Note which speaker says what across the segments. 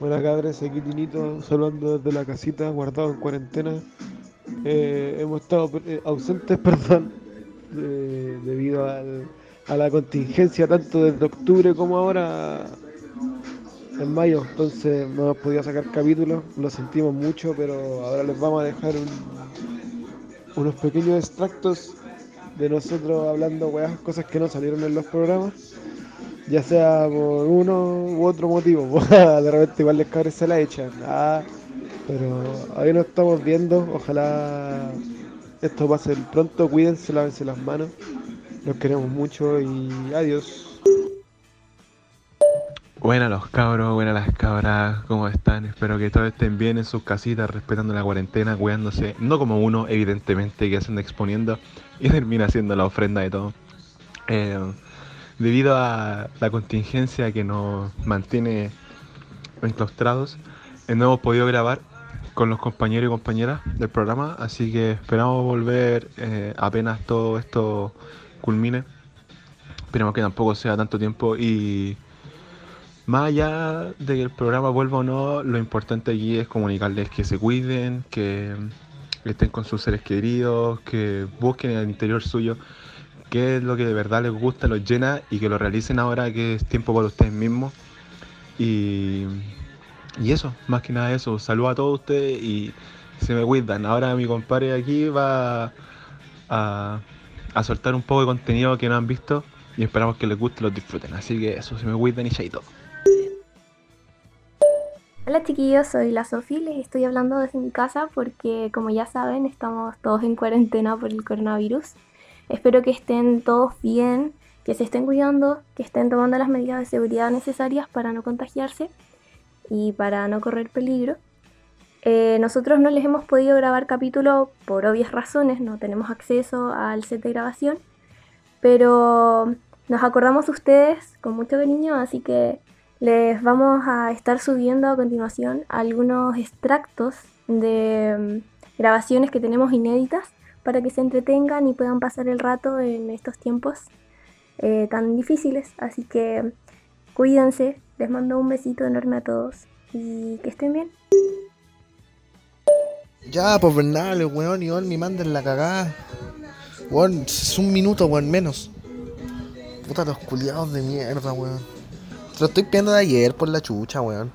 Speaker 1: Buenas cabres, aquí Tinito, saludando desde la casita, guardado en cuarentena. Eh, hemos estado eh, ausentes, perdón, eh, debido al- a la contingencia tanto desde octubre como ahora en mayo. Entonces no hemos podido sacar capítulos, lo sentimos mucho, pero ahora les vamos a dejar un- unos pequeños extractos de nosotros hablando weas, cosas que no salieron en los programas ya sea por uno u otro motivo. po. de repente igual los cabres se la echan. Ah, pero ahí nos estamos viendo. Ojalá esto pase pronto. Cuídense, lávense las manos. Los queremos mucho y adiós.
Speaker 2: Buenas los cabros, buenas las cabras, ¿cómo están? Espero que todos estén bien en sus casitas, respetando la cuarentena, cuidándose, no como uno, evidentemente, que se anda exponiendo y termina siendo la ofrenda de todo. Eh, debido a la contingencia que nos mantiene enclaustrados, eh, no hemos podido grabar con los compañeros y compañeras del programa, así que esperamos volver eh, apenas todo esto culmine. Esperemos que tampoco sea tanto tiempo y... Más allá de que el programa vuelva o no, lo importante aquí es comunicarles que se cuiden, que estén con sus seres queridos, que busquen en el interior suyo qué es lo que de verdad les gusta, los llena y que lo realicen ahora que es tiempo para ustedes mismos. Y, y eso, más que nada eso. Saludo a todos ustedes y se me cuidan. Ahora mi compadre aquí va a, a soltar un poco de contenido que no han visto y esperamos que les guste y los disfruten. Así que eso, se me cuidan y chaito.
Speaker 3: Hola chiquillos, soy la Sofi, les estoy hablando desde mi casa porque como ya saben estamos todos en cuarentena por el coronavirus. Espero que estén todos bien, que se estén cuidando, que estén tomando las medidas de seguridad necesarias para no contagiarse y para no correr peligro. Eh, nosotros no les hemos podido grabar capítulo por obvias razones, no tenemos acceso al set de grabación, pero nos acordamos de ustedes con mucho cariño, así que les vamos a estar subiendo a continuación algunos extractos de mm, grabaciones que tenemos inéditas para que se entretengan y puedan pasar el rato en estos tiempos eh, tan difíciles. Así que mm, cuídense, les mando un besito enorme a todos y que estén bien.
Speaker 4: Ya, pues Bernal, el weón y Olmi manden la cagada. Weón, es un minuto, weón, menos. Puta, los culiados de mierda, weón. Te lo estoy pidiendo de ayer por la chucha, weón.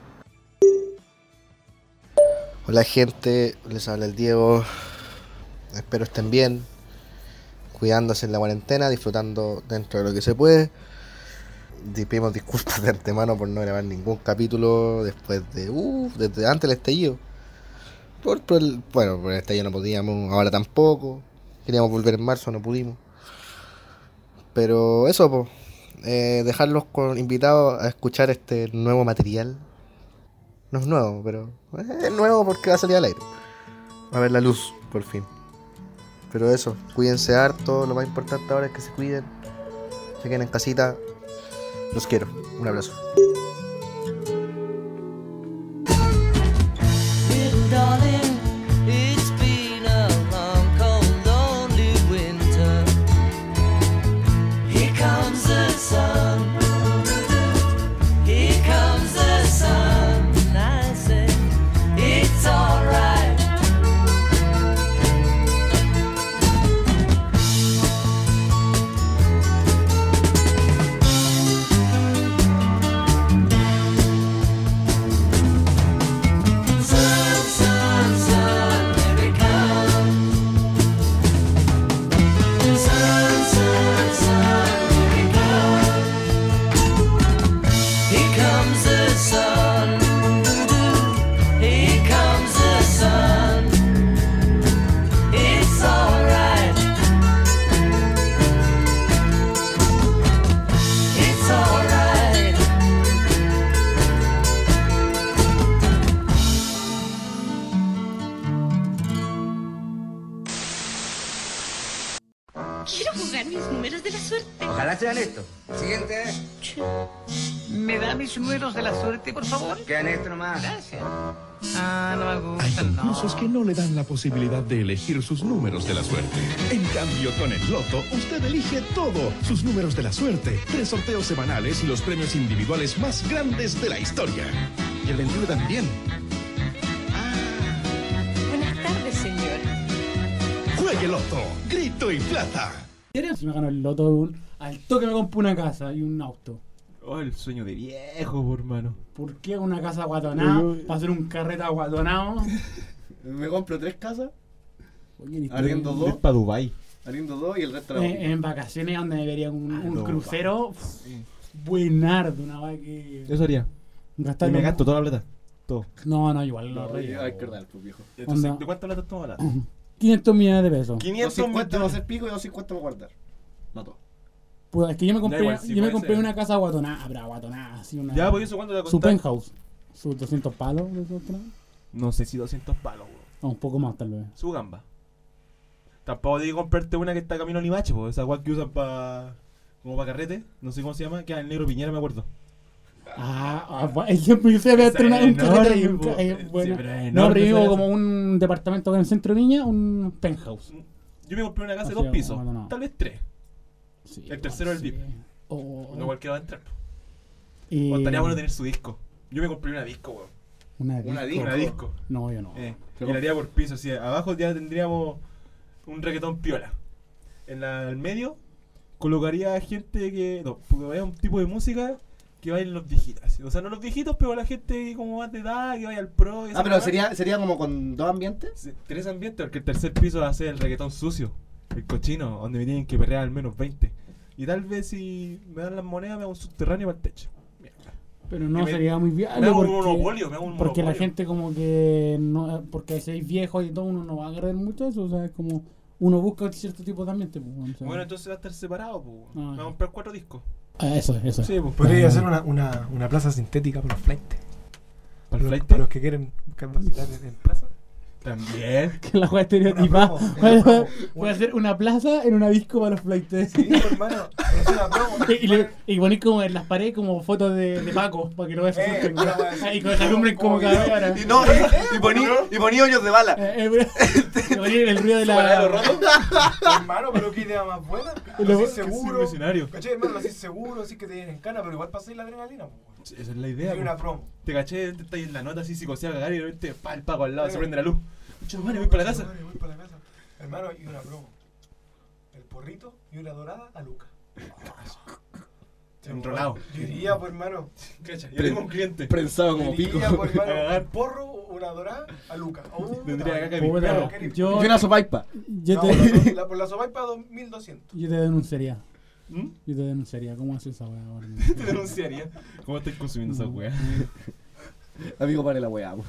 Speaker 4: Hola, gente, les habla el Diego. Espero estén bien. Cuidándose en la cuarentena, disfrutando dentro de lo que se puede. Di- Pedimos disculpas de antemano por no grabar ningún capítulo después de. Uh, desde antes del estallido. Por, por el- bueno, por este ya no podíamos, ahora tampoco. Queríamos volver en marzo, no pudimos. Pero eso, pues. dejarlos con invitados a escuchar este nuevo material. No es nuevo, pero eh, es nuevo porque va a salir al aire. A ver la luz, por fin. Pero eso, cuídense harto. Lo más importante ahora es que se cuiden. Se queden en casita. Los quiero. Un abrazo.
Speaker 5: Little darling, it's been a long, cold, lonely winter. Here comes the sun. Here comes the sun. And I say, it's alright. Sun, sun, sun, here it comes. Sun, sun, sun, here it comes. Here comes the sun. Here comes the sun. It's alright. It's alright.
Speaker 6: Quiero jugar mis números de la suerte.
Speaker 7: Ojalá sean estos. Siguiente.
Speaker 5: ¿Me da mis números de la suerte, por favor?
Speaker 7: Quedan estos nomás.
Speaker 5: Gracias. Ah, no me
Speaker 8: Hay
Speaker 5: gustan, no.
Speaker 8: concursos que no le dan la posibilidad de elegir sus números de la suerte. En cambio, con el Loto, usted elige todo. Sus números de la suerte, tres sorteos semanales y los premios individuales más grandes de la historia. Y el 21 también.
Speaker 9: Ah. Buenas tardes, señor.
Speaker 8: Juegue Loto, grito y plata.
Speaker 10: Si me gano el loto, weón, al toque me compro una casa y un auto.
Speaker 2: Oh, el sueño de viejo, por hermano.
Speaker 10: ¿Por qué una casa guatonada?
Speaker 11: Yo-
Speaker 10: ¿Para hacer un carrete guatonado?
Speaker 7: Me compro tres casas,
Speaker 10: Oye, ni
Speaker 7: arriendo
Speaker 10: estoy-
Speaker 7: dos,
Speaker 2: para Dubai.
Speaker 7: arriendo dos y el resto la
Speaker 10: Eh, en,
Speaker 7: voy.
Speaker 10: vacaciones donde me vería un,
Speaker 7: Ah,
Speaker 10: un
Speaker 2: no,
Speaker 10: crucero pff, buenardo, una weá que.
Speaker 2: Eso haría.
Speaker 10: gastar lo-
Speaker 2: toda la plata. Todo.
Speaker 10: No, no, igual lo
Speaker 7: Oye,
Speaker 10: reyes.
Speaker 7: Hay que dar, pues viejo.
Speaker 10: Onda.
Speaker 2: ¿De cuánta plata estamos hablando?
Speaker 10: 500 millones de pesos.
Speaker 7: 250 va a ser pico y 250 va a guardar. Mató.
Speaker 10: Puta, es que yo me compré,
Speaker 2: Da igual, sí,
Speaker 10: yo me
Speaker 2: puede
Speaker 10: compré
Speaker 2: ser.
Speaker 10: una casa guatonada, ah, pero guatonada, así una.
Speaker 2: Ya, pues eso cuánto te va a
Speaker 10: su
Speaker 2: costar.
Speaker 10: penthouse, sus 200 palos, ¿no?
Speaker 2: No sé si 200 palos, weón.
Speaker 10: No, un poco más tal vez.
Speaker 2: Su gamba. Tampoco digo comprarte una que está camino a Limache, po. Esa guay que usan para. como para carrete. No sé cómo se llama. Que era el negro Piñera, me acuerdo.
Speaker 10: Ah, ah, bueno, siempre yo se
Speaker 2: Esa
Speaker 10: ve
Speaker 2: es
Speaker 10: estrenar un
Speaker 2: enorme,
Speaker 10: carrete y un
Speaker 2: po.
Speaker 10: ca- eh,
Speaker 2: Sí,
Speaker 10: bueno.
Speaker 2: pero es
Speaker 10: No,
Speaker 2: enorme
Speaker 10: pero
Speaker 2: esa
Speaker 10: yo digo
Speaker 2: casa.
Speaker 10: como un departamento en el centro de Viña, un penthouse.
Speaker 2: Yo me compré una casa de
Speaker 10: Así,
Speaker 2: dos pisos.
Speaker 10: bueno, no.
Speaker 2: Tal vez tres.
Speaker 10: Sí,
Speaker 2: El tercero
Speaker 10: bueno,
Speaker 2: del
Speaker 10: sí.
Speaker 2: VIP.
Speaker 10: Oh,
Speaker 2: No cualquiera va a entrar.
Speaker 10: eh,
Speaker 2: O estaría bueno tener su disco. Yo me compré una disco, weón.
Speaker 10: Una,
Speaker 7: Una
Speaker 10: disco.
Speaker 7: disco.
Speaker 2: Una disco.
Speaker 10: No, yo no.
Speaker 2: Eh, y la haría por piso. Así, abajo ya tendríamos un reggaetón piola. En la- el medio colocaría gente que. No, porque vaya un tipo de música que vaya en los viejitos. así. O sea, no los viejitos, pero la gente como más de edad, que vaya al pro. y esa
Speaker 7: Ah, pero
Speaker 2: weá.
Speaker 7: sería, sería como con dos ambientes.
Speaker 2: Sí, Tres ambientes, porque el tercer piso va a ser el reggaetón sucio, el cochino, donde me tienen que perrear al menos 20. Y tal vez si me dan las monedas, me hago un subterráneo para el techo. Mierda.
Speaker 10: Pero no
Speaker 2: que me-
Speaker 10: sería muy
Speaker 2: Me
Speaker 10: viable.
Speaker 2: hago un
Speaker 10: porque-
Speaker 2: monopolio, me hago un monopolio.
Speaker 10: Porque la gente como que no, porque si es viejo y todo uno no va a agarrar mucho eso, o sea, es como uno busca cierto tipo de ambiente. pues, bueno, o sea.
Speaker 2: Bueno, entonces va a estar separado, pues.
Speaker 10: Ah,
Speaker 2: Me voy
Speaker 10: ya.
Speaker 2: a comprar cuatro discos.
Speaker 10: Ah, eso, es, eso. es.
Speaker 2: Sí, pues.
Speaker 1: Podría hacer una, una, una plaza sintética para los flightes.
Speaker 2: ¿Para el flight?
Speaker 1: Para los que quieren capacitar en, en plaza.
Speaker 2: También.
Speaker 10: Que la juega estereotipada. Voy, a- voy a hacer una plaza en una disco para los flightes.
Speaker 1: hermano. Es una promo.
Speaker 10: Y, y le, y poner como en las paredes como fotos de, de Paco, para que no se asusten. y con la lumbre como cada hora.
Speaker 7: Y no, y, y poní, y poní hoyos de bala.
Speaker 10: Eh, eh, pero- y poner el ruido de la...
Speaker 1: hermano, pero qué idea más buena.
Speaker 10: Lo-
Speaker 1: Lo
Speaker 10: que
Speaker 1: haces seguro.
Speaker 2: visionario.
Speaker 1: ¿Cachai, hermano? Lo haces seguro, así que te vienen en cana, pero igual pasáis la adrenalina. po, weón.
Speaker 2: Sí, Esa es la idea.
Speaker 1: Sería una
Speaker 2: po.
Speaker 1: promo.
Speaker 2: Te caché, te estás en la nota así, psicoseado a cagar y de repente, pa, el paco al lado, Ah, se prende la luz. Mucho madre, voy para la casa.
Speaker 1: Vale, voy para la casa. Hermano, y una promo. El porrito y una dorada a Luca.
Speaker 2: Enrolado.
Speaker 1: Yo diría, pues, hermano.
Speaker 2: Cacha, ya tengo un cliente.
Speaker 7: Prensado
Speaker 1: Yo
Speaker 7: como pico.
Speaker 1: diría, pues,
Speaker 2: A
Speaker 1: hermano.
Speaker 2: cagar.
Speaker 1: El porro, una dorada a Luca. Oh,
Speaker 2: Tendría
Speaker 1: no.
Speaker 2: acá que mi perro.
Speaker 10: Puta, yo,
Speaker 7: Y una sopaipa.
Speaker 10: yo,
Speaker 1: No,
Speaker 10: te,
Speaker 1: por la- por la sopaipa 2200.
Speaker 10: yo te denunciaría.
Speaker 2: ¿Mm?
Speaker 10: Yo te denunciaría. ¿Cómo haces esa weá? ahora?
Speaker 2: Te denunciaría. ¿Cómo estás consumiendo esa weá?
Speaker 7: Amigo, pare la weá. po.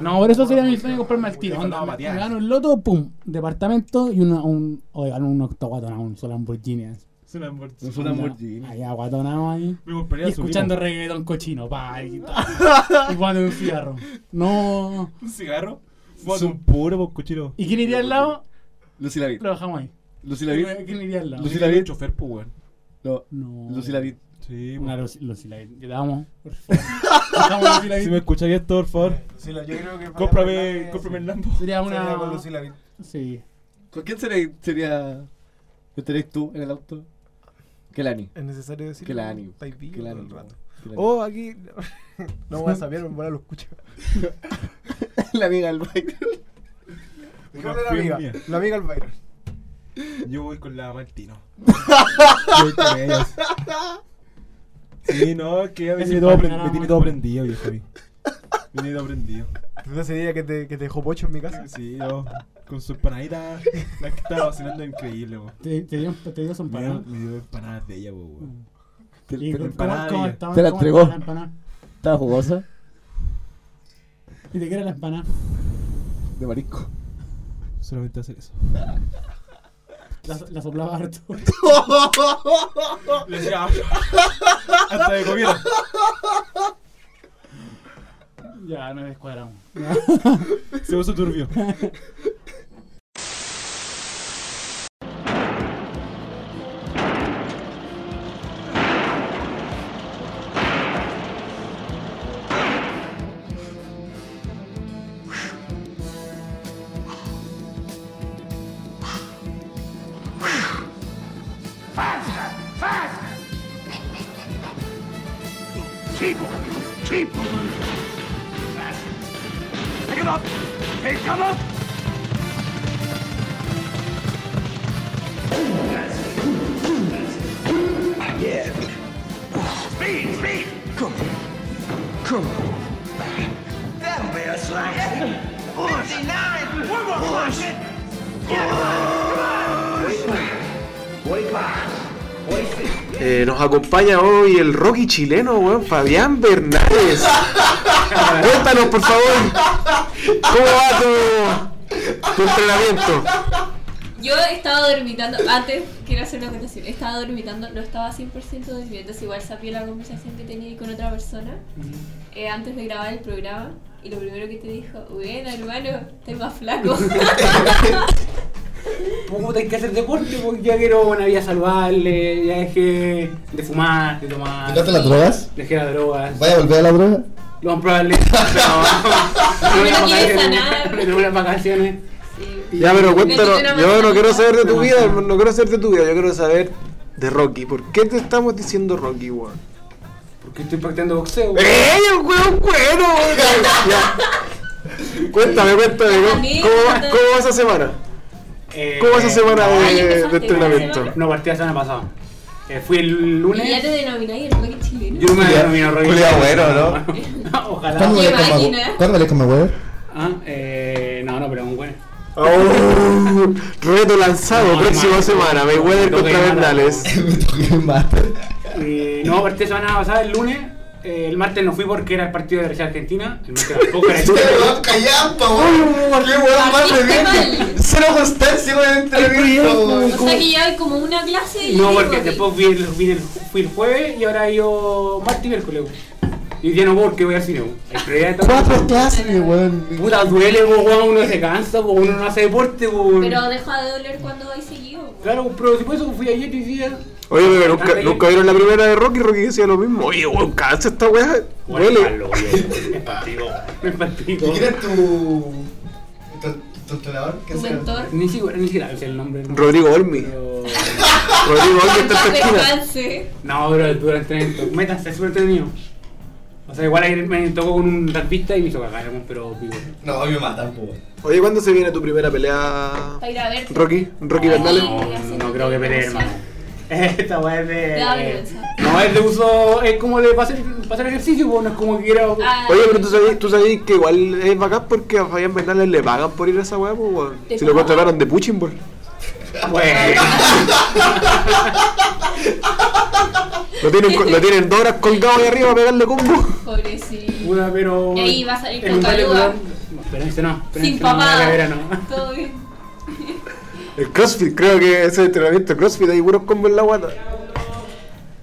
Speaker 10: No, por eso sería mi sueño comprarme al tiro. Onda, me,
Speaker 2: Matear.
Speaker 10: me gano el loto, pum, departamento y una, un. O gano un octoguatonado, un solo Lamborghini. así.
Speaker 2: Es una mortita.
Speaker 7: Es una Lamborghini.
Speaker 10: Allá, guatonado ahí.
Speaker 2: Me
Speaker 10: Y
Speaker 2: compraría su
Speaker 10: escuchando reggaetón cochino, pa. Y, y fumando un cigarro. No.
Speaker 2: un cigarro. Fumando un puro, vos, cochino.
Speaker 10: ¿Y quién iría al lado?
Speaker 7: Lucy Lavit.
Speaker 10: Lo dejamos ahí.
Speaker 7: Lucy Lavit.
Speaker 10: ¿Quién iría al lado?
Speaker 7: Lucy
Speaker 2: Tiene un
Speaker 7: Lavit.
Speaker 2: chofer, pues, weón.
Speaker 7: No.
Speaker 10: No.
Speaker 7: Lucy Lavit.
Speaker 2: Sí, pues.
Speaker 10: Una Lucy Lucy Lavit. Te damos. por favor. Dejamos a Lucy Lavit.
Speaker 2: Si me escucháis esto, por favor,
Speaker 1: Lucila, yo creo que. para
Speaker 2: cómprame,
Speaker 1: Fernández,
Speaker 2: cómprame el
Speaker 1: sí.
Speaker 2: Lambo.
Speaker 10: Sería
Speaker 1: Sería con
Speaker 10: una.
Speaker 1: Lucila Vic.
Speaker 10: Sí.
Speaker 7: ¿Con quién sería, sería estaréis tú en el auto? Kelani.
Speaker 1: Es necesario decir
Speaker 7: Que la Ani.
Speaker 1: Estáis vivos todo
Speaker 7: Kelani.
Speaker 1: el rato.
Speaker 7: Kelani.
Speaker 1: Oh, aquí. No voy a saber, me lo escucha.
Speaker 7: la amiga del baile.
Speaker 1: Déjame la amiga.
Speaker 2: mía.
Speaker 1: La amiga al baile.
Speaker 2: Yo voy con la Martino. Yo voy con ellas. Sí, no, es que ya me
Speaker 10: Es
Speaker 2: tiene todo,
Speaker 10: simpática
Speaker 2: pre-
Speaker 10: la
Speaker 2: me tiene todo prendido, viejo. a mí. Me tiene todo prendido.
Speaker 1: ¿Tú ese día que te, que te dejó pocho en mi casa?
Speaker 2: Sí, yo. Con su empanadita, la que estaba vacilando increíble, weón.
Speaker 10: Te, te dio, te dio son
Speaker 2: Me
Speaker 10: para.
Speaker 2: dio- me dio empanadas de ella, po, weón.
Speaker 10: ¿Y cómo-
Speaker 2: empanada
Speaker 10: cómo
Speaker 2: ella.
Speaker 10: estaba-
Speaker 7: Te la
Speaker 10: cómo
Speaker 7: entregó.
Speaker 10: estaba la empanada?
Speaker 7: ¿Estaba jugosa?
Speaker 10: Y te quiere la empanada.
Speaker 7: De marisco.
Speaker 2: Solamente hacer eso.
Speaker 10: La, la soplaba harto.
Speaker 2: Le decía. Hasta de comida.
Speaker 10: ya, nos descuadramos.
Speaker 2: Se puso turbio.
Speaker 12: him up! Pick him up! Yeah. Speed, speed! Come on. Come on. That'll be a slacker. 59! We will crush it!
Speaker 1: Eh, nos acompaña hoy el Rocky chileno, weón, Fabián Bernales. Cuéntanos, por favor, ¿cómo va tu, tu entrenamiento?
Speaker 5: Yo he estado dormitando, antes quiero hacer una acotación, he estado dormitando, no estaba 100% durmiendo, si igual sabía la conversación que tenía con otra persona eh, antes de grabar el programa y lo primero que te dijo, bueno hermano, estás más flaco.
Speaker 10: Puta, hay que hacer deporte porque ya quiero una vida saludable, ya dejé de fumar, de tomar.
Speaker 7: ¿Dejaste las drogas?
Speaker 10: Dejé las drogas.
Speaker 7: ¿Vaya a volver a la droga?
Speaker 10: Lo más probable. No,
Speaker 5: Me lo
Speaker 10: unas
Speaker 5: quiere
Speaker 10: vacaciones,
Speaker 5: sanar.
Speaker 10: me tomé unas vacaciones.
Speaker 1: Ya, pero cuéntanos, yo no quiero saber de tu
Speaker 10: No,
Speaker 1: vida,
Speaker 10: no.
Speaker 1: no quiero saber de tu vida, yo quiero saber de Rocky. ¿Por qué te estamos diciendo Rocky, weón?
Speaker 10: Porque estoy practicando boxeo.
Speaker 1: ¡Eh, el weón bueno! weón! Ya. Cuéntame, cuéntame, ¿no? ¿cómo, va- cómo va esa semana? ¿Cómo va esa semana de- Ay,
Speaker 7: este
Speaker 1: empezaste, de entrenamiento? ¿cuál
Speaker 10: Eh, No, partí la semana pasada. Eh, fui el
Speaker 5: Y ya
Speaker 10: lunes.
Speaker 5: te denomináis el Rocky chileno.
Speaker 10: Yo me denomino Rocky.
Speaker 7: Julia, bueno, ¿no?
Speaker 10: Ojalá.
Speaker 7: ¿Cuándo le coma- ¿Cuándo le come huevo?
Speaker 10: Ah, eh, no, no, pero un bueno.
Speaker 1: Oh, reto lanzado,
Speaker 10: No,
Speaker 1: próxima
Speaker 10: hermano.
Speaker 1: semana,
Speaker 10: Me
Speaker 1: Mayweather
Speaker 10: toca
Speaker 1: contra
Speaker 10: llamar a-
Speaker 1: Bernales.
Speaker 10: Eh, no, partí la semana pasada el lunes. Eh, el martes no fui porque era el partido de Brasil Argentina. El martes tampoco era
Speaker 7: Este weón callampa, weón. Qué weón más rebelde. Cero constancia con el
Speaker 5: O sea
Speaker 7: entrenamiento.
Speaker 5: que ya hay como una clase y
Speaker 10: No,
Speaker 5: digo,
Speaker 10: porque después fui el, fui el- fui el jueves y ahora yo martes y miércoles. weón. Y hoy día no voy porque voy al cine. weón. Hay prioridad de todo.
Speaker 7: Cuatro clases, weón.
Speaker 10: Puta, duele, weón, weón, uno se cansa, weón, uno no hace deporte, weón.
Speaker 5: Pero deja de doler cuando vais seguido.
Speaker 10: Claro, pero si por eso fui ayer y día.
Speaker 1: Oye, pero nunca, nunca vieron la primera de Rocky, Rocky decía lo mismo. Oye, weón, cáncer esta weá. Duele.
Speaker 10: Me
Speaker 7: ¿Y
Speaker 10: fatigo.
Speaker 7: quién es tu, tu, tu entrenador? ¿Qué
Speaker 5: Tu
Speaker 7: sea?
Speaker 5: mentor.
Speaker 10: Ni siquiera, ni siquiera sé el nombre. ¿no?
Speaker 1: Rodrigo Olmi. Rodrigo Olmi está en la
Speaker 5: Cuando
Speaker 1: esquina.
Speaker 5: descanse.
Speaker 10: No, pero dura entrenamiento. Métanse, es súper entretenido. O sea, igual ayer me tocó con un rapista y me hizo cagar, weón, pero vivo.
Speaker 7: No, me matan, weón.
Speaker 1: Oye, ¿cuándo se viene tu primera pelea?
Speaker 5: Para ir a ver.
Speaker 1: Rocky, Rocky
Speaker 10: no,
Speaker 1: Bernales.
Speaker 10: No, no creo que pelee, hermano. Esta weá es
Speaker 5: Te da
Speaker 10: de.
Speaker 5: vergüenza.
Speaker 10: No, es de uso. Es como de pasar, pasar ejercicio, weón, no es como que quiera.
Speaker 5: Ah.
Speaker 1: Oye, pero tú sabías, tú sabías que igual es bacán porque a Fabián Bernales le pagan por ir a esa weá, pues, weón.
Speaker 5: ¿Te
Speaker 1: Si lo
Speaker 5: pagan?
Speaker 1: contrataron de Puching Ball.
Speaker 10: Bueno.
Speaker 1: Lo tienen, co- lo tienen dos horas colgado ahí arriba a pegarle combo.
Speaker 5: Pobrecito.
Speaker 10: Puta, pero.
Speaker 5: Y ahí va a salir
Speaker 10: en
Speaker 5: con
Speaker 10: un baile,
Speaker 5: caluda.
Speaker 10: weón, no, Pero este no. Pero
Speaker 5: Sin
Speaker 10: este no,
Speaker 5: papada.
Speaker 10: la cadera no.
Speaker 5: Todo bien.
Speaker 1: El CrossFit, creo que ese entrenamiento de CrossFit hay puros combos en la guata.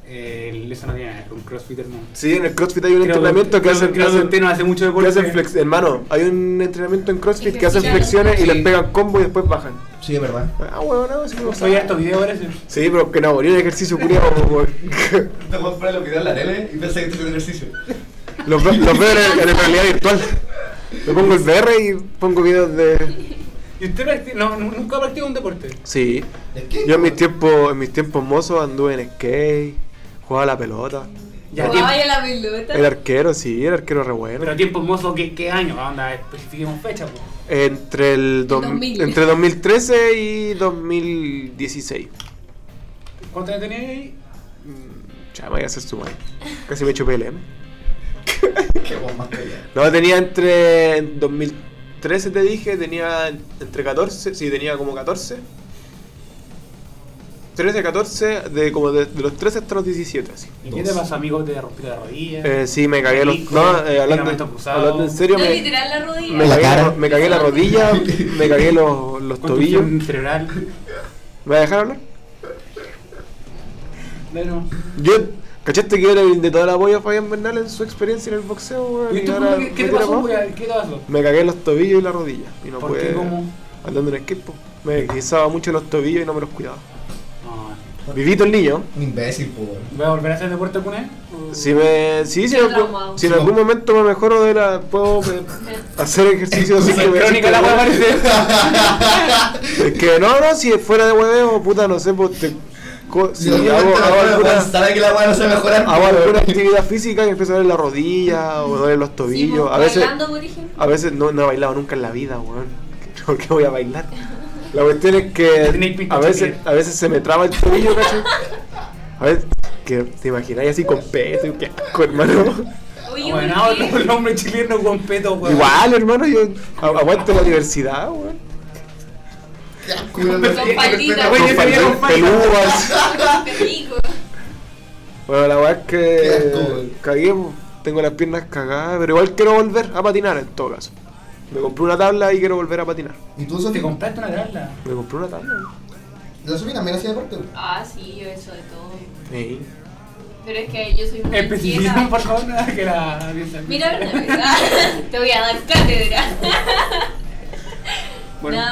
Speaker 10: Eh, eso no tiene nada que ver con CrossFit, hermano.
Speaker 1: Sí, en el CrossFit hay un
Speaker 10: Creo-
Speaker 1: entrenamiento que
Speaker 10: creo-
Speaker 1: hacen.
Speaker 10: creo que
Speaker 1: hacen-
Speaker 10: usted no hace mucho deporte.
Speaker 1: que hacen flex- hermano, hay un entrenamiento en CrossFit que hacen
Speaker 10: Ejercicio.
Speaker 1: flexiones y les
Speaker 10: Sí.
Speaker 1: pegan combo y después bajan.
Speaker 7: Sí, es verdad.
Speaker 1: Ah, weón, no, sí me gusta.
Speaker 10: Soy harto video, parece.
Speaker 1: Sí, pero que no, ni un ejercicio culiado, weón.
Speaker 7: Te voy a poner los videos en la tele y pensé que estoy haciendo ejercicio.
Speaker 1: Los veo los veo en, en realidad virtual. Me pongo el VR y pongo videos de.
Speaker 10: ¿Y usted practi- no, nu- nunca practicó un deporte?
Speaker 1: Sí. Yo en mis tiempos, en mis tiempos mozos anduve en skate, jugaba a la pelota.
Speaker 10: Ya,
Speaker 5: Jugaba
Speaker 10: tiempo-
Speaker 5: a Oh, la pelota.
Speaker 1: El arquero, sí, el arquero re bueno.
Speaker 10: Pero tiempo mozo, ¿qué, qué año? Onda, especifiquemos fecha, pues. po.
Speaker 1: Entre el dos-
Speaker 10: 2000.
Speaker 1: entre 2013 y 2016.
Speaker 10: ¿Cuántos años tenía ahí?
Speaker 1: Ya me voy a hacer su madre. Casi me chupé el M.
Speaker 7: Qué weón más callado.
Speaker 1: No, tenía entre. en 2013 te dije, tenía entre 14, sí, tenía como 14. 13, 14, de como de, de los 13 hasta los 17, así.
Speaker 10: ¿Y qué te pasó, amigo? ¿Te rompiste la rodilla?
Speaker 1: Eh, sí, me cagué los.
Speaker 10: Disco,
Speaker 1: No, eh, hablando,
Speaker 10: ligamento cruzado.
Speaker 1: hablando en serio,
Speaker 5: No,
Speaker 1: me,
Speaker 5: literal la rodilla.
Speaker 1: me, cagué, la, me cagué la rodilla, me cagué los, los tobillos.
Speaker 10: Contusión cerebral.
Speaker 1: ¿Me vas a dejar hablar?
Speaker 10: Bueno.
Speaker 1: Yo, ¿cachaste que era el de toda la boya Fabián Bernal en su experiencia en el boxeo, weón?
Speaker 10: ¿Y
Speaker 1: Y
Speaker 10: tú,
Speaker 1: ahora
Speaker 10: qué, qué
Speaker 1: me
Speaker 10: te
Speaker 1: tira
Speaker 10: pasó,
Speaker 1: abajo.
Speaker 10: wea? ¿Qué te pasó?
Speaker 1: Me cagué los tobillos y la rodilla. Y no
Speaker 10: ¿Por
Speaker 1: pude.
Speaker 10: qué? ¿Cómo?
Speaker 1: Andando en skate, po. Me guisaba mucho los tobillos y no me los cuidaba.
Speaker 10: No.
Speaker 1: Vivito el niño.
Speaker 7: Un imbécil, po, weón.
Speaker 10: ¿Voy a volver a hacer deporte Uh, alguna vez?
Speaker 1: Si me. Sí, si,
Speaker 10: Qué
Speaker 1: en algún-
Speaker 10: traumado.
Speaker 1: si en algún momento me mejoro de la. puedo eh,
Speaker 5: pues,
Speaker 1: hacer ejercicio así que me
Speaker 10: Crónica la wea parece.
Speaker 1: Es que no, no, si fuera de hueveo, puta, no sé, pues te,
Speaker 7: co- si
Speaker 4: de repente la
Speaker 7: hago, hago
Speaker 4: prueba,
Speaker 7: alguna,
Speaker 4: pues, sabe que la weá no se va a mejorar.
Speaker 1: Ah.
Speaker 7: hago alguna actividad física y empiezo a doler la rodilla o doler los
Speaker 5: pues,
Speaker 7: tobillos. a veces,
Speaker 5: Bailando, por ejemplo.
Speaker 7: a veces no, no he bailado nunca en la vida, weón. ¿Por qué voy a bailar? La cuestión es que a veces, a veces se me traba el tobillo, ¿cachai? A veces, que te imagináis así con peso, qué asco, hermano.
Speaker 10: Oye, bueno, el hombre chileno con peto, weón.
Speaker 7: Igual, hermano, yo a- aguanto la diversidad, weón.
Speaker 10: Con patitas.
Speaker 7: Con
Speaker 10: Oye, se vieron
Speaker 7: pal- peludas.
Speaker 5: Perico.
Speaker 7: Bueno, la verdad es que cagué, po. tengo las piernas cagadas, pero igual quiero volver a patinar en todo caso. Me compré una tabla y quiero volver a patinar.
Speaker 4: ¿Y tú, Sofi?
Speaker 10: ¿Te compraste una tabla?
Speaker 7: Me compré una tabla.
Speaker 4: La Sofi también hacía deporte.
Speaker 5: Ah, sí, yo eso de todo.
Speaker 7: Sí.
Speaker 5: Pero es que yo soy muy
Speaker 10: Especifican,
Speaker 5: inquieta.
Speaker 10: por favor, nada que la...
Speaker 5: Mira, ah, te voy a dar cátedra.
Speaker 10: Bueno.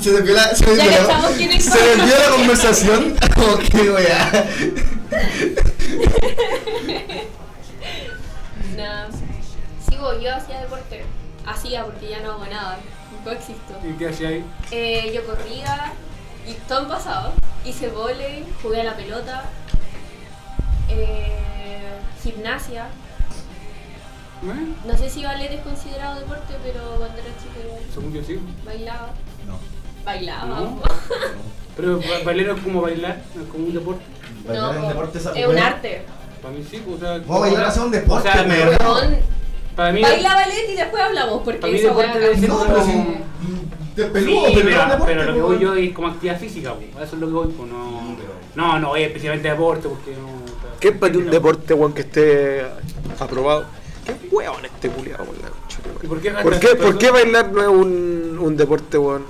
Speaker 4: Se desvió la, se
Speaker 5: Ya
Speaker 4: desvió la-
Speaker 5: cachamos quién es
Speaker 4: se
Speaker 5: cuál.
Speaker 4: desvió la conversación. ok, weá.
Speaker 5: No. Sí, bo, yo hacía deporte. Hacía porque ya no hago nada. No existo.
Speaker 10: ¿Y qué hacía ahí?
Speaker 5: Eh, yo corría y todo en pasado. Hice volei, jugué a la pelota, eh, gimnasia.
Speaker 10: ¿Eh?
Speaker 5: No sé si ballet es considerado deporte, pero cuando era chico igual
Speaker 10: Según yo sí.
Speaker 5: bailaba. Bailaba.
Speaker 10: No.
Speaker 5: No,
Speaker 10: Pero ba- bailar no es como bailar, no es como un deporte.
Speaker 4: Bailar es un
Speaker 5: po,
Speaker 4: deporte, esa
Speaker 5: es un
Speaker 4: weá.
Speaker 5: arte.
Speaker 10: Para mí sí, pues, o sea...
Speaker 4: Vos bailar es un deporte,
Speaker 10: o sea,
Speaker 4: me-
Speaker 5: Weón,
Speaker 10: Para mí...
Speaker 5: Baila ballet y después hablamos porque
Speaker 10: Para mí
Speaker 5: esa
Speaker 10: deporte
Speaker 5: weá
Speaker 10: debe ser
Speaker 5: cambia.
Speaker 10: como...
Speaker 4: De
Speaker 10: Sí,
Speaker 4: peludo, pero
Speaker 10: pero,
Speaker 4: era deporte,
Speaker 10: pero lo que
Speaker 4: weón.
Speaker 10: voy yo es como actividad física, pues. eso es lo que voy, pues no... No, no, es especialmente deporte, porque no...
Speaker 7: ¿Qué es para un deporte, weón, que esté aprobado? ¿Qué weón este culiado, weón? la concha de tu madre.
Speaker 10: ¿Y por qué
Speaker 7: ¿Por qué, por qué bailar no es un, un deporte, weón?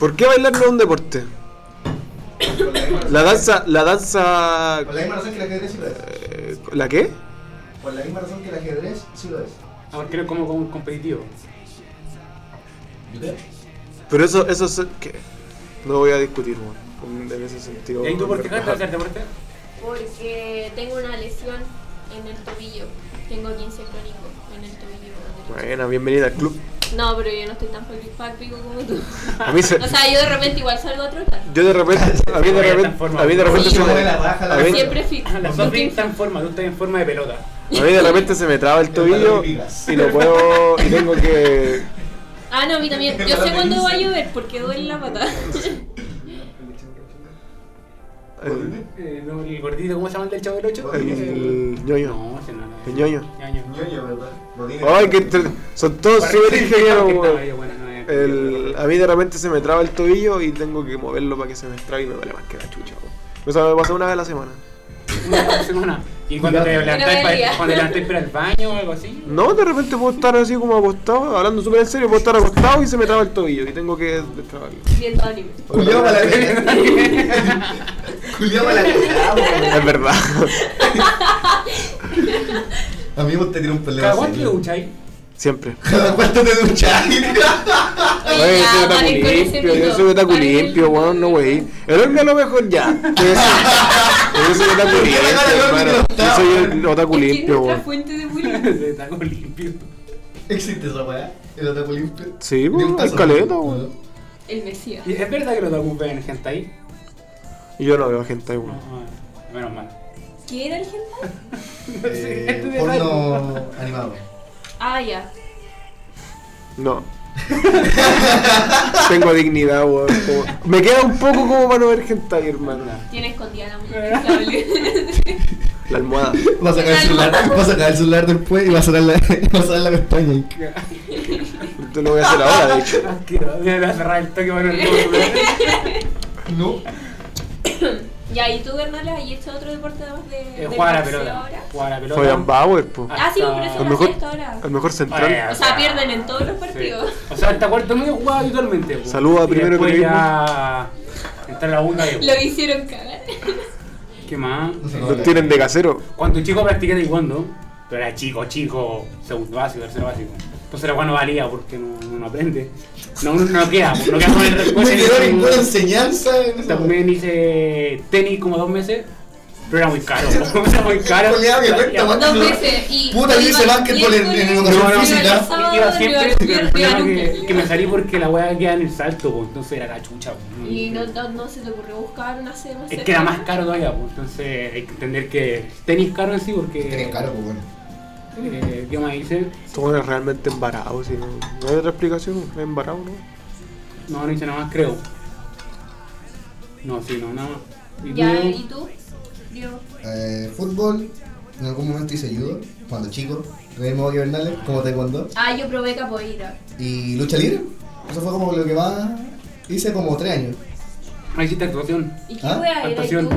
Speaker 7: ¿Por qué bailar no es un deporte? La danza, la danza...
Speaker 4: Por la misma razón que el ajedrez sí lo es.
Speaker 7: eh, ¿La qué?
Speaker 4: Por la misma razón que el ajedrez sí lo es.
Speaker 10: Ahora creo como, como competitivo.
Speaker 7: Pero eso, eso es que no voy a discutir, weón. En ese sentido.
Speaker 10: ¿Y ahí tú por qué
Speaker 7: weón,
Speaker 10: dejaste de hacer deporte?
Speaker 5: Porque tengo una lesión en el tobillo. Tengo 15 crónico en el tobillo.
Speaker 7: Buena, bienvenida al club.
Speaker 5: No, pero yo no estoy tan polipático como tú.
Speaker 7: A mí se-
Speaker 5: O sea, yo de repente igual salgo a trotar.
Speaker 7: Yo de repente, a mí de repente, a mí de repente se me, a mí,
Speaker 5: Siempre fit.
Speaker 10: La Sofi está en forma, tú estás en forma de pelota.
Speaker 7: a mí de repente se me traba el tobillo y lo puedo y tengo que
Speaker 5: Ah, no, a mí también. Yo sé cuándo va a llover porque duele la pata.
Speaker 10: Eh, no, el gordito, ¿cómo se llama el del chavo del 8?
Speaker 7: el ñoño,
Speaker 10: No, ese no, no.
Speaker 7: el ñoño.
Speaker 10: Ñoño.
Speaker 7: Ay, que entre- son todos
Speaker 10: Para
Speaker 7: súper
Speaker 10: que-
Speaker 7: ingenieros.
Speaker 10: que-
Speaker 7: weón.
Speaker 10: que- bueno, no es-
Speaker 7: El- a mí de repente se me traba el tobillo y tengo que moverlo para que se me trabe y me vale más que la chucha. weón. Eso me pasa una vez a la semana.
Speaker 10: Una por semana. Y cuando te
Speaker 7: Una
Speaker 10: levantáis
Speaker 5: vez al día.
Speaker 10: para, cuando levantáis para el baño o algo así.
Speaker 7: No, de repente puedo estar así como acostado, hablando súper en serio, puedo estar acostado y se me traba el tobillo y tengo que destrabarlo.
Speaker 5: Viendo anime.
Speaker 4: Culeado para la vida. Culeado para la vida, weón.
Speaker 7: Es verdad.
Speaker 4: Amigo, usted tiene un problema.
Speaker 10: ¿Cada cuánto le
Speaker 4: serio.
Speaker 10: ducháis?
Speaker 7: Siempre.
Speaker 4: ¿Cada cuánto te duchas?
Speaker 7: Oye, yo soy otaku
Speaker 5: paren con ese
Speaker 7: limpio, yo
Speaker 5: mito,
Speaker 7: soy otaku limpio, weón, no wey. El hombre a lo mejor ya. Yo soy- yo soy otaku limpio, hermano. Yo soy el otaku limpio, weón.
Speaker 5: fuente de
Speaker 10: Taco limpio.
Speaker 4: ¿Existe esa weá? ¿El otaku limpio?
Speaker 7: Sí,
Speaker 1: Uh,
Speaker 4: ¿De un
Speaker 7: weón,
Speaker 4: tazo?
Speaker 7: escaleta, weón.
Speaker 5: El Mesías.
Speaker 10: ¿Y ¿Es verdad que los otakus ven gente ahí?
Speaker 7: Y yo no veo gente ahí, weón.
Speaker 10: Menos mal.
Speaker 5: ¿Qué era el hentai?
Speaker 4: Eh, porno animado.
Speaker 5: Ah, ya.
Speaker 7: No. Tengo dignidad, weón. como- Me queda un poco como para no ver gente ahí, hermano.
Speaker 5: Tiene escondida la mujer.
Speaker 7: La almohada.
Speaker 4: Vas a sacar el celular, vas a sacar el celular después y vas a sacar la, vas a sacar la pestaña. ahí.
Speaker 7: Tú lo voy a hacer ahora, de hecho.
Speaker 10: Asqueroso. Le Ah, voy a cerrar el toque para el
Speaker 4: No.
Speaker 5: Ya, ¿y tú, Bernales, has hecho otro deporte además de.
Speaker 10: Eh,
Speaker 5: del
Speaker 10: jugar a la
Speaker 5: boxeo
Speaker 10: pelota.
Speaker 5: ahora?
Speaker 10: Jugar a la pelota.
Speaker 7: Fabian Bauer, po.
Speaker 5: Ah, sí, por
Speaker 7: El
Speaker 5: eso lo
Speaker 7: mejor,
Speaker 5: hacía ahora.
Speaker 7: el mejor
Speaker 10: Oye,
Speaker 7: central.
Speaker 5: O sea, pierden en todos los partidos.
Speaker 10: O sea, hasta cuarto medio jugaba habitualmente. po.
Speaker 7: Saluda
Speaker 10: Y
Speaker 7: primero
Speaker 10: después
Speaker 7: que
Speaker 10: ya. Entra la una y.
Speaker 5: Lo hicieron cagar.
Speaker 10: ¿Qué más?
Speaker 7: Lo tienen de casero.
Speaker 10: Cuando chico practiqué taekwondo, pero era chico, chico, segundo básico, tercero básico. Entonces la guano valía porque no, no aprende. No, no, no queda, pues, no queda con el
Speaker 4: No
Speaker 10: recuerdo.
Speaker 4: eh. me quedó ninguna enseñanza en esa
Speaker 10: También hice tenis como dos meses. Pero era muy caro, po. era muy caro.
Speaker 4: Culeado que cuesta,
Speaker 10: Iba-
Speaker 4: Dos veces, y- Puta, yo hice básquetbol en- en educación física.
Speaker 10: Iba siempre,
Speaker 4: Sábado,
Speaker 10: pero el problema
Speaker 4: iba
Speaker 10: que, que me salí porque la weá queda en el salto, po. entonces era la chucha. po.
Speaker 5: Y no, no, no se te ocurrió buscar una sede más
Speaker 10: Es que era
Speaker 5: cercana?
Speaker 10: más caro todavía, pues, entonces hay que entender que tenis caro en sí porque... Tenis caro, pues bueno. Eh, ¿Qué más hice?
Speaker 7: Tú eres realmente embarado, si no, no hay otra explicación, es embarado, ¿no?
Speaker 10: No, no hice nada más, creo. No, sí, no, nada más. ¿Y
Speaker 5: Ya,
Speaker 10: tú?
Speaker 5: ¿y tú? Diego.
Speaker 4: Eh, fútbol, en algún momento hice judo, cuando chico, de modo que Bernales, como taekwondo.
Speaker 5: Ah, yo probé capoeira.
Speaker 4: Y lucha libre, eso fue como lo que más hice como tres años.
Speaker 10: Ah, hiciste actuación.
Speaker 5: ¿Y
Speaker 4: Ah,
Speaker 5: qué wea era, y tú?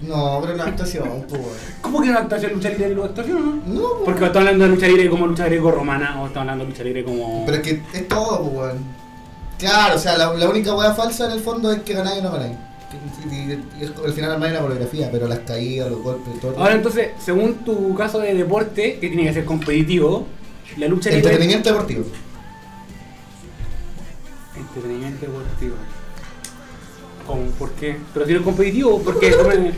Speaker 4: No, pero una actuación, pues.
Speaker 10: ¿Cómo que no actuación lucha libre y luego actuación,
Speaker 4: no? No, pues,
Speaker 10: Porque o estamos hablando de lucha libre como lucha greco-romana o estamos hablando de lucha libre como...
Speaker 4: Pero es que es todo, pues, weón. Claro, o sea, la, la única weá falsa en el fondo es que ganáis o no ganáis. Y, y- y es- al final armáis la coreografía, pero las caídas, los golpes, todo.
Speaker 10: Ahora entonces, según tu caso de deporte, que tiene que ser competitivo, la lucha libre...
Speaker 4: Entretenimiento deportivo.
Speaker 10: Entretenimiento deportivo. ¿Cómo? ¿Por qué? Pero si no es competitivo, ¿por qué? Come-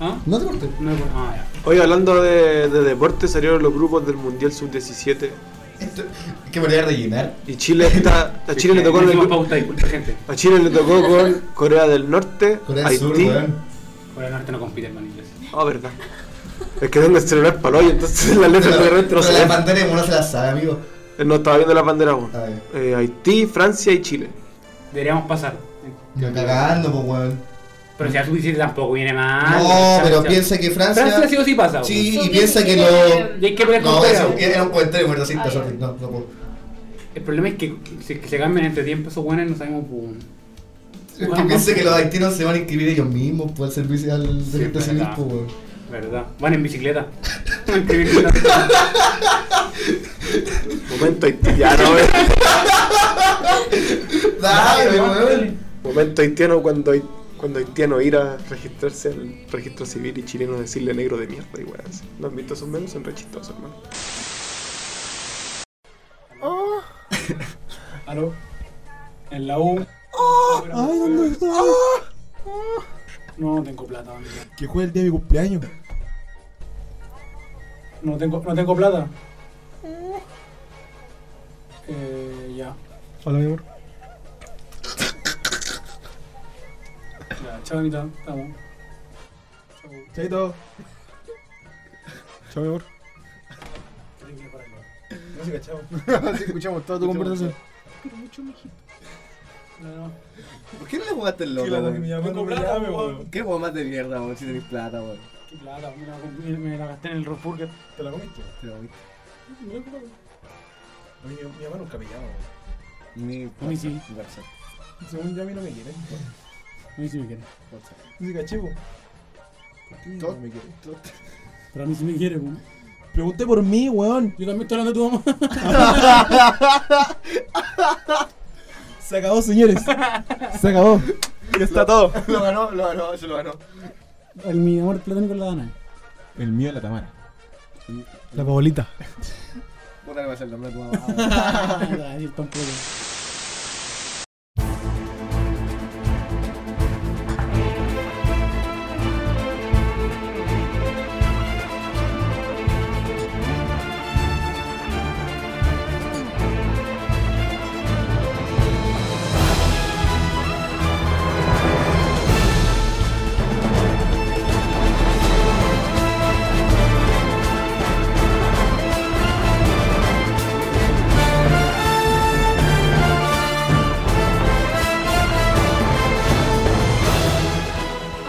Speaker 10: ¿Ah?
Speaker 4: No deporte.
Speaker 10: No deporte. Ah, ya.
Speaker 7: Hoy hablando de, de deporte, salieron los grupos del Mundial Sub-17.
Speaker 4: ¿Qué manera de rellenar?
Speaker 7: Y Chile está. A Chile le tocó en el
Speaker 10: Hicimos
Speaker 7: gru-
Speaker 10: pauta, disculpa, gente.
Speaker 7: A Chile le tocó con Corea del Norte,
Speaker 10: Corea del
Speaker 7: Haití.
Speaker 10: Sur, weón. Corea del Norte no compite con inglés.
Speaker 7: Ah, verdad. Es que tengo el celular para hoy, entonces la letra de repente no se
Speaker 10: Eh.
Speaker 4: la
Speaker 7: ve.
Speaker 4: bandera no se la sabe, amigo.
Speaker 7: Eh, No estaba viendo la bandera aún. Eh, Haití, Francia y Chile.
Speaker 10: Deberíamos pasar.
Speaker 4: Me cagando, pues, weón.
Speaker 10: Pero si a sub-17 tampoco viene mal.
Speaker 4: No,
Speaker 10: Ah, Ya,
Speaker 4: pero
Speaker 10: ya.
Speaker 4: piensa que Francia.
Speaker 10: Francia sí o sí pasa.
Speaker 4: Sí,
Speaker 10: pues.
Speaker 4: y piensa que lo.
Speaker 10: Y hay que pelear con
Speaker 4: No, eh.
Speaker 10: Corea.
Speaker 4: eso, era un comentario muertocista, sorry. No, no puedo.
Speaker 10: El problema es que si que se cambian entre tiempo esos buenos no sabemos. Pues,
Speaker 4: Es que piensa que los haitianos se van a inscribir ellos mismos por el servicio al servicio
Speaker 10: es
Speaker 4: civil,
Speaker 10: verdad.
Speaker 4: pues, weón.
Speaker 10: ¿Verdad? Van en bicicleta.
Speaker 7: Momento haitiano, weón.
Speaker 4: Dale,
Speaker 7: weón. Momento haitiano cuando, hai- cuando haitiano ir a registrarse al registro civil y chileno decirle negro de mierda y weón. así. ¿No han visto esos memes? Son re chistosos, hermano.
Speaker 10: ¿Aló? En la U.
Speaker 13: ¡Ay, ¿dónde está?
Speaker 10: No tengo plata, amigo.
Speaker 14: Que juegue el día de mi cumpleaños.
Speaker 10: No tengo, no tengo plata. Eh, ya.
Speaker 14: Hola, mi amor.
Speaker 10: Ya, chao, mitad. Estamos.
Speaker 14: Chaito. Chao, mi amor.
Speaker 10: No se cachamos.
Speaker 14: Así escuchamos toda tu conversación.
Speaker 10: Pero mucho mijito. No, no.
Speaker 14: ¿Por qué no le jugaste el
Speaker 10: loco, weón? Tengo plata, weón.
Speaker 14: ¿Qué juego más de mierda, weón? Si tenés plata, weón.
Speaker 10: Qué plata, me la, me, me la gasté en el Rosburger. ¿Te la comiste?
Speaker 14: Te lo viste.
Speaker 10: No, no, no.
Speaker 14: A mí mi, mi mamá nunca me llama,
Speaker 4: Ni
Speaker 14: A mí sí. Según yo, a mí no me quieren.
Speaker 8: A mí sí me quiere.
Speaker 14: Música chivo. Todo me quiere.
Speaker 8: Pero a mí sí me quiere, weón.
Speaker 14: Pregunté por mí, weón.
Speaker 8: Yo también estoy hablando de tu mamá.
Speaker 14: Se acabó, señores. Se acabó.
Speaker 7: está todo.
Speaker 14: Lo ganó, lo ganó, se lo ganó.
Speaker 8: El, mi amor platónico es la Dana.
Speaker 14: El mío es la Tamara. La Pabolita.
Speaker 4: Puta que va a ser el nombre de tu
Speaker 8: Ah, sí, tampoco.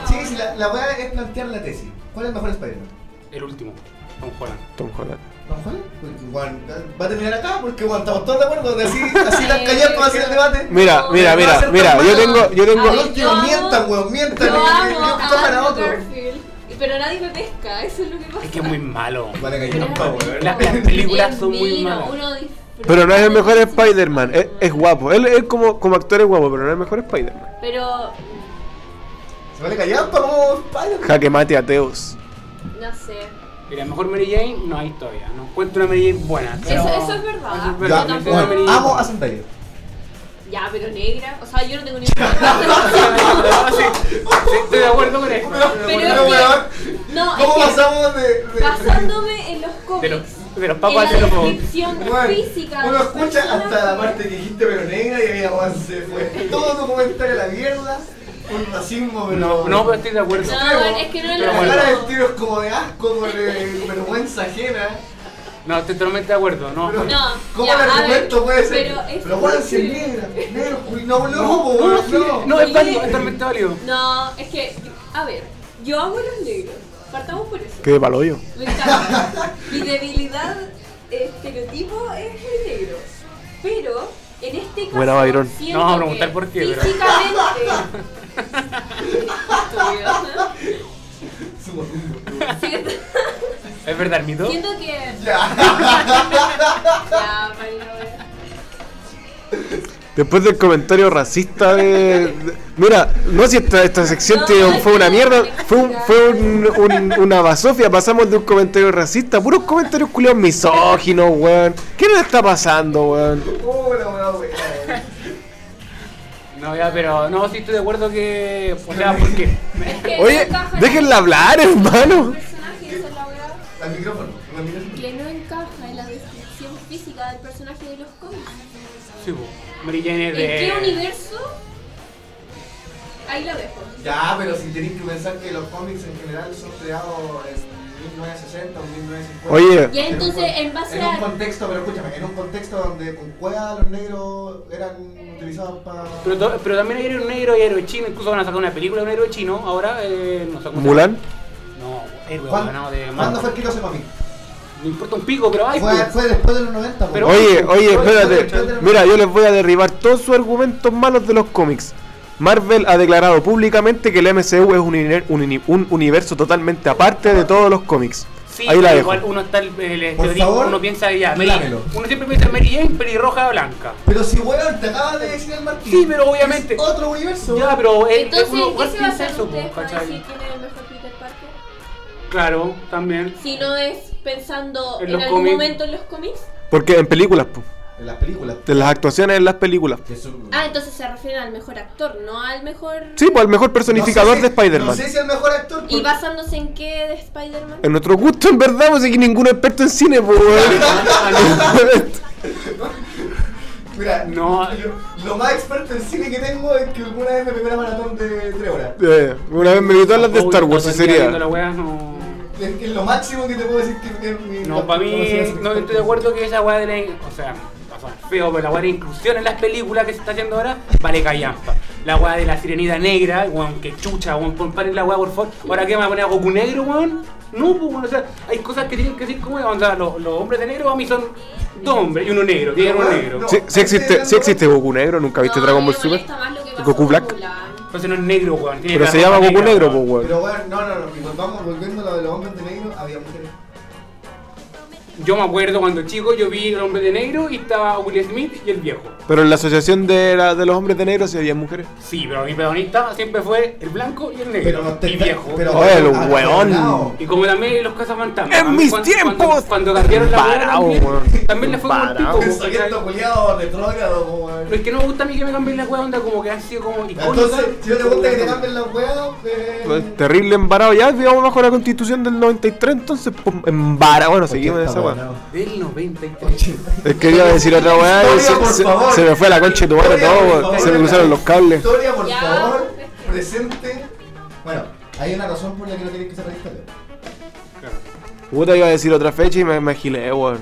Speaker 4: Sí, sí, la, la weá es plantear la tesis. ¿Cuál es el mejor Spider-Man?
Speaker 10: El último, Tom Holland.
Speaker 7: Tom Holland.
Speaker 4: ¿Don Juan? Pues, weón, va a terminar acá porque weón, estamos todos de acuerdo. Así, así las
Speaker 5: Eh,
Speaker 4: callan para hacer el debate.
Speaker 7: Mira,
Speaker 4: No va a
Speaker 7: mira, mira,
Speaker 4: ser
Speaker 7: mira,
Speaker 4: tan
Speaker 7: yo
Speaker 4: malo.
Speaker 7: tengo, yo tengo.
Speaker 4: Por último, mientan, weón, mientan.
Speaker 5: Yo
Speaker 4: eh,
Speaker 5: amo
Speaker 4: eh,
Speaker 5: a
Speaker 4: cojan a
Speaker 5: Andrew
Speaker 4: otro.
Speaker 5: Garfield. Pero nadie me pesca, eso es lo que pasa.
Speaker 10: Es que es muy malo.
Speaker 4: Vale, que
Speaker 10: Pero-
Speaker 4: trampa, weón.
Speaker 10: Las, las películas
Speaker 5: Es
Speaker 10: son muy
Speaker 5: vino,
Speaker 10: malas.
Speaker 5: uno disfruta.
Speaker 7: Pero no es el mejor Spider-Man, es, es guapo. Él, él como, como actor es guapo, pero no es el mejor Spider-Man.
Speaker 5: Pero,
Speaker 4: Se vale callar para como Spider-Man.
Speaker 7: Jaque mate ateos.
Speaker 5: no sé.
Speaker 10: Y la mejor Mary Jane no hay todavía. No encuentro una Mary Jane buena. pero-
Speaker 5: Eso, eso es verdad.
Speaker 10: es verdad,
Speaker 5: Yo
Speaker 10: no encuentro una Mary
Speaker 5: tampoco-
Speaker 10: Jane
Speaker 4: Amo a Zendaya.
Speaker 5: Ya, pero negra. O sea, yo no tengo ni idea.
Speaker 10: Sí, Estoy de acuerdo con eso.
Speaker 5: Pero es que- No,
Speaker 4: ¿Cómo
Speaker 5: es que-
Speaker 4: pasamos de- de-
Speaker 5: Basándome en los cómics.
Speaker 10: De los
Speaker 5: en la
Speaker 10: papás de los
Speaker 5: descripción física. de
Speaker 4: Uno
Speaker 5: las
Speaker 4: escucha
Speaker 5: personas.
Speaker 4: hasta la parte que dijiste pero negra y ahí Juan se fue. Todo documental a la mierda. Un racismo, pero.
Speaker 10: No, no, pero estoy de acuerdo.
Speaker 5: No, es que no es lo
Speaker 4: pero
Speaker 10: mismo.
Speaker 4: La cara del tío es como de asco, como de vergüenza ajena.
Speaker 10: No, estoy totalmente de acuerdo, no.
Speaker 4: Pero,
Speaker 5: No,
Speaker 4: ¿Cómo
Speaker 5: ya,
Speaker 4: el
Speaker 5: a ver,
Speaker 4: argumento puede ser?
Speaker 5: pero es
Speaker 4: Pero Juan si es
Speaker 5: posible.
Speaker 4: negra, negro, juli- no, no,
Speaker 10: No,
Speaker 4: po,
Speaker 10: no, sí,
Speaker 4: Oh, no.
Speaker 10: no, es válido, es totalmente válido.
Speaker 5: No, es que, a ver, yo amo los negros. Partamos por eso.
Speaker 7: Qué de palo yo.
Speaker 5: Me encanta. Mi debilidad eh, estereotipo es el negro. Pero en este caso.
Speaker 7: Buena, Byron.
Speaker 5: siento
Speaker 7: No,
Speaker 5: que
Speaker 7: preguntar por qué, pero-
Speaker 5: Físicamente. Siento-
Speaker 10: ¿Es verdad, el mito?
Speaker 5: Siento que. Ya, Byron.
Speaker 7: Después del comentario racista de. de- mira, no si esta, esta sección
Speaker 5: No,
Speaker 7: te-
Speaker 5: no,
Speaker 7: fue una mierda, fue, un- fue un- un- una basofia. Pasamos de un comentario racista, puros comentarios culiados misóginos, weón. ¿Qué nos está pasando, weón?
Speaker 4: Oh, la weá, weá.
Speaker 10: No, ya, pero no, sí estoy de acuerdo que. O sea, ¿por qué?
Speaker 7: Oye, déjenla hablar, hermano.
Speaker 5: personaje, esa es la weá,
Speaker 4: Al micrófono, al micrófono.
Speaker 5: que no encaja en la descripción física del personaje de los cómics.
Speaker 10: Sí, po. Mary Jane es
Speaker 5: ¿En
Speaker 10: de.
Speaker 5: qué universo? Ahí lo dejo.
Speaker 4: Ya, pero si tenéis que pensar que los cómics en general son creados en 1960 o 1950.
Speaker 7: Oye. eh,
Speaker 5: Ya, entonces,
Speaker 4: un con-
Speaker 5: en base
Speaker 4: un
Speaker 5: a-
Speaker 4: contexto, pero escúchame, en un contexto donde con cueva los negros eran utilizados para.
Speaker 10: Pero, to- pero también hay héroe negro y héroe chino, incluso van a sacar una película de un héroe chino ahora, eh, no sé cómo se
Speaker 7: Mulan.
Speaker 10: llama. No, héroe
Speaker 4: ¿Cuán-
Speaker 10: ganado de
Speaker 4: ¿Cuándo fue el Kilo Semami?
Speaker 10: Me importa un pico, pero ay,
Speaker 4: Fue,
Speaker 10: po.
Speaker 4: fue después de los 90. po.
Speaker 10: Pero-
Speaker 7: Oye, oye,
Speaker 4: Después de
Speaker 7: espérate.
Speaker 4: los
Speaker 7: Mira, yo les voy a derribar todos sus argumentos malos de los cómics. Marvel ha declarado públicamente que el MCU es un, iner- un ini- un universo totalmente aparte de todos los cómics.
Speaker 10: Sí,
Speaker 7: Ahí la
Speaker 10: pero
Speaker 7: dejo.
Speaker 10: igual uno está el, el
Speaker 7: Por
Speaker 10: estereotipo,
Speaker 7: favor,
Speaker 10: uno piensa ya, Mary-
Speaker 7: dámelo.
Speaker 10: uno siempre piensa en Mary Jane pelirroja blanca.
Speaker 4: Pero si weón, te acabas de decir al Martín.
Speaker 10: Sí, pero obviamente.
Speaker 4: otro universo.
Speaker 10: Ya, pero eh,
Speaker 5: Entonces,
Speaker 10: uno
Speaker 5: ¿en
Speaker 10: igual
Speaker 5: qué se
Speaker 10: piensa
Speaker 5: basan
Speaker 10: eso, po,
Speaker 5: ustedes para
Speaker 10: pues, ¿cachai?
Speaker 5: decir quién es el mejor Peter Parker?
Speaker 10: Claro, también.
Speaker 5: Si no es pensando
Speaker 10: En
Speaker 5: en,
Speaker 10: los
Speaker 5: algún
Speaker 10: cómics.
Speaker 5: momento en los cómics.
Speaker 7: Porque en películas, po.
Speaker 4: En las películas.
Speaker 7: En las actuaciones en las películas.
Speaker 5: Ah, entonces se refieren al mejor actor, no al mejor...
Speaker 7: Sí, pues el mejor personificador de Spider-Man.
Speaker 4: el mejor actor...
Speaker 10: pues.
Speaker 5: ¿Y basándose en qué de Spider-Man?
Speaker 7: En nuestro gusto, en verdad, pues es que ninguno es experto en cine, po, weón.
Speaker 4: Mira,
Speaker 10: no.
Speaker 4: lo más experto en cine que tengo es que alguna vez me pegué una maratón de 3 horas.
Speaker 7: Eh, Una vez me gritó las de Star
Speaker 10: Uy,
Speaker 7: Wars,
Speaker 10: todo
Speaker 7: si
Speaker 10: el día viendo
Speaker 7: sería.
Speaker 10: la wea, no.
Speaker 4: Es que es lo máximo que te puedo decir que es mi.
Speaker 10: No, para mí, no estoy de acuerdo que esa weá de la. O sea, va a sonar feo, pero la weá de la inclusión en las películas que se está haciendo ahora, vale callampa. La weá de la sirenita negra, weón, que chucha, weón, pon paren la weá, por favor. Ahora que me van a poner a Goku negro, weón. No, pues, weón, o sea, hay cosas que tienen que decir como, o sea, los, los hombres de negro a mí son dos hombres y uno negro, tiene uno negro.
Speaker 7: Si existe, sí existe Goku negro, nunca viste Dragon Ball Super. Goku Black.
Speaker 10: Entonces no es negro, weón. tiene
Speaker 7: Pero
Speaker 10: la
Speaker 7: se
Speaker 10: ropa
Speaker 7: llama Goku
Speaker 10: negra,
Speaker 7: negro, pues, po, weón.
Speaker 4: Pero bueno, no, no, no. Y volvamos, volviendo a lo de los hombres de negro, había mujeres.
Speaker 10: Yo me acuerdo cuando chico yo vi el hombre de negro y estaba Will Smith y el viejo.
Speaker 7: Pero en la asociación de, la- de los hombres de negro sí había mujeres.
Speaker 10: Sí, pero mi protagonista siempre fue el blanco y el negro.
Speaker 4: Pero no te-
Speaker 10: y viejo.
Speaker 4: pero-
Speaker 7: Oye, los
Speaker 4: Ah,
Speaker 7: hueón.
Speaker 4: no.
Speaker 10: Y como también los cazafantasmas.
Speaker 7: ¡En
Speaker 10: A mí
Speaker 7: mis
Speaker 10: cuando-
Speaker 7: tiempos!
Speaker 10: Cuando, cuando cambiaron la weá
Speaker 7: Parao,
Speaker 10: también,
Speaker 7: weón.
Speaker 10: también le fue como el pico.
Speaker 7: Parao.
Speaker 10: po, ¿cachai?
Speaker 4: Pensamiento culiado, retrógrado, como. weón.
Speaker 10: Pero es que no me gusta a mí que me cambien la weá, onda como que han sido como icónicas.
Speaker 4: Entonces, si no te gusta que te cambien las weas, eh.
Speaker 7: Terrible embarado. Ya vivamos bajo la constitución del 93, entonces, pum, embarado. Bueno, seguimos en esa weá.
Speaker 10: Del 93.
Speaker 7: Es que iba a decir otra weá y
Speaker 4: Historia,
Speaker 7: se,
Speaker 4: por
Speaker 7: se-
Speaker 4: favor.
Speaker 7: se me fue la concha de tu madre
Speaker 4: Historia,
Speaker 7: todo,
Speaker 4: por
Speaker 7: weón.
Speaker 4: favor.
Speaker 7: Se me cruzaron los cables.
Speaker 4: Historia, por favor, presente. Bueno, hay una razón por la que no queréis que se registre.
Speaker 7: Puta, iba a decir otra fecha y me, me agilé, weón.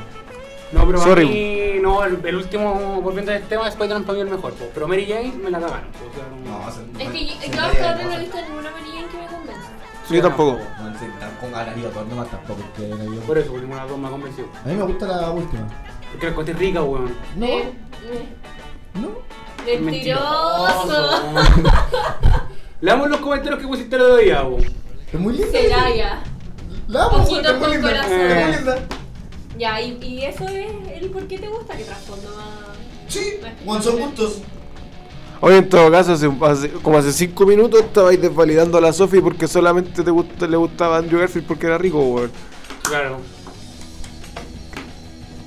Speaker 10: No, pero
Speaker 7: Sorry.
Speaker 10: a mí, no, el, el último, volviendo al tema, Spider-Man para mí el mejor. po. Pero Mary Jane me la cagaron. po, o sea, no,
Speaker 5: Es que yo, yo hasta ahora no he visto ninguna amarilla en que me convenza.
Speaker 7: Yo tampoco.
Speaker 4: No sé, tampoco ganaría por nomás tampoco. porque pues, no hay-
Speaker 10: Por eso, porque ninguna de las dos me convenció.
Speaker 4: A mí me gusta la última.
Speaker 10: Porque la encontré rica, weón.
Speaker 4: No. eh.
Speaker 10: Es
Speaker 5: Mentiroso.
Speaker 10: weón. Leamos los comentarios que pusiste el otro día, weón.
Speaker 4: Es muy linda.
Speaker 5: Celaya.
Speaker 4: La Eh. amo,
Speaker 5: Poquito
Speaker 4: es muy
Speaker 5: con
Speaker 4: linda,
Speaker 5: corazón.
Speaker 4: es
Speaker 10: Eh,
Speaker 4: muy linda.
Speaker 5: Ya, y, y eso es el por qué te gusta que trasfondo más.
Speaker 4: Sí, Juan, son gustos.
Speaker 7: Hoy en todo caso, hace, hace- como hace 5 minutos estabais desvalidando a la Sophie porque solamente te gusta, le gustaba Andrew Garfield porque era rico, weón.
Speaker 10: Claro.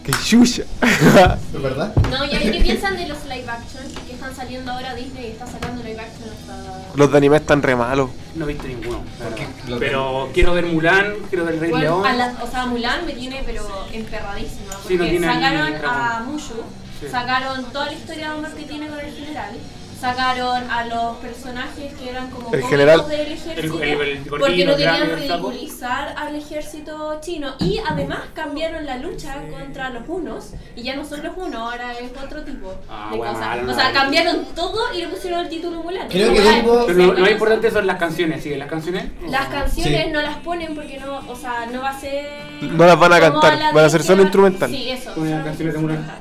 Speaker 7: ¡Qué chucha!
Speaker 4: ¿Es verdad?
Speaker 5: No, y ahí qué piensan de los live action, que están saliendo ahora Disney y está sacando live action hasta.
Speaker 7: Los de anime están re malos.
Speaker 10: No he visto ninguno. la verdad. Pero quiero ver Mulan, quiero ver el Rey
Speaker 5: Bueno,
Speaker 10: León.
Speaker 5: a la- o sea, Mulan me tiene pero emperradísima.
Speaker 10: Sí,
Speaker 5: Porque
Speaker 10: no tiene
Speaker 5: sacaron
Speaker 10: ni
Speaker 5: a
Speaker 10: dragón.
Speaker 5: Mushu,
Speaker 10: Sí.
Speaker 5: sacaron toda la historia de amor que tiene con el general, sacaron a los personajes que eran como
Speaker 7: El
Speaker 5: cómicos
Speaker 7: general.
Speaker 5: del ejército,
Speaker 10: El- el- el
Speaker 5: porque
Speaker 10: gordito,
Speaker 5: no
Speaker 10: el grande,
Speaker 5: querían
Speaker 10: el flaco.
Speaker 5: ridiculizar al ejército chino. Y además cambiaron la lucha contra los unos, y ya no son los unos, ahora es otro tipo
Speaker 10: Ah,
Speaker 5: de
Speaker 10: bueno,
Speaker 5: cosas.
Speaker 10: no,
Speaker 5: O sea,
Speaker 10: no.
Speaker 5: cambiaron todo y le pusieron el título Mulan.
Speaker 10: Pero
Speaker 5: Mulan,
Speaker 10: lo,
Speaker 5: sí,
Speaker 10: lo más importante son las canciones, ¿sí? Las canciones.
Speaker 5: las canciones
Speaker 10: Sí.
Speaker 5: no las ponen porque no, o sea, no va a ser.
Speaker 7: No las van a
Speaker 5: como
Speaker 7: cantar,
Speaker 5: la
Speaker 7: van a
Speaker 5: de
Speaker 7: ser
Speaker 5: que
Speaker 7: solo
Speaker 5: va-
Speaker 7: instrumental.
Speaker 5: Sí, eso.
Speaker 10: Como las canciones de Mulan.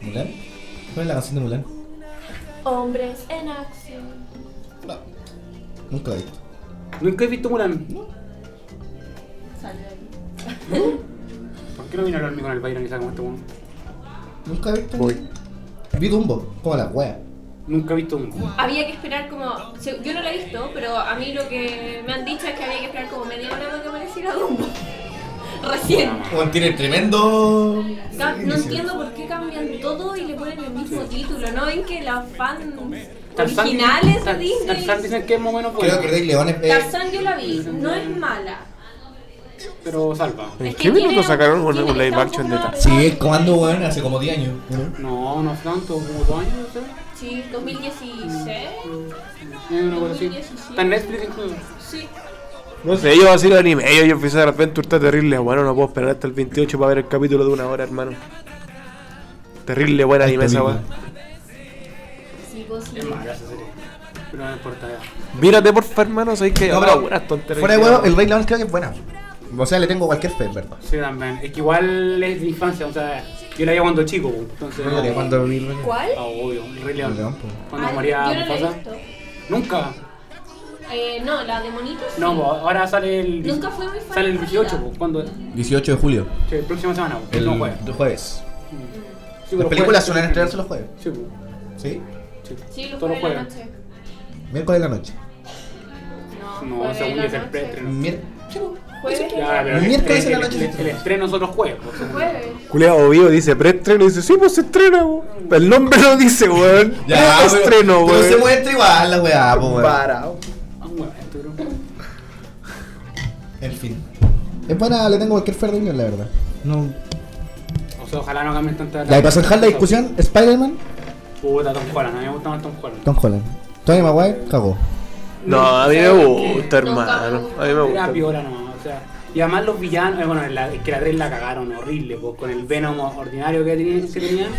Speaker 4: ¿Mulan? ¿Cuál es la canción de Mulan?
Speaker 5: Hombres en acción.
Speaker 4: Nunca la he visto.
Speaker 10: Nunca he visto Mulan.
Speaker 5: Salió ahí.
Speaker 10: ¿Por qué no vino a hablarme con el Byron y sabe cómo este weón?
Speaker 4: Nunca he visto. Vi Dumbo, como la wea.
Speaker 10: Nunca he visto Dumbo.
Speaker 5: Había que esperar como. se- Yo no la he visto, pero a mí lo que me han dicho es que había que esperar como media hora para que apareciera Dumbo. Recién.
Speaker 4: Juan tiene tremendo.
Speaker 5: Ca- No entiendo por qué cambian todo y le ponen el mismo título. ¿No ven que las fans
Speaker 10: Tarzán-
Speaker 5: originales de
Speaker 10: Tar-
Speaker 5: Disney.
Speaker 10: Tarzán dicen que es más o menos bueno.
Speaker 4: Creo que Rey León es.
Speaker 5: Tarzán yo la vi, no es mala.
Speaker 10: Pero salva.
Speaker 7: ¿En qué minuto sacaron un, un live action de Tarzán?
Speaker 4: Sí, es comando, weón, hace como 10 años.
Speaker 10: No, no es tanto, como dos años, no sé.
Speaker 5: Sí, 2016.
Speaker 10: Eh, una cosa así.
Speaker 5: 2017.
Speaker 10: Está en Netflix incluso.
Speaker 5: Sí.
Speaker 7: No sé, yo así lo anime. Ellos yo empecé de repente, está terrible. Bueno, no puedo esperar hasta el 28 para ver el capítulo de una hora, hermano. Terrible, buena anime esa weá.
Speaker 5: Sí, vos sí.
Speaker 10: Es mala esa serie. Pero no importa ya.
Speaker 7: Mírate, porfa, hermano, sabéis que.
Speaker 4: No,
Speaker 7: No,
Speaker 4: pero
Speaker 7: buenas tonterías.
Speaker 4: Fuera de huevo, el Rey León creo que es buena. O sea, le tengo cualquier fe, en verdad.
Speaker 10: Sí, también. Es que igual es de infancia, o sea, yo la vi cuando chico, pues, entonces.
Speaker 4: Yo la vi Ah, cuando vi el Rey León.
Speaker 5: ¿Cuál?
Speaker 10: Ah, obvio, el Rey León.
Speaker 4: El León, pues.
Speaker 10: Cuando
Speaker 5: Ah,
Speaker 10: moría
Speaker 5: yo no la he
Speaker 10: Mufasa.
Speaker 5: visto.
Speaker 10: Nunca.
Speaker 5: Eh, no, la de monitos.
Speaker 10: No, pues, ahora sale el.
Speaker 5: Nunca fue muy fan
Speaker 10: Sale el
Speaker 5: de
Speaker 10: 18, pues, cuando. Sí,
Speaker 4: 18 de julio.
Speaker 10: el próximo semana, pues,
Speaker 4: El
Speaker 10: no juega.
Speaker 4: jueves.
Speaker 10: Sí,
Speaker 4: Las
Speaker 10: pero
Speaker 4: películas
Speaker 10: jueves-
Speaker 4: suelen estrenarse los jueves.
Speaker 10: Sí, pues.
Speaker 4: ¿Sí?
Speaker 5: Sí, los jueves
Speaker 10: Todos
Speaker 5: de la
Speaker 10: juegan.
Speaker 5: noche.
Speaker 4: Miércoles de la noche.
Speaker 10: No, según yo es el preestreno.
Speaker 4: Mier-
Speaker 5: Jueves.
Speaker 10: Ya, pero el
Speaker 4: Mm. Miércoles en la
Speaker 10: estreno-
Speaker 4: noche
Speaker 10: el-
Speaker 4: se
Speaker 10: El estreno es otro jueves, pues.
Speaker 5: Jueves.
Speaker 7: Culeado vivo dice preestreno y dice, sí, pues se estrena, weón. El nombre lo dice, weón.
Speaker 4: Ya, pero-
Speaker 7: estreno,
Speaker 4: pero se
Speaker 7: weón.
Speaker 4: muestra igual la weá, po, weón.
Speaker 7: Parado.
Speaker 10: Ah, bueno, esto, bro.
Speaker 4: En fin. Es buena, le tengo cualquier fe a Rey León, la verdad. No.
Speaker 10: O sea, ojalá Ah, no cambien tanta.
Speaker 4: La que pasó en Hall la discusión, Spider-Man,
Speaker 10: Puta, Tom Holland, a mí me gusta más Tom Holland.
Speaker 4: Tom Holland. Tony Maguire, cagó.
Speaker 7: No, a mí me gusta, hermano. A mí me
Speaker 10: Era
Speaker 7: gusta.
Speaker 10: piola nomás, o sea. Y además los villanos, eh, bueno, la- es que la 3 la cagaron horrible, pues con el Venom ordinario que tenían, que tenían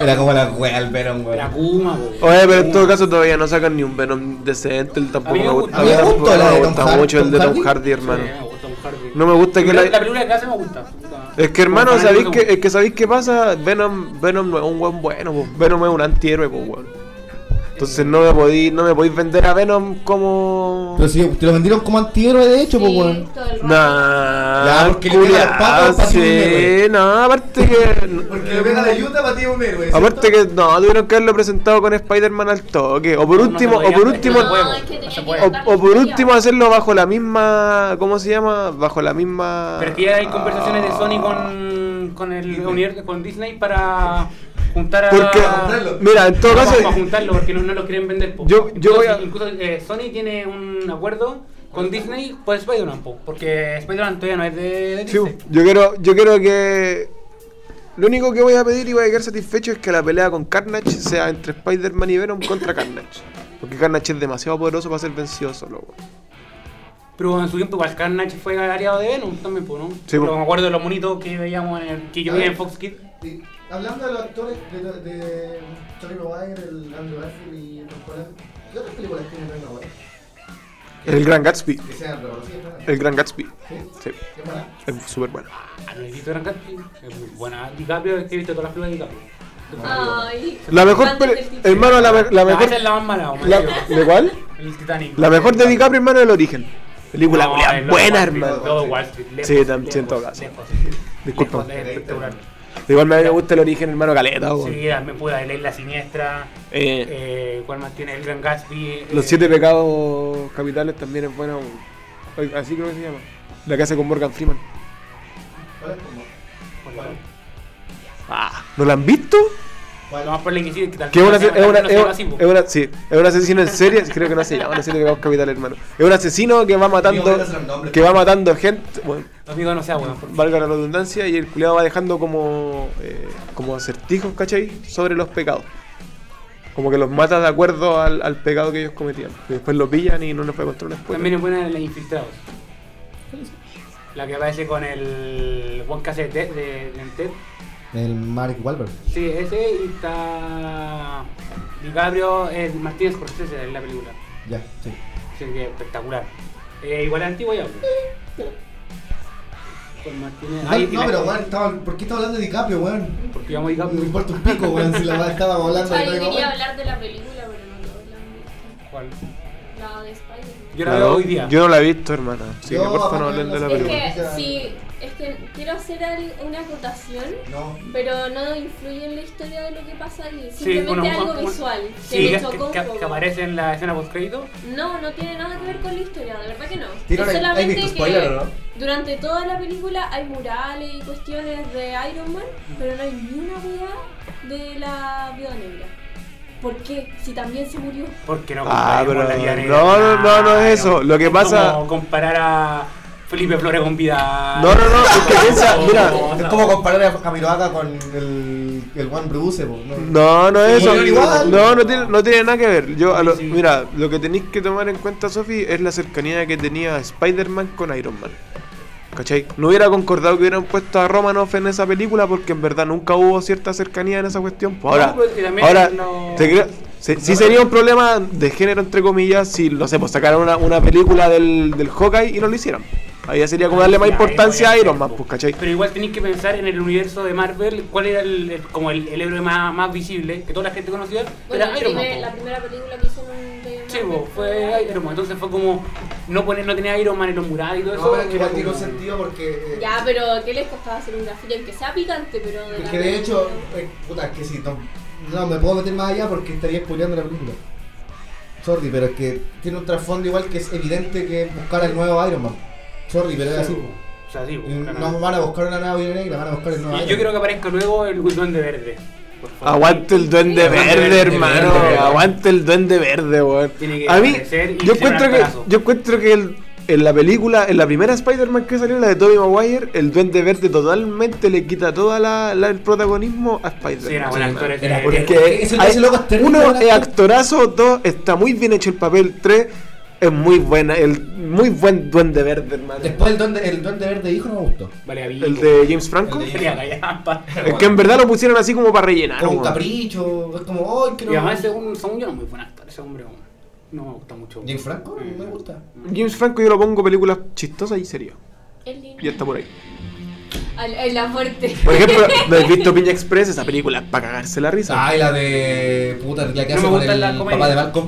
Speaker 4: Era como la weá el Venom,
Speaker 10: la
Speaker 4: weón.
Speaker 10: Kuma, pues.
Speaker 7: Oye, pero en todo caso todavía no sacan ni un Venom decente, el tampoco
Speaker 10: A mí me
Speaker 7: me gusta.
Speaker 10: gusta. A mí me
Speaker 7: tampoco
Speaker 4: gusta la de
Speaker 7: me
Speaker 4: Tom
Speaker 7: gusta
Speaker 4: Hardy,
Speaker 7: mucho el de
Speaker 4: Tom
Speaker 7: Tom Hardy, hermano.
Speaker 10: Sí, me gusta Tom Hardy.
Speaker 7: No me gusta que
Speaker 10: la,
Speaker 7: la-
Speaker 10: la película que hace me gusta.
Speaker 7: Es que hermano,
Speaker 10: Como
Speaker 7: ¿sabéis
Speaker 10: fanático,
Speaker 7: que,
Speaker 10: como-
Speaker 7: es que sabéis qué pasa? Venom, Venom no es un buen bueno, po. Venom es un antihéroe, po, weón. Entonces no me podéis, no me podéis vender a Venom como.
Speaker 4: Pero si te lo vendieron como antihéroe, de hecho, po, weón.
Speaker 7: pues, Nah,
Speaker 4: Ya, porque le pega las patas,
Speaker 7: culiao,
Speaker 4: pa' ti un héroe.
Speaker 7: sí, no, aparte que.
Speaker 4: Porque le pega la ayuda para ti un héroe.
Speaker 7: Aparte que no, tuvieron que haberlo presentado con Spider-Man al toque. O por
Speaker 10: no
Speaker 7: último,
Speaker 10: se
Speaker 7: o por
Speaker 10: podía,
Speaker 7: último.
Speaker 10: no se
Speaker 5: que
Speaker 10: puede, no se
Speaker 5: tenía
Speaker 10: puede.
Speaker 5: que
Speaker 7: O, o por último hacerlo bajo la misma. ¿Cómo se llama? Bajo la misma. Ah.
Speaker 10: Pero es que ya hay conversaciones de Sony con, con el universo, con Disney para juntar a.
Speaker 7: Porque, mira, en todo
Speaker 10: No,
Speaker 7: caso-
Speaker 10: Para juntarlo, porque no, no lo quieren vender. po.
Speaker 7: Yo- yo
Speaker 10: Incluso-
Speaker 7: voy a-
Speaker 10: Incluso eh, Sony tiene un acuerdo con Disney por Spider-Man, po, porque Spider-Man todavía no es de, de
Speaker 7: Sí,
Speaker 10: Disney.
Speaker 7: yo quiero, yo quiero que. Lo único que voy a pedir y voy a quedar satisfecho es que la pelea con Carnage sea entre Spider-Man y Venom contra Carnage. Porque Carnage es demasiado poderoso para ser vencido solo. weón.
Speaker 10: Pero en su tiempo igual Carnage fue aliado de Venom también, po, ¿no?
Speaker 7: Sí, po.
Speaker 10: Pero me acuerdo de los monitos que veíamos en el, que yo
Speaker 4: A
Speaker 10: veía
Speaker 4: ver.
Speaker 10: en Fox Kids.
Speaker 4: Sí, Hablando de los actores de, de, de Tony Maguire, el Andrew Garfield y Tom Holland, ¿qué otras películas tiene Tony Maguire?
Speaker 7: El Gran Gatsby.
Speaker 4: Que sean reconocidas.
Speaker 7: El Gran Gatsby.
Speaker 4: ¿Sí?
Speaker 7: Sí.
Speaker 4: ¿Qué mala?
Speaker 7: Es súper bueno.
Speaker 10: Ah, no he visto Gran Gatsby. Es muy buena. DiCaprio, es que he visto todas las películas de DiCaprio.
Speaker 5: Ay.
Speaker 7: La mejor. pele- Hermano, la, me- la
Speaker 10: No,
Speaker 7: mejor.
Speaker 10: esa es la más mala, o
Speaker 7: la-
Speaker 10: me digo.
Speaker 7: ¿De cuál?
Speaker 10: El Titanic.
Speaker 7: La mejor de DiCaprio, hermano, el origen. Película
Speaker 10: No,
Speaker 7: culiao,
Speaker 10: el Lobo
Speaker 7: buena,
Speaker 10: Wall Street,
Speaker 7: hermano.
Speaker 10: Lobo Wall Street, lejos,
Speaker 7: Sí, también, en todo
Speaker 10: lejos,
Speaker 7: caso.
Speaker 10: lejos.
Speaker 7: Disculpa.
Speaker 10: Lejos, es espectacular.
Speaker 7: Igual me gusta el origen, hermano Caleta. weón.
Speaker 10: Sí, también pude leer La Siniestra.
Speaker 7: Eh.
Speaker 10: Eh, ¿Cuál más tiene? El Gran Gatsby. eh,
Speaker 7: Los siete pecados capitales también es buena. weón. Ay, Así creo que se llama. La que hace con Morgan Freeman.
Speaker 4: ¿Cuál es como?
Speaker 10: ¿cuál?
Speaker 7: ¿No la han visto?
Speaker 10: Lo más probable que sí, que tal
Speaker 7: Que es
Speaker 10: vez
Speaker 7: una,
Speaker 10: no sea-
Speaker 7: es, una-
Speaker 10: no sea
Speaker 7: es-
Speaker 10: así, po.
Speaker 7: es una- sí, es un asesino en serie, creo que no se llama un asesino que va a capital, hermano. Es un asesino que va matando que va matando gente, bueno,
Speaker 10: Amigo, no sea bueno.
Speaker 7: valga la redundancia, y el culiado va dejando como eh, como acertijos, ¿cachai? Sobre los pecados. Como que los mata de acuerdo al, al pecado que ellos cometían. Y después lo pillan y no les puede contar un spoiler.
Speaker 10: También es buena la de Infiltrados. La que aparece con el buen que hace de Ted, de, de Ted.
Speaker 4: El Mark Wahlberg.
Speaker 10: Sí, ese y está DiCaprio, es Martínez Scorsese en la película.
Speaker 4: Ya, sí.
Speaker 10: Sí, que es espectacular. Eh, igual es antigua ya. pues. Con Martínez.
Speaker 4: No,
Speaker 10: Ahí
Speaker 4: no,
Speaker 10: tiene-
Speaker 4: pero weón, estaba- ¿por qué estaba hablando de DiCaprio, weón?
Speaker 10: Porque íbamos a DiCaprio.
Speaker 4: Me importa un pico, weón, si la weá estaba hablando de
Speaker 5: Vale,
Speaker 4: Dragon
Speaker 5: quería
Speaker 4: Ball.
Speaker 5: hablar de la película, pero no lo hablamos.
Speaker 10: ¿Cuál?
Speaker 5: La de Spider-Man.
Speaker 10: Yo la veo hoy día.
Speaker 7: Yo no la he visto, hermana. Así que por favor no hablen de la
Speaker 5: Es
Speaker 7: película.
Speaker 5: que, sí, es que quiero hacer al- una acotación,
Speaker 4: No.
Speaker 5: pero no influye en la historia de lo que pasa ahí,
Speaker 10: Sí,
Speaker 5: simplemente
Speaker 10: uno-
Speaker 5: algo
Speaker 10: uno-
Speaker 5: visual que
Speaker 10: Sí,
Speaker 5: me
Speaker 10: que,
Speaker 5: chocó un
Speaker 10: que-
Speaker 5: poco.
Speaker 10: que aparece en la escena post-crédito.
Speaker 5: No, no tiene nada que ver con la historia, de verdad que no.
Speaker 10: Tira,
Speaker 5: Es
Speaker 10: ¿hay- hay
Speaker 5: solamente
Speaker 10: visto
Speaker 5: que
Speaker 10: spoiler o no?
Speaker 5: durante toda la película hay murales y cuestiones de Iron Man, pero no hay ni una idea de la Viuda Negra. ¿Por qué? Si también se murió.
Speaker 10: Porque no
Speaker 7: Ah,
Speaker 10: comparemos
Speaker 7: pero-
Speaker 10: la vida negra.
Speaker 7: no, no, no, no es eso. Lo que
Speaker 10: Es
Speaker 7: pasa-
Speaker 10: Como comparar a Felipe Flores con vida.
Speaker 7: No, no, no, es que piensa, mira,
Speaker 4: Es como comparar a Camiroaga con el, el One Bruce, po, ¿no?
Speaker 7: No, no es
Speaker 4: Sí,
Speaker 7: eso.
Speaker 4: pero igual.
Speaker 7: No, no tiene, no tiene nada que ver. Yo, a lo- mira, lo que tenéis que tomar en cuenta, Sophie, es la cercanía que tenía Spider-Man con Iron Man. ¿Cachai? No hubiera concordado que hubieran puesto a Romanoff en esa película porque en verdad nunca hubo cierta cercanía en esa cuestión. Pues ahora,
Speaker 10: No, pero también
Speaker 7: ahora
Speaker 10: no-
Speaker 7: te creo- se- sí sería un problema de género, entre comillas, si, no sé, pues sacaran una, una película del, del Hawkeye y no lo hicieran. Ahí ya sería como darle más
Speaker 10: Ah, Ya,
Speaker 7: importancia a Iron Man, pues, ¿cachai?
Speaker 10: Pero igual tenéis que pensar en el universo de Marvel, cuál era el, el- como el, el héroe más, más visible que toda la gente conocía.
Speaker 5: Bueno,
Speaker 10: era
Speaker 5: el
Speaker 10: Iron Man.
Speaker 5: primer-
Speaker 10: po.
Speaker 5: la primera película que hicieron de
Speaker 10: Sí, po, fue Iron Man. Entonces fue como no poner, no tenía Iron Man en los murales y todo
Speaker 4: No,
Speaker 10: eso.
Speaker 4: pero es que
Speaker 10: era
Speaker 4: igual tiene
Speaker 10: como-
Speaker 4: un sentido porque. eh,
Speaker 5: Ya, pero ¿qué les costaba hacer un grafito? Aunque sea picante, pero de la
Speaker 4: Porque de hecho, eh, puta, es que sí, no, no me puedo meter más allá porque estaría spoileando la película. Sorry, pero es que tiene un trasfondo igual que es evidente que buscar al nuevo Iron Man. Sorry, pero es
Speaker 10: Sí,
Speaker 4: así.
Speaker 10: po. O sea, sí, po,
Speaker 4: No van a buscar una nueva vida negra, van a buscar el nuevo
Speaker 10: Y
Speaker 4: Iron
Speaker 10: yo quiero que aparezca luego el Duende Verde. por favor.
Speaker 7: Aguante el duende verde, hermano. Aguante el duende verde, weón.
Speaker 10: Tiene que
Speaker 7: A mí,
Speaker 10: aparecer y
Speaker 7: yo
Speaker 10: se van
Speaker 7: encuentro
Speaker 10: al
Speaker 7: que,
Speaker 10: pedazo.
Speaker 7: yo encuentro que el- en la película, en la primera Spider-Man que salió, la de Tobey Maguire, el duende verde totalmente le quita todo el protagonismo a Spider-Man.
Speaker 10: Sí, era buen actor, ese-
Speaker 7: Era
Speaker 10: porque
Speaker 7: porque
Speaker 10: ese-
Speaker 7: hay-
Speaker 10: ese loco es terrible,
Speaker 7: uno
Speaker 10: buen
Speaker 7: es actorazo, dos está muy bien hecho el papel, tres es muy buena, el muy buen duende verde, hermano.
Speaker 4: Después el duende, el duende verde hijo no me gustó.
Speaker 10: Vale,
Speaker 7: El de James Franco. Es que en verdad lo pusieron así como para rellenar.
Speaker 4: Como un
Speaker 7: Ah, weón.
Speaker 4: capricho, es como, ¡ay, que no!
Speaker 10: Y además, según, según yo, no es muy buen actor ese hombre. como- No me gusta mucho.
Speaker 4: James Franco no me gusta.
Speaker 7: James Franco yo lo pongo películas chistosas y serias.
Speaker 5: El lindo.
Speaker 7: Y está por ahí.
Speaker 5: Al- en la fuerte.
Speaker 7: Por ejemplo, ¿no has visto Piña Express? Esa película para cagarse la risa.
Speaker 4: Ay, Ah, la de. puta, la que
Speaker 10: No
Speaker 4: hace
Speaker 10: me
Speaker 4: con
Speaker 10: gustan
Speaker 4: el
Speaker 10: las
Speaker 4: papá
Speaker 10: comedias.
Speaker 4: de Malcolm.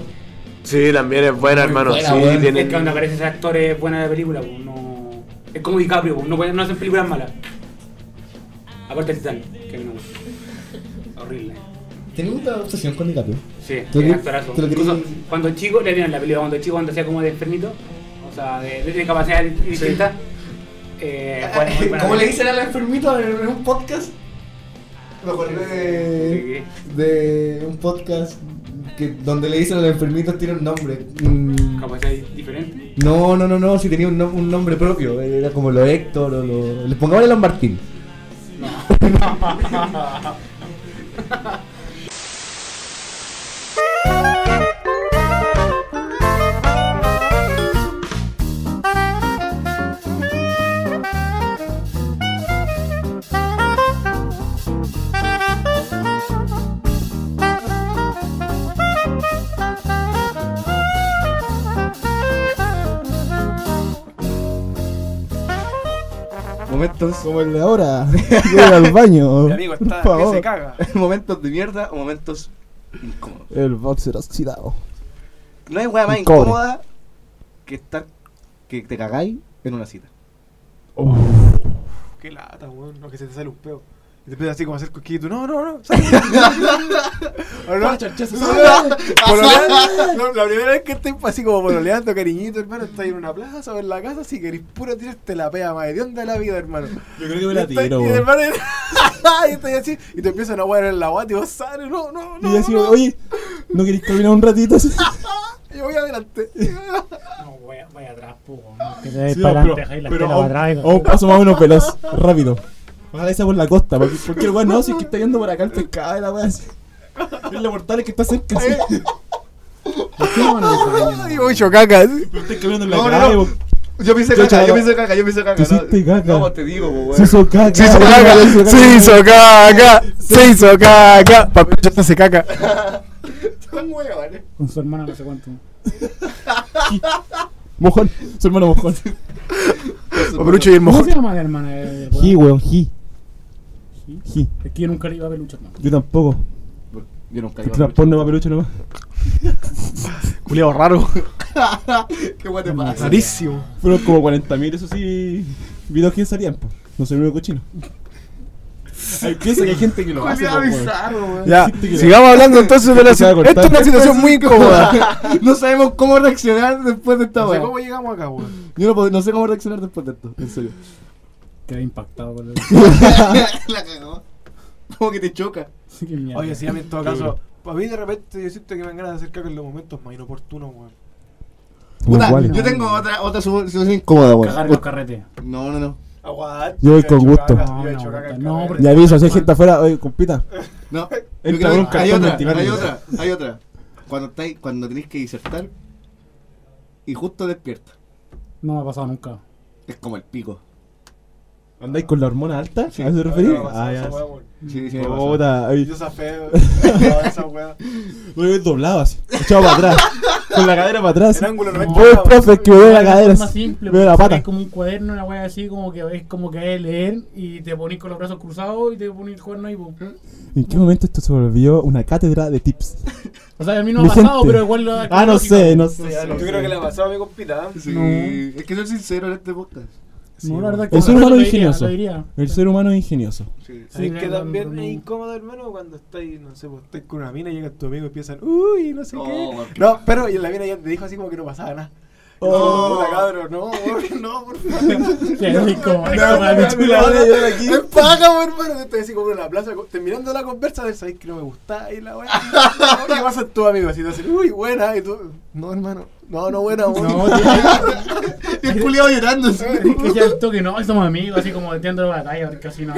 Speaker 7: Sí, también es buena, hermano.
Speaker 4: buena,
Speaker 7: sí,
Speaker 4: weón.
Speaker 7: tiene-
Speaker 10: Es que cuando aparecen actores buenos de película, pues, no... es como DiCaprio, pues, no, pueden- no hacen películas malas. Aparte el Titanic, que a mí no me gusta. Horrible.
Speaker 4: Tenía una obsesión con DiCaprio.
Speaker 10: Sí,
Speaker 4: ¿Tú
Speaker 10: es
Speaker 4: qué-
Speaker 10: actorazo.
Speaker 4: tú lo querías-
Speaker 10: Incluso cuando chico, le vieron la película, cuando chico, cuando hacía como de enfermito, o sea, de, de discapacidad distinta. Eh, fue muy buena
Speaker 4: ¿Cómo le
Speaker 10: película.
Speaker 4: dicen al enfermito en un podcast? Me acordé de, de un podcast que donde le dicen al enfermito tiene un nombre. Mm,
Speaker 10: Capacidad diferente.
Speaker 4: No, no, no, no, si tenía un, nom- un nombre propio. Era como lo Héctor o lo. Le pongámosle Lon Martín.
Speaker 14: Momentos como el de ahora. Voy al baño.
Speaker 15: Mi amigo está
Speaker 14: por favor.
Speaker 15: que se caga. Momentos de mierda o momentos incómodos.
Speaker 14: El boxer oxidado.
Speaker 15: No hay weá más
Speaker 14: Un cobre.
Speaker 15: incómoda que estar que te cagáis en una cita.
Speaker 16: Qué lata, weón. No, que se te sale un peo. Y te empiezas así como a hacer cosquillas y tú, no, no, no.
Speaker 14: Ah,
Speaker 16: Charchazo,
Speaker 14: sale.
Speaker 16: no, la primera vez que estoy así como pololeando, cariñito, hermano, estás en una plaza o en la casa, si querís puro tirarte la pea más de onda de la vida, hermano.
Speaker 14: Yo creo que me la
Speaker 16: Y está-
Speaker 14: tiro,
Speaker 16: y
Speaker 14: weón.
Speaker 16: hermano,
Speaker 2: y estás así, y te empiezan a huear en la guata y vos sales, no, no, no.
Speaker 8: Y así, oye, ¿no queréis caminar un ratito?
Speaker 2: Yo voy adelante.
Speaker 10: No, voy, voy atrás, po.
Speaker 8: Que
Speaker 10: te des
Speaker 8: Sí,
Speaker 10: para
Speaker 8: pero-
Speaker 10: adelante, dejáis la
Speaker 8: pero
Speaker 10: tela
Speaker 8: a un-
Speaker 10: para atrás.
Speaker 8: a un Oh, paso más o menos veloz, rápido. Ojalá esa por la costa, porque cualquier weón no, si es que está yendo por acá el pescado y la weá así. Es la portal que está cerca. así. ¿Por qué no van a desayunar?
Speaker 2: Y mucho caca. así.
Speaker 8: Pero estoy caminando en la
Speaker 2: No, no,
Speaker 8: calle,
Speaker 2: no.
Speaker 8: po.
Speaker 2: Yo me hice
Speaker 8: Yo,
Speaker 2: caca, yo
Speaker 8: chaval,
Speaker 2: me hice caca, yo me hice
Speaker 8: Te
Speaker 2: caca. ¿no?
Speaker 8: hiciste caca.
Speaker 2: No, te digo, po,
Speaker 8: Se hizo caca.
Speaker 2: Se hizo caca, se hizo caca, se hizo caca. Papecho se hace caca.
Speaker 7: Son huevones.
Speaker 8: Con su hermana no sé cuánto. Mojón, su hermano mojón.
Speaker 2: Papelucho y el mojón.
Speaker 8: ¿Cómo se llama la hermana? de-
Speaker 2: Ji,
Speaker 8: weón, Ji.
Speaker 2: Ji.
Speaker 8: Es que yo nunca le iba a peluche, hermano.
Speaker 2: Yo tampoco. Yo nunca
Speaker 8: Te transporte de papelucho nomás.
Speaker 2: Culeado raro.
Speaker 7: Qué guay te pasa.
Speaker 8: Rarísimo. Fueron como 40.000, eso sí. Videos que salían, po. No soy el único cochino. Hay, piensa que hay gente que lo hace. po,
Speaker 2: Culeado
Speaker 8: weón.
Speaker 2: bizarro, weón.
Speaker 8: Hay
Speaker 2: Ya,
Speaker 8: gente que lo
Speaker 2: Ah, sigamos
Speaker 8: hace.
Speaker 2: hablando entonces de la
Speaker 8: Se va a
Speaker 2: situación. Esto es una
Speaker 8: cortar.
Speaker 2: situación muy incómoda.
Speaker 7: no sabemos cómo reaccionar después de esta
Speaker 2: No sé
Speaker 7: weá.
Speaker 2: cómo llegamos acá, weón.
Speaker 8: Yo no, puedo- no sé cómo reaccionar después de esto, en serio. Quedé impactado con
Speaker 2: La cagó. Como que te choca.
Speaker 1: Oye, sí, a mí en todo caso, a mí de repente yo siento que me dan ganas de hacer caca en los momentos más inoportunos, weón.
Speaker 7: Puta,
Speaker 8: Igual.
Speaker 7: yo tengo otra, otra su- situación incómoda, weón.
Speaker 8: Cagar en los carretes.
Speaker 7: No, no, no.
Speaker 1: Aguante.
Speaker 8: Yo voy con gusto.
Speaker 1: yo he hecho caca en
Speaker 8: No,
Speaker 1: carrete.
Speaker 8: pero- Y aviso, si hay gente afuera, oye, compita.
Speaker 7: No,
Speaker 8: Entra
Speaker 7: yo creo-
Speaker 8: con un
Speaker 7: hay
Speaker 8: cartón
Speaker 7: otra,
Speaker 8: ventilador.
Speaker 7: hay otra, hay otra. Cuando, estáis- cuando tenéis que disertar y justo despierta.
Speaker 8: No me ha pasado nunca.
Speaker 7: Es como el pico.
Speaker 8: ¿Andáis con la hormona alta? ¿A eso te referís?
Speaker 7: No, no, no,
Speaker 8: Ah,
Speaker 7: esa
Speaker 8: ya.
Speaker 7: hueá, weón. Sí, sí, me
Speaker 8: Puta,
Speaker 7: pasa.
Speaker 8: ay.
Speaker 7: Yo zafé, weón.
Speaker 1: No, esa weá.
Speaker 8: Lo he doblado así, echado para atrás. Con la cadera para atrás.
Speaker 1: El ángulo no es
Speaker 8: Oye,
Speaker 1: nada,
Speaker 8: profe, es que me duele la cadera.
Speaker 10: forma
Speaker 8: así,
Speaker 10: simple,
Speaker 8: Me duele la
Speaker 10: porque
Speaker 8: pata.
Speaker 10: es
Speaker 8: como un cuaderno,
Speaker 10: una wea así, como que es como que hay leer y te ponís con los brazos cruzados y te ponís el cuerno ahí, po.
Speaker 8: ¿En qué momento esto se volvió una cátedra de tips?
Speaker 10: O sea, a mí no me ha
Speaker 8: De
Speaker 10: pasado,
Speaker 8: gente.
Speaker 10: pero igual lo
Speaker 8: Ah, no sé, no sé.
Speaker 1: Yo creo que le ha pasado a mi compita. ¿eh?
Speaker 7: Sí, es que soy sincero en este podcast.
Speaker 8: No, la verdad
Speaker 1: que
Speaker 8: El ser
Speaker 1: no,
Speaker 8: humano
Speaker 1: lo
Speaker 8: es
Speaker 1: diría,
Speaker 8: ingenioso.
Speaker 1: lo diría.
Speaker 8: El ser humano es ingenioso.
Speaker 1: Sí, que también es incómodo, hermano, cuando estáis, no sé, pues, estáis con una mina, llegan tus amigos y empiezan, uy, no sé
Speaker 8: Oh,
Speaker 1: qué. No, pero y la mina ya te dijo así como que no pasaba nada.
Speaker 7: Oh.
Speaker 1: No, puta cabrón, no, no, por favor.
Speaker 7: Qué rico,
Speaker 1: No,
Speaker 7: esta
Speaker 1: no,
Speaker 7: weá
Speaker 1: no,
Speaker 7: me chula,
Speaker 1: no,
Speaker 7: ahora
Speaker 1: no,
Speaker 7: yo aquí.
Speaker 1: Es paga, hermano, estoy así como en la plaza, co- terminando la conversa, de sabéis que no me gusta y la weá. ¿Qué pasa tus amigos? Así te hacen, uy, buena, y tú, no, hermano, no, no, buena, buena.
Speaker 7: Y el culiado llorando. así.
Speaker 10: que ya el toque, no, somos amigos, así como entiendo la batalla, porque así no.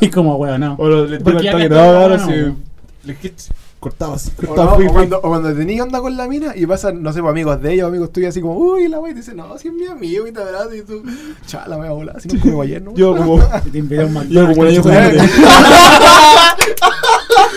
Speaker 8: Y como weón, no. O lo- le
Speaker 10: Porque
Speaker 8: digo
Speaker 10: ya que
Speaker 8: el toque, no,
Speaker 10: está
Speaker 8: ahora
Speaker 10: bueno,
Speaker 8: sí.
Speaker 10: weón.
Speaker 8: Le quit- Cortabas,
Speaker 1: O,
Speaker 8: cortabas.
Speaker 1: no,
Speaker 8: fui,
Speaker 1: o
Speaker 8: fui.
Speaker 1: cuando, o cuando tenía onda con la mina y pasan, no sé, pues, amigos de ella o amigos tuyos, así como, uy, la wey, te dice, no, si es mi amigo y te abraza y tú, chala, me voy a volar, si no como ayer, ¿no?
Speaker 8: Yo como.
Speaker 10: Te invité a un
Speaker 8: Yo como el
Speaker 1: Eh,
Speaker 8: año siguiente.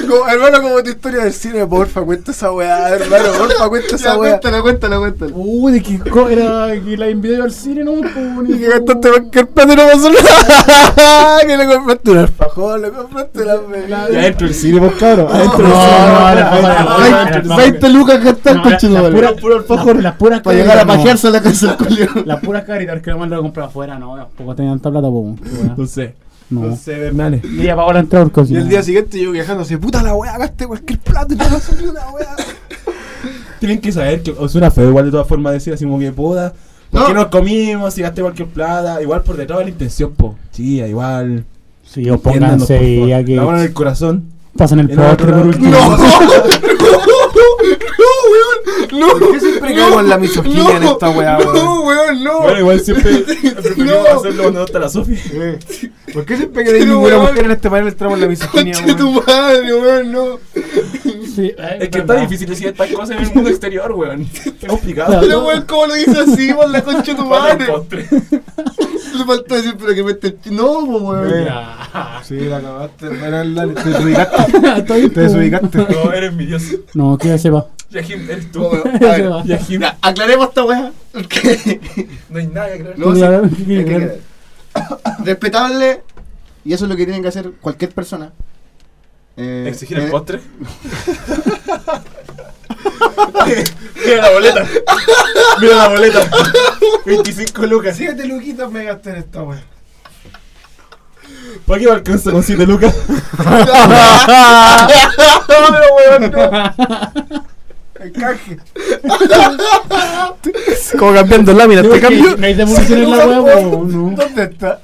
Speaker 1: Como, hermano, como tu historia del cine, porfa, cuenta esa weá, hermano, porfa, cuenta esa
Speaker 7: Ya,
Speaker 1: weá.
Speaker 7: cuéntala, cuéntala, cuéntala.
Speaker 10: Uy, de que co- era que la invité yo al cine, no, po, ni-
Speaker 1: Y que gastaste cualquier plata y no pasó nada. que le compraste un alfajor, le compraste la
Speaker 8: Y
Speaker 1: pelada.
Speaker 8: adentro el cine, vos cabrón. Adentro
Speaker 1: No, no,
Speaker 8: el
Speaker 1: no,
Speaker 8: cine.
Speaker 1: no, no,
Speaker 8: Adentro
Speaker 1: no,
Speaker 8: el
Speaker 1: no,
Speaker 8: cine.
Speaker 1: no,
Speaker 7: 20 lucas gastar
Speaker 10: No,
Speaker 7: con
Speaker 10: la-
Speaker 7: chino,
Speaker 10: la
Speaker 7: vale.
Speaker 10: pura-
Speaker 8: Puro alfajor.
Speaker 10: Las puras
Speaker 7: Para llegar a pajearse a la casa del culiao.
Speaker 10: Las puras caritas que además lo he comprado afuera, no, tampoco tenían tanta plata, po.
Speaker 8: No sé.
Speaker 10: No.
Speaker 8: No sé, Bernales.
Speaker 10: Y ella pagó la entrada al
Speaker 1: Y
Speaker 10: cocina.
Speaker 1: el día siguiente yo viajando así, puta la weá, gasté cualquier plata y no pasó ni una weá.
Speaker 8: Tienen que saber que suena feo, igual de todas formas decir así como que puta. ¿Por
Speaker 1: No.
Speaker 8: qué nos comimos? Si gasté cualquier plata. Igual por detrás va la intención, po. Sí, igual.
Speaker 10: Sí, opónganse
Speaker 8: Entiéndanos, por
Speaker 10: y
Speaker 8: favor.
Speaker 10: ya que-
Speaker 8: La mano en el corazón.
Speaker 10: Pasan el
Speaker 8: En otro
Speaker 10: postre por
Speaker 8: lado.
Speaker 10: último.
Speaker 7: No, weón. No. ¿Por qué siempre
Speaker 1: caemos en la misoginia en esta weá,
Speaker 7: No, weón, no.
Speaker 8: Bueno, igual siempre
Speaker 7: No.
Speaker 8: preferimos hacerlo cuando no está la Sofi.
Speaker 1: ¿Por qué siempre que de
Speaker 7: Pero,
Speaker 1: ninguna
Speaker 7: weón.
Speaker 1: mujer en este panel entramos en la misoginia,
Speaker 7: Conche
Speaker 1: weón?
Speaker 7: tu madre, weón, no.
Speaker 8: Es que está difícil decir estas cosas en el mundo exterior, weón. Es
Speaker 1: Ah,
Speaker 8: complicado.
Speaker 7: Pero weón, ¿cómo lo hizo así, por la concha de tu madre?
Speaker 8: Cuatro postres.
Speaker 7: Le faltó decir, pero que mete el chi- No, po, weón.
Speaker 1: Sí, la acabaste, hermano, te desubicaste. Te desubicaste.
Speaker 8: No, eres mi dios.
Speaker 10: No, que se va.
Speaker 8: Yajim, eres tú.
Speaker 7: No, weón, a ver,
Speaker 8: Yajim.
Speaker 7: ya, aclaremos esta weá.
Speaker 8: No hay nada que aclarar.
Speaker 7: No, sí,
Speaker 10: Claro,
Speaker 7: hay que
Speaker 10: claro.
Speaker 7: creer. Respetable, y eso es lo que tienen que hacer cualquier persona. Eh,
Speaker 8: ¿Exigir el
Speaker 7: eh,
Speaker 8: postre? Mira la boleta. Mira la boleta. 25 lucas.
Speaker 1: Siete luquitas me gasté en esta weá.
Speaker 8: ¿Para qué me alcanza con 7 lucas?
Speaker 1: Pero weón, no. Encaje.
Speaker 2: Como
Speaker 10: Este
Speaker 2: cambiando láminas, te
Speaker 10: Creo que
Speaker 2: cambio.
Speaker 10: No hay devolución en la hueá, po, no.
Speaker 1: ¿Dónde está?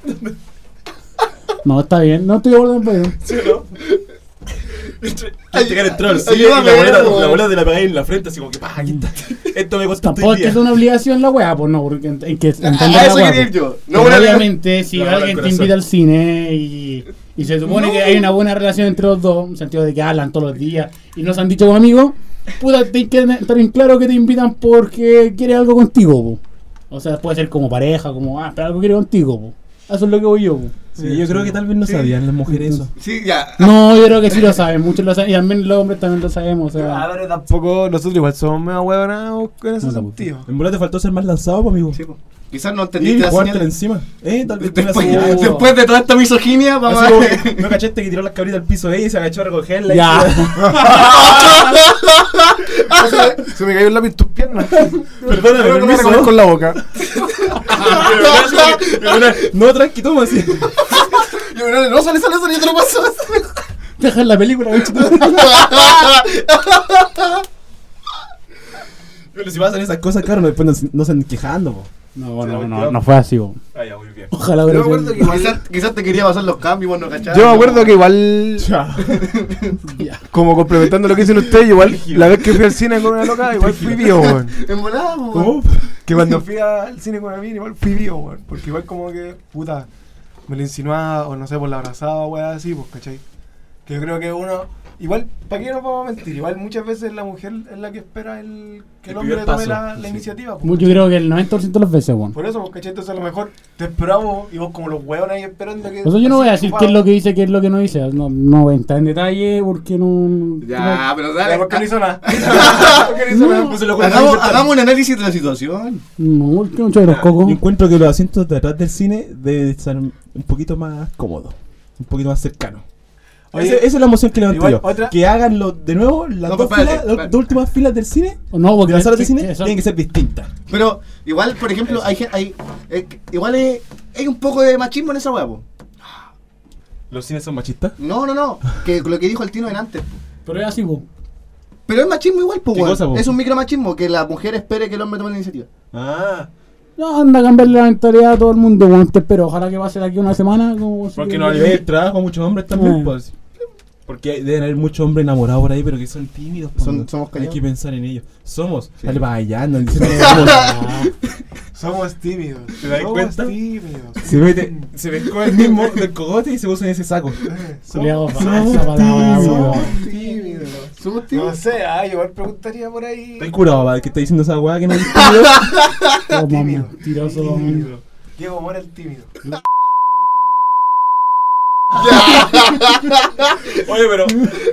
Speaker 10: No, está bien, no estoy de acuerdo con el Byron.
Speaker 8: ¿Sí o no?
Speaker 10: Ay-
Speaker 8: Llegar entró al
Speaker 10: ay-
Speaker 8: cine y la
Speaker 10: ayúdame,
Speaker 8: boleta,
Speaker 10: weón.
Speaker 8: la boleta te la pegáis en la frente, así como que, pa, aquí está. Esto me costó
Speaker 10: Tampoco es que es una obligación la weá, pues no, porque ent- hay que
Speaker 7: Ah,
Speaker 10: entender
Speaker 8: a
Speaker 10: la
Speaker 8: Ah, eso
Speaker 10: weá,
Speaker 8: quería
Speaker 10: pues.
Speaker 8: ir yo.
Speaker 10: Pero
Speaker 8: No una
Speaker 10: obviamente,
Speaker 8: obligación.
Speaker 10: si
Speaker 8: La mano al
Speaker 10: alguien te
Speaker 8: corazón.
Speaker 10: invita al cine y, y se supone
Speaker 8: No.
Speaker 10: que hay una buena relación entre los dos, en el sentido de que hablan todos los días y no se han dicho como amigos, puta, tienes que estar en claro que te invitan porque quiere algo contigo, po. O sea, puede ser como pareja, como, ah, pero algo quiere contigo, po. Eso es lo que voy yo, po.
Speaker 8: Sí, yo creo que tal vez no sabían las mujeres eso.
Speaker 10: Sí, ya. No, yo creo que sí lo saben, muchos lo saben, y también los hombres también lo sabemos, o sea.
Speaker 7: Pero tampoco nosotros igual somos medio huevonados en ese sentido.
Speaker 8: En bola te faltó ser más lanzado, po, amigo.
Speaker 7: Quizás no
Speaker 8: Y
Speaker 7: entendiste la
Speaker 8: jugártela
Speaker 7: señal.
Speaker 8: encima. Eh, tal vez
Speaker 7: Después,
Speaker 8: te la- Oh.
Speaker 7: después de toda esta misoginia, vamos
Speaker 8: Así
Speaker 7: a
Speaker 8: como
Speaker 7: ver.
Speaker 8: que, no cachaste que tiró las cabritas al piso ella y se agachó a recogerla. y-
Speaker 7: Ya. Se me cayó el lápiz en tus piernas.
Speaker 8: Perdóname,
Speaker 7: Creo que me
Speaker 8: permiso.
Speaker 7: voy a comer con la boca.
Speaker 8: No, tranqui, toma así.
Speaker 7: Yo, no, no, sale, sale, sale, yo te lo paso.
Speaker 10: Deja la película,
Speaker 8: Pero si pasan esas cosas, claro, después no, se- no se andan quejando, po.
Speaker 10: No, no, no, no fue así, po. Ojalá
Speaker 2: Yo me
Speaker 10: hubiera sido-
Speaker 2: acuerdo que quizás, quizás te quería pasar los cambios, vos no cachabas.
Speaker 7: Yo me acuerdo que igual. como complementando lo que dicen ustedes, igual la vez que fui al cine con una loca, igual fui vivo, weón.
Speaker 2: En volada, po,
Speaker 7: ¿Cómo?
Speaker 2: weón.
Speaker 7: Que cuando fui al cine con una mina, igual fui vivo, weón. Porque igual como que, puta, me lo insinuaba, o no sé, por la abrazaba, weón, así, pues, ¿cachai? Que yo creo que uno. Igual, ¿para qué nos vamos a mentir? Igual muchas veces la mujer es la que espera el, que el,
Speaker 8: El
Speaker 7: hombre
Speaker 8: primer
Speaker 7: tome
Speaker 8: paso,
Speaker 7: la, la
Speaker 8: sí.
Speaker 7: iniciativa. pues,
Speaker 10: Yo creo que el 90% de las veces, weón.
Speaker 7: Por eso, pues, ¿cachai? Entonces a lo mejor te esperamos y vos como los weones ahí esperando que.
Speaker 10: Por eso yo no voy a decir
Speaker 7: ocupado.
Speaker 10: qué es lo que dice, qué es lo que no dice. No, no voy a entrar en detalle porque no.
Speaker 2: Ya,
Speaker 10: no-
Speaker 2: pero dale.
Speaker 7: ¿Por qué no hizo nada?
Speaker 8: Pues
Speaker 2: Hagamos, hagamos un análisis de la situación.
Speaker 10: No, el que no de los cocos.
Speaker 8: Yo encuentro que los asientos de atrás del cine deben estar un poquito más cómodos, un poquito más cercanos.
Speaker 10: Oye,
Speaker 8: Ese- esa es la emoción que levanté
Speaker 10: igual
Speaker 8: yo.
Speaker 10: otra-
Speaker 8: Que hagan lo- de nuevo las
Speaker 2: No,
Speaker 8: dos,
Speaker 2: pues, espérate,
Speaker 8: filas- las
Speaker 2: espérate.
Speaker 8: dos últimas filas del cine.
Speaker 10: No,
Speaker 8: de las salas de
Speaker 2: que-
Speaker 8: cine
Speaker 2: que son-
Speaker 8: tienen que ser distintas.
Speaker 2: Pero igual, por ejemplo, hay, gen- hay, eh, igual eh, hay un poco de machismo en esa hueá, po.
Speaker 8: ¿Los cines son machistas?
Speaker 2: No, no, no. Que lo que dijo el Tino en antes.
Speaker 10: Pero es así, po.
Speaker 2: Pero es machismo igual, po,
Speaker 8: ¿Qué
Speaker 2: weón.
Speaker 8: cosa, po?
Speaker 2: Es un micromachismo que la mujer espere que el hombre tome la iniciativa.
Speaker 8: Ah.
Speaker 10: No, anda a cambiarle la mentalidad a todo el mundo, weón. Te espero. Ojalá que pase de aquí una semana. Como
Speaker 8: Porque
Speaker 10: si-
Speaker 8: no le el trabajo a muchos hombres también,
Speaker 10: Eh.
Speaker 8: pues. Porque deben haber muchos hombres enamorados por ahí, pero que son tímidos. pues,
Speaker 2: Son-
Speaker 8: ¿no?
Speaker 2: somos
Speaker 8: Hay
Speaker 2: callados.
Speaker 8: que pensar en ellos. Somos.
Speaker 2: Sí.
Speaker 8: Dale para allá, andan diciendo que somos.
Speaker 7: Somos tímidos. ¿Te
Speaker 8: das
Speaker 7: Somos
Speaker 8: cuenta?
Speaker 7: tímidos.
Speaker 8: Se mete, se pescó el mismo del cogote y se puso en ese saco.
Speaker 2: Eh,
Speaker 10: Culeado,
Speaker 8: Somos
Speaker 10: falsa palabra,
Speaker 8: tímidos.
Speaker 10: weón.
Speaker 7: Tímidos. Somos tímidos. No sé, ah, yo igual preguntaría por ahí.
Speaker 8: Estoy curado, va, que está diciendo esa weá que no es
Speaker 10: Como mentiroso, weón.
Speaker 7: Diego Mora el tímido.
Speaker 8: Oye, pero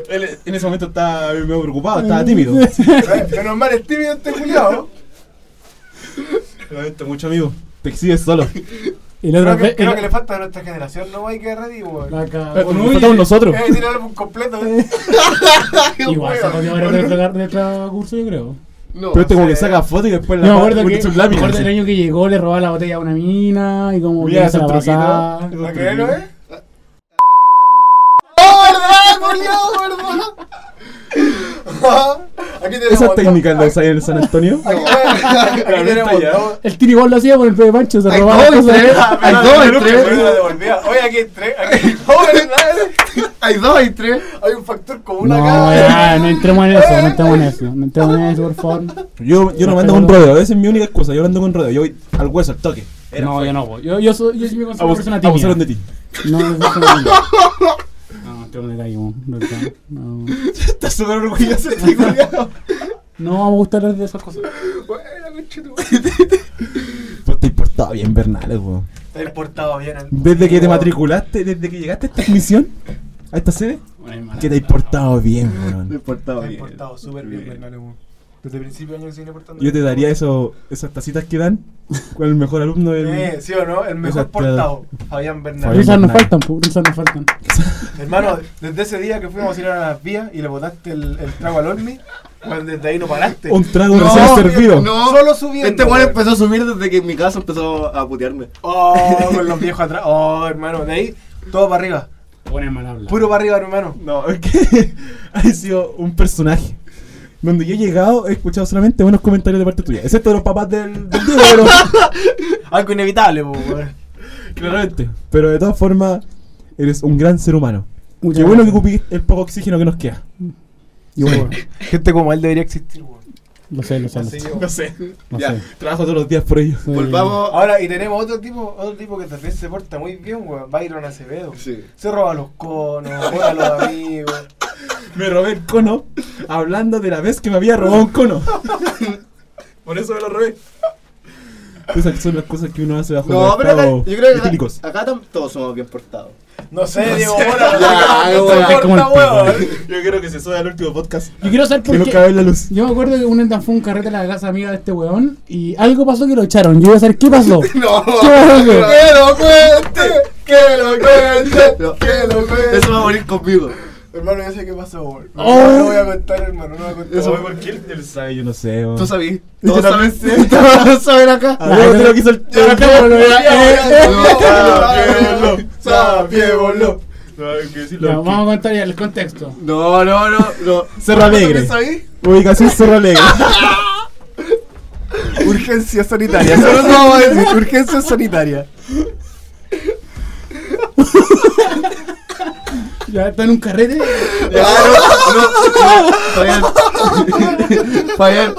Speaker 8: él en ese momento estaba medio preocupado, estaba tímido.
Speaker 7: Eh, Menos mal, es tímido este culiao.
Speaker 8: Lo lamento mucho, amigo. Te exhibes solo.
Speaker 10: Y la otra
Speaker 7: Creo que,
Speaker 10: vez.
Speaker 7: creo que le falta a nuestra generación, no hay que ready, weón.
Speaker 10: La cagó. Pero nos faltamos nosotros.
Speaker 7: Eh, tiene el álbum completo. ¿eh?
Speaker 10: Igual se podía haber retrogado de otro curso, yo creo.
Speaker 8: pero este como que saca fotos y
Speaker 1: pues,
Speaker 8: después la
Speaker 10: Yo me acuerdo que
Speaker 8: con sus
Speaker 10: me
Speaker 8: láminas,
Speaker 10: acuerdo el
Speaker 8: así.
Speaker 10: año que llegó le robaba la botella a una mina y como
Speaker 8: Mira,
Speaker 10: que se
Speaker 8: ese
Speaker 10: la
Speaker 8: truquito.
Speaker 10: pasaba.
Speaker 8: Ese
Speaker 7: ¿A eh? qué no es? ¡Oh,
Speaker 2: ¡Ah, verdad, culiao, verdad!
Speaker 7: Aquí tenemos.
Speaker 8: Esa técnica la usáis en San Antonio.
Speaker 7: Aquí tenemos. dos-
Speaker 10: El tiri igual lo hacía por el Pepe Pancho, se robaba
Speaker 2: dos,
Speaker 10: cosas.
Speaker 2: tres. Hay dos, hay tres.
Speaker 7: Me la devolvía. Oye, aquí hay tres. Aquí hay dos, ¿verdad?
Speaker 2: Hay dos, hay tres.
Speaker 7: Hay un factor común
Speaker 10: No,
Speaker 7: acá.
Speaker 10: ya, no entremos en eso, no entremos en eso, no entremos en eso, por favor.
Speaker 8: Yo, yo no mando con rodeo, esa es mi única excusa. Yo no ando con rodeo, yo voy al hueso, al toque.
Speaker 10: No, yo no, po. yo, yo, soy, yo sí me considero una
Speaker 8: Abus-
Speaker 10: persona tímida.
Speaker 8: abusaron de ti.
Speaker 10: No, no, no, no, no. No, entremos en detalle, po, de verdad, no.
Speaker 8: Estás súper orgulloso de ti, culiao.
Speaker 10: No vamos a gustar de esas cosas.
Speaker 7: Bueno, conchetumare.
Speaker 8: Pues te importaba bien, Bernales, weón.
Speaker 7: Te has portado bien. al-
Speaker 8: Desde que te matriculaste, desde que llegaste a esta misión, a esta sede, que te has portado bien, weón.
Speaker 7: Te has portado súper bien, Bernal, weón. Desde el principio de año se viene portando
Speaker 8: Yo te
Speaker 7: bien.
Speaker 8: daría eso, esas tacitas que dan con el mejor alumno del.
Speaker 7: Eh, ¿Sí o no? El mejor
Speaker 8: Esas te-
Speaker 7: portado, Fabián Bernal.
Speaker 10: Risas nos
Speaker 8: Bernal.
Speaker 10: faltan, po, risas nos faltan.
Speaker 7: Hermano, desde ese día que fuimos a ir a las vías y le botaste el, el trago al Orni, bueno, desde ahí no paraste.
Speaker 8: Un trago recién servido.
Speaker 2: No,
Speaker 7: Solo subiendo,
Speaker 2: Este weón
Speaker 7: weón.
Speaker 2: empezó a subir desde que en mi casa empezó a putearme.
Speaker 7: Oh, con los viejos atrás. Oh, hermano, de ahí todo para arriba.
Speaker 10: Buena mal habla.
Speaker 7: Puro para arriba, hermano.
Speaker 8: No, es que ha sido un personaje. Donde yo he llegado, he escuchado solamente buenos comentarios de parte tuya. Excepto de los papás del, del Diego, pero.
Speaker 7: Algo inevitable, po, weón.
Speaker 8: este. Claramente. Pero de todas formas, Eres un gran ser humano.
Speaker 1: Muchas
Speaker 8: Qué bueno que
Speaker 1: gracias.
Speaker 8: ocupís el poco oxígeno que nos queda. Y bueno,
Speaker 1: Gente como él debería existir, weón.
Speaker 10: No sé, no sé.
Speaker 1: No
Speaker 10: no
Speaker 1: sé,
Speaker 10: sé.
Speaker 1: yo- no sé.
Speaker 10: No
Speaker 1: Ya.
Speaker 10: sé.
Speaker 8: Trabajo todos los días por ello.
Speaker 1: Volvamos. Ahora, y tenemos otro tipo, otro tipo que también se porta muy bien, weón. Byron Acevedo. Se roba los conos, juega a los amigos.
Speaker 8: Me robé el cono hablando de la vez que me había robado un cono. Por eso me lo robé. Esas son las cosas que uno hace bajo
Speaker 7: No,
Speaker 8: los
Speaker 7: pero acá, yo
Speaker 8: estados
Speaker 7: creo que
Speaker 8: etílicos.
Speaker 7: acá, acá tam- todos somos bien portados.
Speaker 1: No sé,
Speaker 7: No
Speaker 1: Diego,
Speaker 7: sé.
Speaker 1: bueno,
Speaker 7: Ya,
Speaker 1: ya,
Speaker 7: weón.
Speaker 1: se
Speaker 7: Es como
Speaker 1: porta,
Speaker 7: el
Speaker 1: weón.
Speaker 8: Yo creo que se suba el último podcast.
Speaker 10: Yo quiero saber por
Speaker 8: Que
Speaker 10: qué.
Speaker 8: nunca ven la luz.
Speaker 10: Yo me acuerdo que una vez fue a un carrete a la casa amiga de este weón y algo pasó que lo echaron. Yo iba a saber qué pasó.
Speaker 7: No,
Speaker 10: ¿Qué pasó?
Speaker 7: que lo cuente, que lo cuente, que lo cuente. Eso va a morir conmigo.
Speaker 1: Hermano, ya sé qué pasó, weón.
Speaker 7: Oh.
Speaker 1: No lo voy a contar, hermano, no lo voy a contar.
Speaker 7: Eso fue
Speaker 1: weón.
Speaker 8: porque él, él sabe, yo no sé.
Speaker 7: Tú sabías.
Speaker 8: Yo
Speaker 7: Todos
Speaker 8: también
Speaker 7: saben.
Speaker 8: sé.
Speaker 7: Todos saben acá.
Speaker 8: Ah, yo creo que hizo el-
Speaker 7: Yo creo
Speaker 10: Eh,
Speaker 7: que- Sapiévolo, sapiévolo.
Speaker 10: Ya, vamos a contar ya el contexto.
Speaker 7: No, no, no, no.
Speaker 8: Cerro Alegre.
Speaker 7: ¿Sabes ahí?
Speaker 8: Ubicación Cerro Alegre.
Speaker 1: Urgencia sanitaria. Solo eso vamos a decir, urgencia sanitaria.
Speaker 10: Ya está en un carrete.
Speaker 7: Ya, no, no, no. Fabián. Fabián.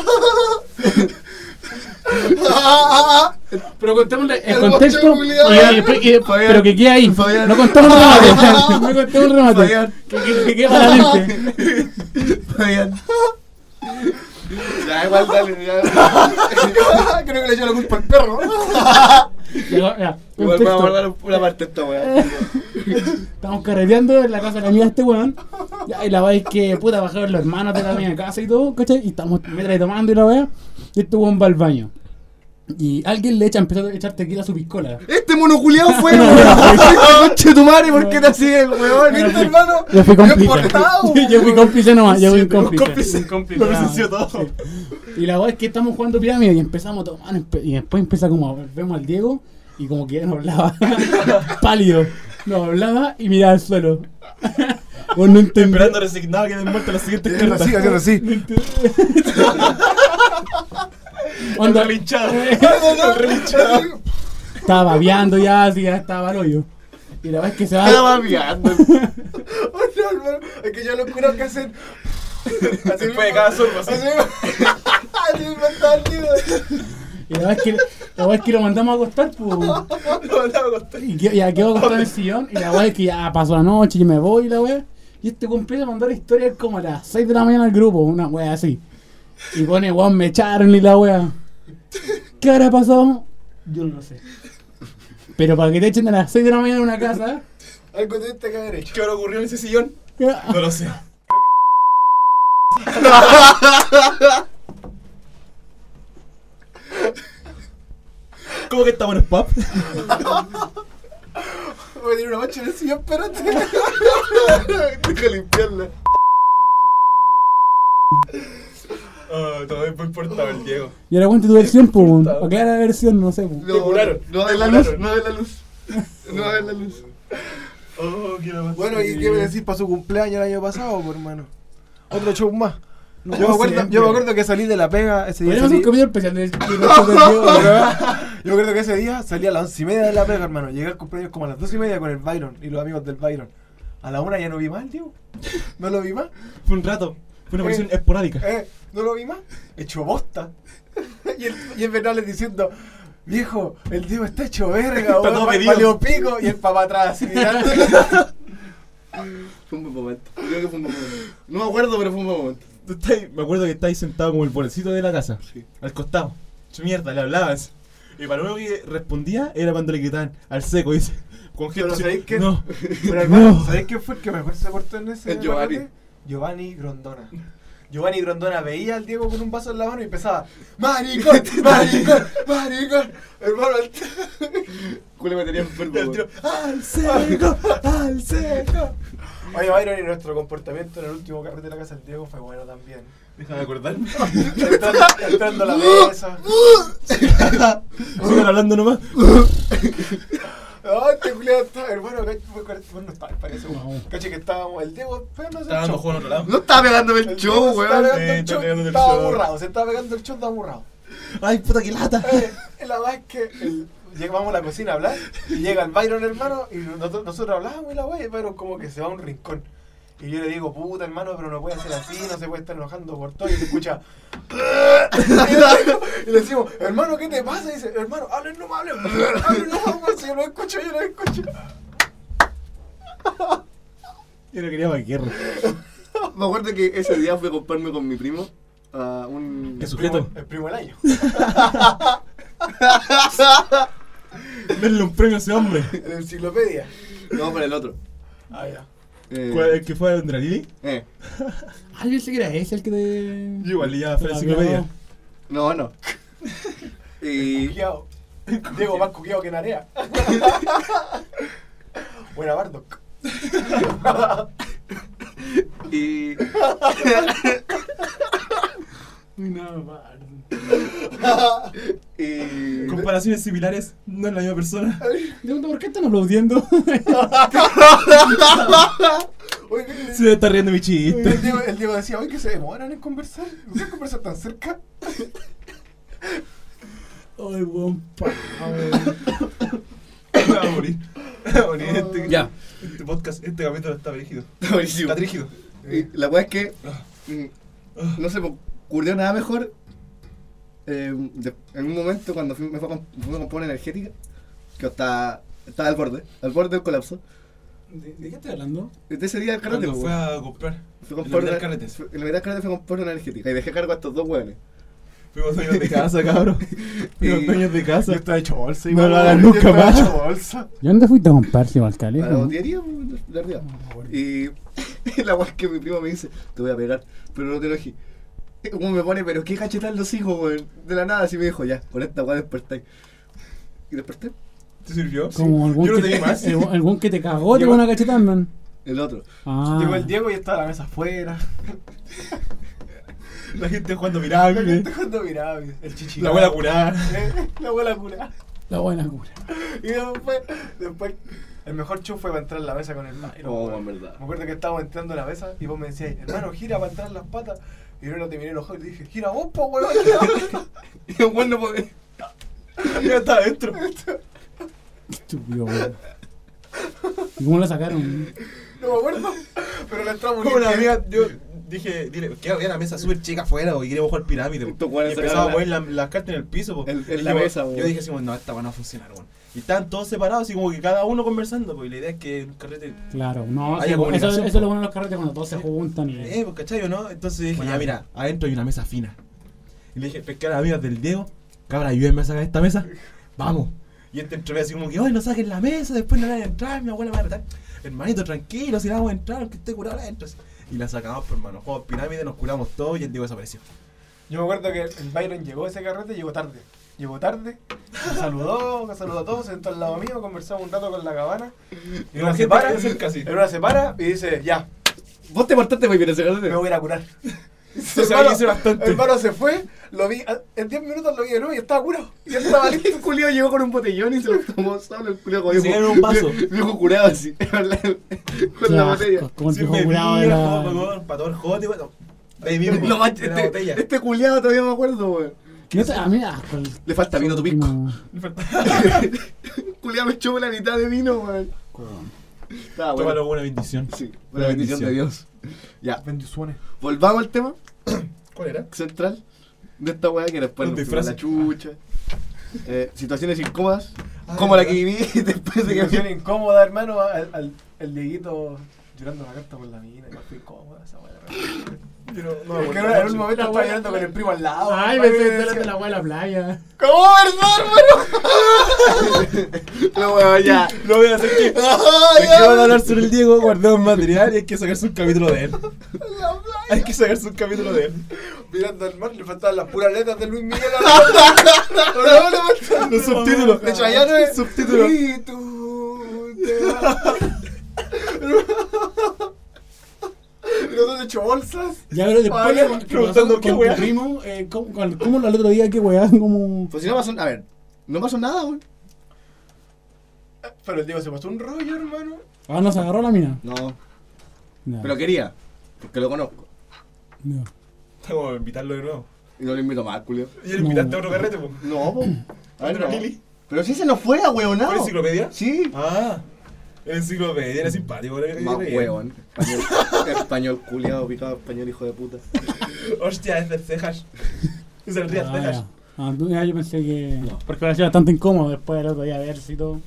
Speaker 10: Pero contémosle el,
Speaker 7: El
Speaker 10: contexto.
Speaker 7: boche,
Speaker 10: Y,
Speaker 7: Julián.
Speaker 10: y después- y-
Speaker 7: Fabián.
Speaker 10: pero que quede ahí.
Speaker 7: Fabián.
Speaker 10: No contamos el remate. No contamos el remate.
Speaker 7: Fabián.
Speaker 10: Que, que- que quede para la gente.
Speaker 7: Fabián. Ya, igual, dale, ya.
Speaker 1: Creo que le echó la culpa al perro.
Speaker 10: Ya, ya,
Speaker 7: Igual voy a
Speaker 10: contexto.
Speaker 7: guardar una parte de esta weá.
Speaker 10: Estamos carreteando en la casa de la amiga de este weón. Ya, y la weá es que puta bajaron los hermanos de la mía casa y todo, ¿cachai? Y estamos me trae tomando y la weá. Y este weón va al baño. Y alguien le echa, empezó a echar tequila a su piscola.
Speaker 7: Este monoculeado fue, weón. Conche tu madre, ¿por qué te así, weón? ¿Viste, hermano?
Speaker 10: Yo fui
Speaker 7: Bien
Speaker 10: cómplice.
Speaker 7: portado.
Speaker 10: Yo fui cómplice nomás, yo fui
Speaker 7: cómplice.
Speaker 10: cómplice. Este
Speaker 7: Lo
Speaker 8: ah.
Speaker 7: presenció todo.
Speaker 10: Y la weá es que estamos jugando pirámide y empezamos a tomar. empe- Y después empieza como a- vemos al Diego y como que ya no hablaba. Pálido. No hablaba y miraba al suelo. Vos no entendés.
Speaker 8: Esperando resignado que den vuelta las siguientes cartas.
Speaker 10: así, haciendo así. Onda.
Speaker 8: El relinchado.
Speaker 10: El
Speaker 8: relinchado.
Speaker 10: Estaba babeando ya, así ya estaba al hoyo. Y la vez que se va.
Speaker 7: Estaba babeando.
Speaker 1: Oh, no, hermano, es que yo lo creo que hacen. Así
Speaker 8: Después de cada sorbo, así.
Speaker 1: Así mismo. Así mismo está el tío.
Speaker 10: Y la vez que, la vez que lo mandamos a acostar, pues. Y que- ya quedó acostado en el sillón. Y la weá es que ya pasó la noche, yo me voy, la weá. Y este weón empieza a mandar historias como a las 6 de la mañana al grupo, una weá así. Y pone, weón, me echaron y la weá. ¿Qué habrá pasado? Yo no lo sé. Pero para que te echen a las 6 de la mañana en una casa.
Speaker 1: Algo
Speaker 7: este
Speaker 1: tuviste que haber hecho.
Speaker 8: ¿Qué hora ocurrió en ese sillón? No lo sé. ¿Cómo que estamos en el pub?
Speaker 1: Voy a tener una mancha en el sillón, espérate. Tengo que limpiarla.
Speaker 8: Ah, todo es muy portado el Diego.
Speaker 10: Y ahora cuente tu versión, pues, weón. Aclara la versión, no sé, pues.
Speaker 8: Te curaron.
Speaker 7: No de la luz, no de la luz. No de la luz.
Speaker 8: Oh, qué
Speaker 1: Bueno, ¿y qué me decís para su cumpleaños el año pasado, pues, hermano? Otro show más.
Speaker 10: No,
Speaker 1: yo, me acuerdo,
Speaker 10: siempre.
Speaker 1: yo me acuerdo que salí de la pega ese día.
Speaker 10: Podríamos hacer un
Speaker 1: salí-
Speaker 10: capítulo especial del del resto del Diego, weón.
Speaker 1: Yo creo que ese día salí a las once y media de la pega, hermano. Llegué al cumpleaños como a las doce y media con el Byron y los amigos del Byron. A la una ya no vi más, tío. No lo vi más.
Speaker 8: Fue un rato. Fue una aparición
Speaker 1: Eh,
Speaker 8: esporádica.
Speaker 1: Eh, no lo vi más. Hecho bosta. y el, y el Bernales diciendo, viejo, el Diego está hecho verga,
Speaker 8: Está todo
Speaker 1: weón. va-
Speaker 8: pedido".
Speaker 1: Valió pico. Y el papá atrás así mirando.
Speaker 7: Fue un buen momento. Yo creo que fue un buen momento. No me acuerdo, pero fue un buen momento.
Speaker 8: Tú estáis- me acuerdo que estáis sentado como el bolsito de la casa. Al costado. Yo, Mierda, le hablabas. Y para luego que respondía era cuando le gritaban al seco. Dice, con
Speaker 1: Pero
Speaker 8: gente-
Speaker 1: ¿sabéis qué?
Speaker 8: No.
Speaker 1: Pero hermano,
Speaker 8: No.
Speaker 1: ¿sabéis quién fue el que mejor se portó en ese
Speaker 7: El Giovanni.
Speaker 1: debate? Giovanni Grondona. Giovanni Grondona veía al Diego con un vaso en la mano y empezaba, maricón, maricón, maricón. Hermano, al
Speaker 7: Cule me tenía enfermo.
Speaker 1: El tiro,
Speaker 7: weón.
Speaker 1: ¡Al seco! ¡Al seco! Oye, Byron, y nuestro comportamiento en el último carrete de la casa del Diego fue bueno también.
Speaker 8: Déjame acordarme.
Speaker 1: Entrando, entrando a la mesa.
Speaker 8: Sigan hablando nomás.
Speaker 1: ¡Ay, este culiado está! Hermano, cacho, fue cuarenta- bueno, está, parece. Caché que estábamos, el Diego, pero no
Speaker 8: Estaba dando juego en otro lado.
Speaker 7: No estaba pegándome el
Speaker 1: Diego
Speaker 7: show,
Speaker 1: se estaba
Speaker 7: weón.
Speaker 1: pegando
Speaker 8: Sí,
Speaker 1: el
Speaker 8: está
Speaker 1: show,
Speaker 8: pegando el
Speaker 1: estaba
Speaker 8: show.
Speaker 1: aburrado, se estaba pegando el show de aburrado.
Speaker 8: Ay, puta, qué lata.
Speaker 1: Eh, la verdad es que el, llegamos a la cocina a hablar y llega el Byron, hermano, y nosotros, nosotros hablábamos y la wea, y el Byron como que se va a un rincón. Y yo le digo, puta hermano, pero no puede ser así, no se puede estar enojando por todo. Y se escucha. y le decimos, hermano, ¿qué te pasa? Y dice, hermano, hablen no hablen, hablen no si yo no escucho, yo no escucho.
Speaker 8: Yo no quería vaquero.
Speaker 7: Me acuerdo que ese día fui a comprarme con mi primo a un.
Speaker 8: ¿Qué sujeto?
Speaker 1: El primo del año.
Speaker 8: Denle un premio a ese hombre.
Speaker 1: La enciclopedia.
Speaker 7: No, para el otro.
Speaker 1: Ah, ya.
Speaker 7: Eh,
Speaker 8: ¿Cuál- ¿El que fue a Andralili?
Speaker 7: Eh.
Speaker 10: Ah, yo sé que era ese el que te.
Speaker 8: Yo igual, ya fue a la
Speaker 10: Ah,
Speaker 8: enciclopedia.
Speaker 7: No,
Speaker 10: no.
Speaker 7: no. Y.
Speaker 1: Cuqueado. Diego más cuqueado que Narea. Buena, Bardock.
Speaker 7: Y. y.
Speaker 8: Comparaciones similares, no es la misma persona.
Speaker 10: Pregunto, ¿por qué están aplaudiendo?
Speaker 1: Oye, ¿qué le-
Speaker 8: Se está riendo mi
Speaker 1: el,
Speaker 8: chiste.
Speaker 1: Diego, el Diego decía, oye, que se demoran en conversar. ¿No se conversar tan cerca?
Speaker 8: Ay, weón, pa. Me voy a morir. Me voy a morir. Este,
Speaker 7: Ya.
Speaker 8: Este podcast, este capítulo está dirigido.
Speaker 7: Está buenísimo.
Speaker 8: Está rígido.
Speaker 1: Eh.
Speaker 7: Y la weá es que. mm, No se me ocurrió nada mejor. eh, de- en un momento cuando fui- me fue a, comp- fui a comprar una energética, que estaba, estaba al borde, al borde del colapso.
Speaker 8: ¿De, de qué estoy hablando?
Speaker 7: Desde ese día del carrete,
Speaker 8: Cuando
Speaker 7: po,
Speaker 8: fue
Speaker 7: weón.
Speaker 8: a comprar.
Speaker 7: Fui a
Speaker 8: en la
Speaker 7: comprar
Speaker 8: mitad del
Speaker 7: una-
Speaker 8: carrete.
Speaker 7: fui- En la mitad del carrete fui a comprar una energética y dejé cargo a estos dos hueones.
Speaker 8: Fuimos dueños de casa, cabrón. Fuimos
Speaker 7: Y-
Speaker 8: dueños de casa.
Speaker 1: Yo estaba hecho bolsa.
Speaker 8: No
Speaker 1: igual,
Speaker 8: lo hagas
Speaker 1: yo
Speaker 8: nunca
Speaker 1: estaba
Speaker 8: más.
Speaker 1: hecho bolsa.
Speaker 10: ¿Y dónde fuiste a comprar, si alcalde?
Speaker 7: A la botillería, weón, la arriba. Y la weá es que mi primo me dice, te voy a pegar, pero no te enojes. Como me pone, pero qué cachetar los hijos, weón. De la nada, así me dijo, ya, con esta weá despertáis. Y desperté.
Speaker 8: ¿Te sirvió?
Speaker 10: Como algún
Speaker 8: Yo no
Speaker 10: que,
Speaker 8: te di más.
Speaker 10: el- el buen que te cagó, te
Speaker 8: Yo-
Speaker 10: van a cachetar, man.
Speaker 7: El otro.
Speaker 10: Ah.
Speaker 1: Llegó el Diego y estaba la mesa afuera.
Speaker 8: La gente jugando
Speaker 1: La
Speaker 8: mirable.
Speaker 1: gente cuando miraba, el chichi.
Speaker 8: La abuela curada.
Speaker 1: La abuela curada.
Speaker 10: La buena cura.
Speaker 1: Y después, después, el mejor show fue para entrar en la mesa con el Byron.
Speaker 7: Oh,
Speaker 1: weón.
Speaker 7: en verdad.
Speaker 1: Me acuerdo que estábamos entrando a la mesa y vos me decías, hermano, gira para entrar las patas. Y yo no te miré los ojos y te dije, gira vos, po, weón.
Speaker 7: Y el weón no puede.
Speaker 8: Ya está adentro.
Speaker 10: Estúpido, weón. ¿Y cómo la sacaron?
Speaker 1: No me acuerdo, pero le entramos
Speaker 8: Como una amiga, yo dije, dile, que había la mesa súper chica afuera, o y queremos jugar pirámide. po.
Speaker 7: Estos weones
Speaker 8: Y empezaba
Speaker 7: sacaron
Speaker 8: a
Speaker 7: la-
Speaker 8: poner la- las cartas en el piso, po.
Speaker 7: En- en
Speaker 8: Y
Speaker 7: la
Speaker 8: yo-
Speaker 7: mesa, po.
Speaker 8: Yo dije, así, bueno, no, esta weá no va a funcionar, weón. Y estaban todos separados, así como que cada uno conversando, pues. Y la idea es que el carrete.
Speaker 10: Claro, no,
Speaker 8: Haya
Speaker 10: sí, eso, eso
Speaker 8: comunicación,
Speaker 10: es
Speaker 8: po.
Speaker 10: lo bueno de los carretes cuando todos se juntan y.
Speaker 8: Eh, pues, ¿cachai o no? Entonces dije,
Speaker 10: Bueno,
Speaker 8: ya, mira, adentro hay una mesa fina. Y le dije, pescar a amigas del Diego, cabra, ayúdenme a sacar esta mesa. Vamos. Y este entró así como que, ay, no saquen la mesa, después no la van a entrar, mi abuela me va a retar. Hermanito, tranquilo, si la vamos a entrar, que esté curado adentro. así. Y la sacamos, pues, hermano. Juegos pirámide, nos curamos todos y el Diego desapareció.
Speaker 1: Yo me acuerdo que el Byron llegó a ese carrete, llegó tarde. Llegó tarde, me saludó, me saludó a todos, se sentó al lado mío, conversamos un rato con la cabana. Y
Speaker 8: La
Speaker 1: una
Speaker 8: gente
Speaker 1: se para,
Speaker 8: quería hacer casi.
Speaker 1: en una se para y dice, ya,
Speaker 7: Vos te portaste muy bien ese
Speaker 1: me
Speaker 7: carrete.
Speaker 1: voy a ir a curar.
Speaker 8: O sea, hice bastante.
Speaker 1: hermano se fue, lo vi, a- en 10 minutos lo vi de nuevo y estaba curado. Y estaba listo.
Speaker 7: El culio llegó con un botellón y se lo tomó solo el culio con
Speaker 8: Y se dieron un vaso.
Speaker 7: Viejo curado así. Con la,
Speaker 8: pues,
Speaker 10: Qué
Speaker 7: con la
Speaker 10: asco,
Speaker 7: botella.
Speaker 10: como el viejo
Speaker 8: Siempre
Speaker 10: curado
Speaker 8: vi,
Speaker 10: de
Speaker 8: juego,
Speaker 10: la.
Speaker 8: juego, para todo el jote, bueno. Ahí mismo,
Speaker 7: No,
Speaker 8: en la
Speaker 7: este,
Speaker 8: botella.
Speaker 7: este culiado todavía me acuerdo, weón.
Speaker 10: No te- a mí, asco. el-
Speaker 7: Le falta vino a tu pisco.
Speaker 10: no,
Speaker 7: Culiado me echó la mitad de vino, weón.
Speaker 10: weón.
Speaker 7: Estaba bueno.
Speaker 8: Tómalo como una bendición.
Speaker 7: Sí, una bendición de Dios. Ya,
Speaker 1: Bendiciones.
Speaker 7: volvamos al tema
Speaker 8: ¿Cuál era?
Speaker 7: central de esta weá que después
Speaker 8: Los
Speaker 7: nos fuimos a la
Speaker 8: disfraces.
Speaker 7: chucha. Eh, situaciones incómodas,
Speaker 8: Ah,
Speaker 7: como la que
Speaker 8: ¿verdad?
Speaker 7: viví después de
Speaker 1: Situación
Speaker 7: que
Speaker 1: incómoda, hermano, al, al- el Dieguito llorando la carta por la mina, igual fue incómoda esa weá.
Speaker 8: Ah, Yo no- no me
Speaker 1: Porque
Speaker 8: acuerdo.
Speaker 1: en un momento estaba llorando con el primo al lado.
Speaker 10: Ay, me
Speaker 1: hermano, y
Speaker 10: estoy
Speaker 1: decía,
Speaker 10: enterando de la wea de la playa.
Speaker 1: ¿Cómo, verdad,
Speaker 7: la weá ya.
Speaker 8: No voy a hacer que. Es que van a hablar sobre el Diego, guardemos material y hay que sacarse un capítulo de él.
Speaker 1: hermano?
Speaker 8: Hay que sacarse un capítulo de él.
Speaker 1: Mirando al mar, le faltaban las puras letras de Luis Miguel. a la- Pero no, le faltaban
Speaker 8: Los subtítulos.
Speaker 1: De Chayanne, es
Speaker 8: Subtítulos.
Speaker 1: Y tú te vas. Nosotros hecho bolsas.
Speaker 10: Ya, pero después
Speaker 1: Ay,
Speaker 10: le- ¿qué pasó
Speaker 8: preguntando qué
Speaker 10: con
Speaker 8: wea.
Speaker 10: tu primo, eh, ¿cómo, con- cómo lo al otro día, qué weá, como.
Speaker 7: Pues si no pasó, a ver, no pasó nada, weón.
Speaker 1: Pero el Diego se pasó un rollo, hermano.
Speaker 10: Ah, nos agarró la mina.
Speaker 7: No,
Speaker 10: No,
Speaker 7: pero quería, porque lo conozco.
Speaker 10: no.
Speaker 8: Tengo que invitarlo de nuevo.
Speaker 7: Y no lo invito más, culio.
Speaker 8: Y él invitaste a otro carrete, po.
Speaker 7: No, po. A ver,
Speaker 8: Pero
Speaker 7: no.
Speaker 8: Lili.
Speaker 7: Pero si ese no fuera, weonado.
Speaker 8: ¿Fue enciclopedia?
Speaker 7: Sí.
Speaker 8: Ah, enciclopedia, era simpático. Era
Speaker 7: Más hueón. Español, español culiado, picado español, hijo de puta.
Speaker 8: Hostia, es de cejas. Es el río de
Speaker 17: Ah,
Speaker 8: cejas.
Speaker 17: ya. Ah, tú- ya, yo pensé que. Porque parecía bastante incómodo después del otro día ver si todo.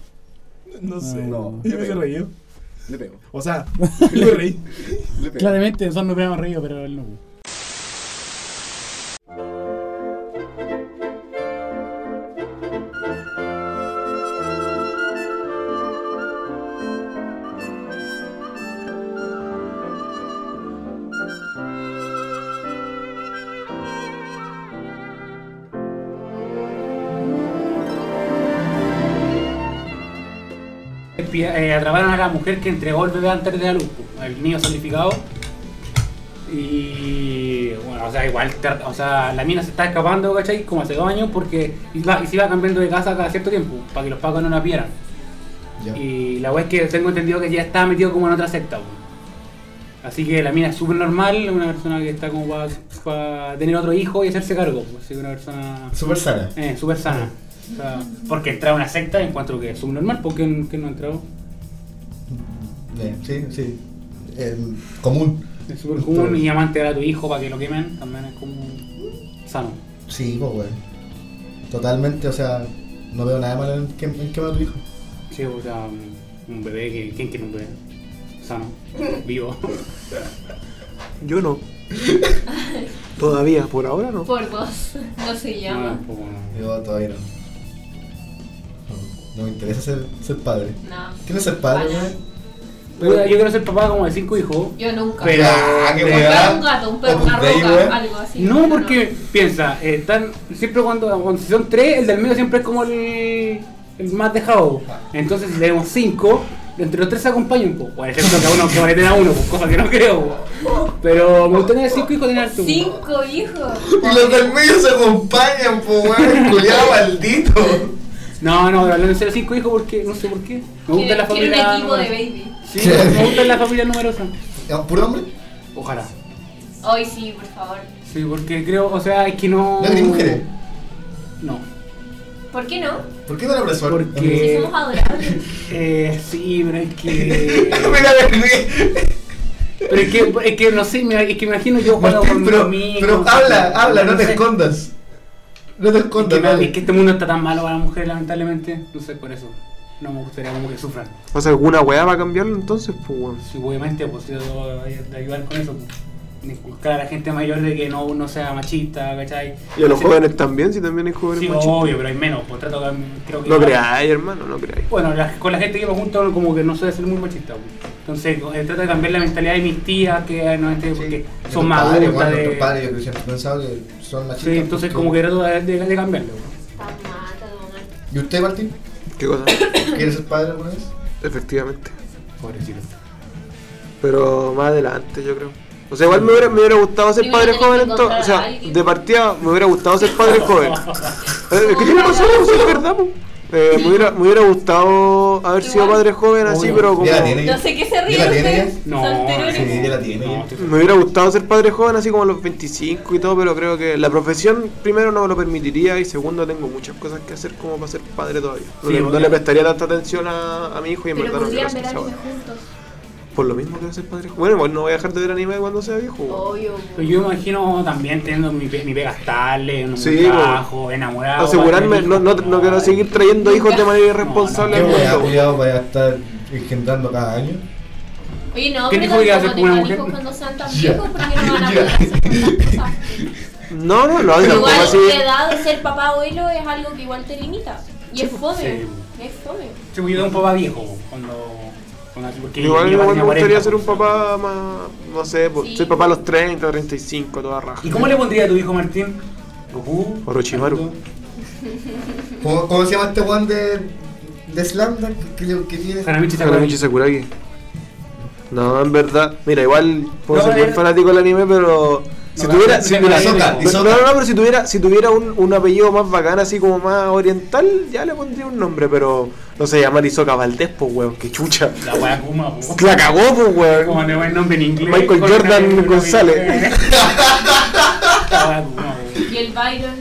Speaker 8: No sé.
Speaker 17: No.
Speaker 8: Yo me he reído.
Speaker 7: Le pego.
Speaker 8: O sea, yo me reí.
Speaker 7: Este,
Speaker 17: Claramente nosotros no hubiéramos reído, pero él no.
Speaker 10: Pi- eh, atraparon a la mujer que entregó el bebé antes de la luz, pues, el niño sacrificado. Y bueno, o sea, igual, ter- o sea, la mina se está escapando, ¿cachai? Como hace dos años porque iba, y se iba cambiando de casa cada cierto tiempo, para que los pagos no la vieran. Y la wea es que tengo entendido que ya está metido como en otra secta, pues. Así que la mina es súper normal, una persona que está como para tener otro hijo y hacerse cargo. pues, Así que una persona.
Speaker 4: Súper sana.
Speaker 10: Eh, súper sana. O sea, porque entrar a una secta encuentro que es subnormal, porque que no ha entrado.
Speaker 4: Eh, Sí, sí. Eh, común.
Speaker 10: Es súper común y amante a tu hijo para que lo quemen también es como sano.
Speaker 4: Sí, pues, weón. Totalmente, o sea, no veo nada de malo en que en quemar a tu hijo.
Speaker 10: Sí, o sea, un- un bebé que. ¿Quién quiere un bebé? Sano, vivo.
Speaker 1: Yo no. Todavía, por ahora no.
Speaker 5: Por dos, no se
Speaker 10: Ah,
Speaker 5: llama.
Speaker 4: Yo todavía no. No, no me interesa ser, ser padre.
Speaker 10: Ah.
Speaker 5: No.
Speaker 4: ¿Quieres ser padre,
Speaker 5: Para.
Speaker 4: weón?
Speaker 10: Puta, yo quiero ser papá como de cinco hijos.
Speaker 5: Yo nunca.
Speaker 10: Pero.
Speaker 4: Ah, qué
Speaker 10: pero-
Speaker 4: weá.
Speaker 5: Un gato, un perro, una
Speaker 10: Opus Dei, weón.
Speaker 5: roca, algo así.
Speaker 10: No, porque piensa, eh, están siempre cuando, cuando son tres, el del medio siempre es como el, el más dejado. Entonces, si tenemos cinco, entre los tres se acompañan, pues. Por ejemplo, que a uno que valeten a uno, pues, cosa que no creo. po. Pero me gusta tener cinco hijos, tener tú.
Speaker 5: Cinco hijos.
Speaker 4: Y los del medio se acompañan, pues, weón. Culiado maldito.
Speaker 10: No, no, pero hablando en serio, cinco hijos porque, no sé por qué. Me gusta
Speaker 5: Quiero- quiero
Speaker 10: la familia.
Speaker 5: un equipo de
Speaker 10: numerosa.
Speaker 5: baby.
Speaker 10: Sí, me gusta la familia numerosa.
Speaker 4: ¿Puro hombre?
Speaker 10: Ojalá.
Speaker 5: Hoy sí, por favor.
Speaker 10: Sí, porque creo, o sea, es que no.
Speaker 4: ¿No queréis mujeres?
Speaker 10: No.
Speaker 5: ¿Por qué no?
Speaker 4: ¿Por qué no la profesor?
Speaker 5: Si
Speaker 10: Porque.
Speaker 5: somos adorables.
Speaker 10: Eh, sí, pero es que. Pero es que, es que no sé, me- es que me imagino yo jugando con mi amigo.
Speaker 4: Pero habla, habla, no te escondas. No te escondas,
Speaker 10: Es que, no-
Speaker 4: dale.
Speaker 10: es que este mundo está tan malo para las mujeres, lamentablemente. No sé, por eso. No me gustaría como que sufran.
Speaker 1: O sea, alguna weá va a cambiarlo entonces, pues weón.
Speaker 10: Sí, obviamente, pues yo debo de ayudar con eso. pues. De Inculcar a la gente mayor de que no uno sea machista, ¿cachai?
Speaker 1: Y a los
Speaker 10: Sí,
Speaker 1: jóvenes también, si también hay jóvenes
Speaker 10: Sí,
Speaker 1: machistas.
Speaker 10: obvio, pero hay menos. Pues trato que, creo que
Speaker 1: No creáis, hermano, no creáis.
Speaker 10: Bueno, la- con la gente que me junto como que no soy de ser muy machista. pues. Entonces, eh, trato de cambiar la mentalidad de mis tías que no este, porque
Speaker 4: Nuestros
Speaker 10: son más
Speaker 4: padres,
Speaker 10: adultas.
Speaker 4: weón,
Speaker 10: de-
Speaker 4: nuestros padres, yo creo que siempre he pensado que son machistas.
Speaker 10: Sí, entonces
Speaker 4: porque-
Speaker 10: como que trato de, de, de cambiarlo.
Speaker 4: ¿Y usted, Martín?
Speaker 1: ¿Qué cosa?
Speaker 4: ¿Quieres ser padre alguna vez?
Speaker 1: Efectivamente.
Speaker 10: Pobrecito.
Speaker 1: Pero más adelante, yo creo. O sea, igual me hubiera, me hubiera gustado ser
Speaker 5: Primero
Speaker 1: padre
Speaker 5: tenés que
Speaker 1: joven entonces. O
Speaker 5: encontrar a
Speaker 1: sea,
Speaker 5: alguien.
Speaker 1: de partida me hubiera gustado ser padre joven. Eh, ¿Qué tiene razón? Sí, es verdad, po. Eh, me, hubiera, me hubiera gustado haber sido padre joven así, pero como.
Speaker 5: No sé qué se ríe
Speaker 1: ¿Ya la tiene
Speaker 5: ustedes. solterones.
Speaker 4: la tiene.
Speaker 1: Me hubiera gustado ser padre joven así como a los 25 y todo, pero creo que la profesión primero no me lo permitiría y segundo tengo muchas cosas que hacer como para ser padre todavía. No,
Speaker 10: Sí,
Speaker 1: le, no
Speaker 10: porque-
Speaker 1: le prestaría tanta atención a, a mi hijo y en
Speaker 5: Pero
Speaker 1: verdad no quiero
Speaker 5: podrían
Speaker 1: hacer
Speaker 5: ver
Speaker 1: esa
Speaker 5: anime
Speaker 1: hueá.
Speaker 5: juntos.
Speaker 1: Por lo mismo quiero ser padre joven. Bueno, igual no voy a dejar de ver anime cuando sea viejo.
Speaker 5: Obvio.
Speaker 10: Pero yo me imagino también teniendo mi, pe- mi pega estable, un
Speaker 1: Sí, pues.
Speaker 10: trabajo,
Speaker 4: Ah,
Speaker 10: enamorado.
Speaker 1: Asegurarme, no, no, no quiero seguir trayendo hijos de manera irresponsable.
Speaker 4: ¿Qué
Speaker 1: al
Speaker 4: voy a
Speaker 1: mundo.
Speaker 4: cuidado para estar engendrando cada año?
Speaker 5: Oye, no,
Speaker 1: ¿Qué
Speaker 5: pero
Speaker 1: dijo que iba a ser como
Speaker 5: tampoco
Speaker 1: una
Speaker 5: tengan hijos
Speaker 1: mujer?
Speaker 5: cuando sean tan
Speaker 1: Ya.
Speaker 5: viejos porque no van a
Speaker 1: Ya.
Speaker 5: poder hacer tantas cosas.
Speaker 1: No, no, no,
Speaker 5: Pero
Speaker 1: tampoco
Speaker 5: Igual
Speaker 1: así.
Speaker 5: la edad de ser papá abuelo es algo que igual te limita. Y es fome. Es fome.
Speaker 10: Sí, pues yo tengo un papá viejo cuando. cuando porque
Speaker 1: Igual
Speaker 10: mi
Speaker 1: igual
Speaker 10: papá
Speaker 1: me
Speaker 10: tenía
Speaker 1: gustaría
Speaker 10: 40.
Speaker 1: ser un papá más, no sé, pues, soy papá a los 30, 35, toda raja.
Speaker 10: ¿Y cómo le pondría a tu hijo Martín? Goku.
Speaker 1: Orochimaru.
Speaker 4: ¿Cómo, cómo se llama este weón de, de Slam Dunk que, que- que tiene?
Speaker 1: Hanamichi Sakuragi. No, en verdad, mira, igual puedo
Speaker 4: No,
Speaker 1: ser muy
Speaker 4: eh,
Speaker 1: fanático del anime, pero si
Speaker 4: no,
Speaker 1: tuviera,
Speaker 4: no,
Speaker 1: si
Speaker 4: no,
Speaker 1: mira,
Speaker 4: no, no,
Speaker 1: pero-
Speaker 4: no,
Speaker 1: no, no, pero si tuviera, si tuviera un, un apellido más bacán, así como más oriental, ya le pondría un nombre, pero no se llama Isoka Valdés, pues weón, que chucha.
Speaker 10: La wea Kuma, po.
Speaker 1: La cagó, pues weón.
Speaker 10: Como le va el nombre en inglés.
Speaker 1: Michael
Speaker 10: Con una
Speaker 1: Jordan
Speaker 10: película
Speaker 1: González.
Speaker 10: La wea Kuma, po.
Speaker 5: Y el Byron.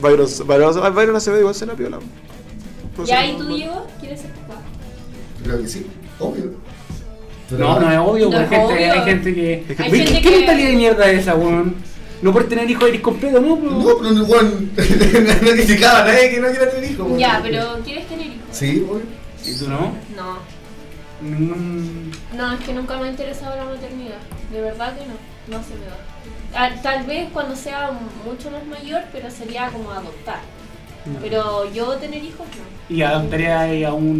Speaker 1: Byron, Byron, Byron Acevedo igual se la piola.
Speaker 5: Ya, ¿y tú, Diego? ¿Quieres ser papá?
Speaker 8: Creo que sí, obvio.
Speaker 10: No, no es obvio,
Speaker 5: No
Speaker 10: güey.
Speaker 5: es
Speaker 10: gente,
Speaker 5: obvio.
Speaker 10: Hay gente que.
Speaker 5: Hay
Speaker 10: ¿Qué-
Speaker 5: gente
Speaker 10: ¿Qué
Speaker 5: que-
Speaker 10: mentalidad de mierda es esa, weón? No por tener hijos eres completo, ¿no? No,
Speaker 8: pero weón. No criticaba a nadie que no quiera tener hijos, weón.
Speaker 5: Ya, pero ¿quieres tener hijos?
Speaker 8: Sí, obvio.
Speaker 10: ¿Y tú no?
Speaker 5: No.
Speaker 10: Mm,
Speaker 5: No, es que nunca me ha interesado la maternidad. De verdad que no. No se me da. Ah, Tal vez cuando sea mucho más mayor, pero sería como adoptar.
Speaker 10: No.
Speaker 5: Pero yo tener hijos no.
Speaker 10: Y adoptaría ahí a un.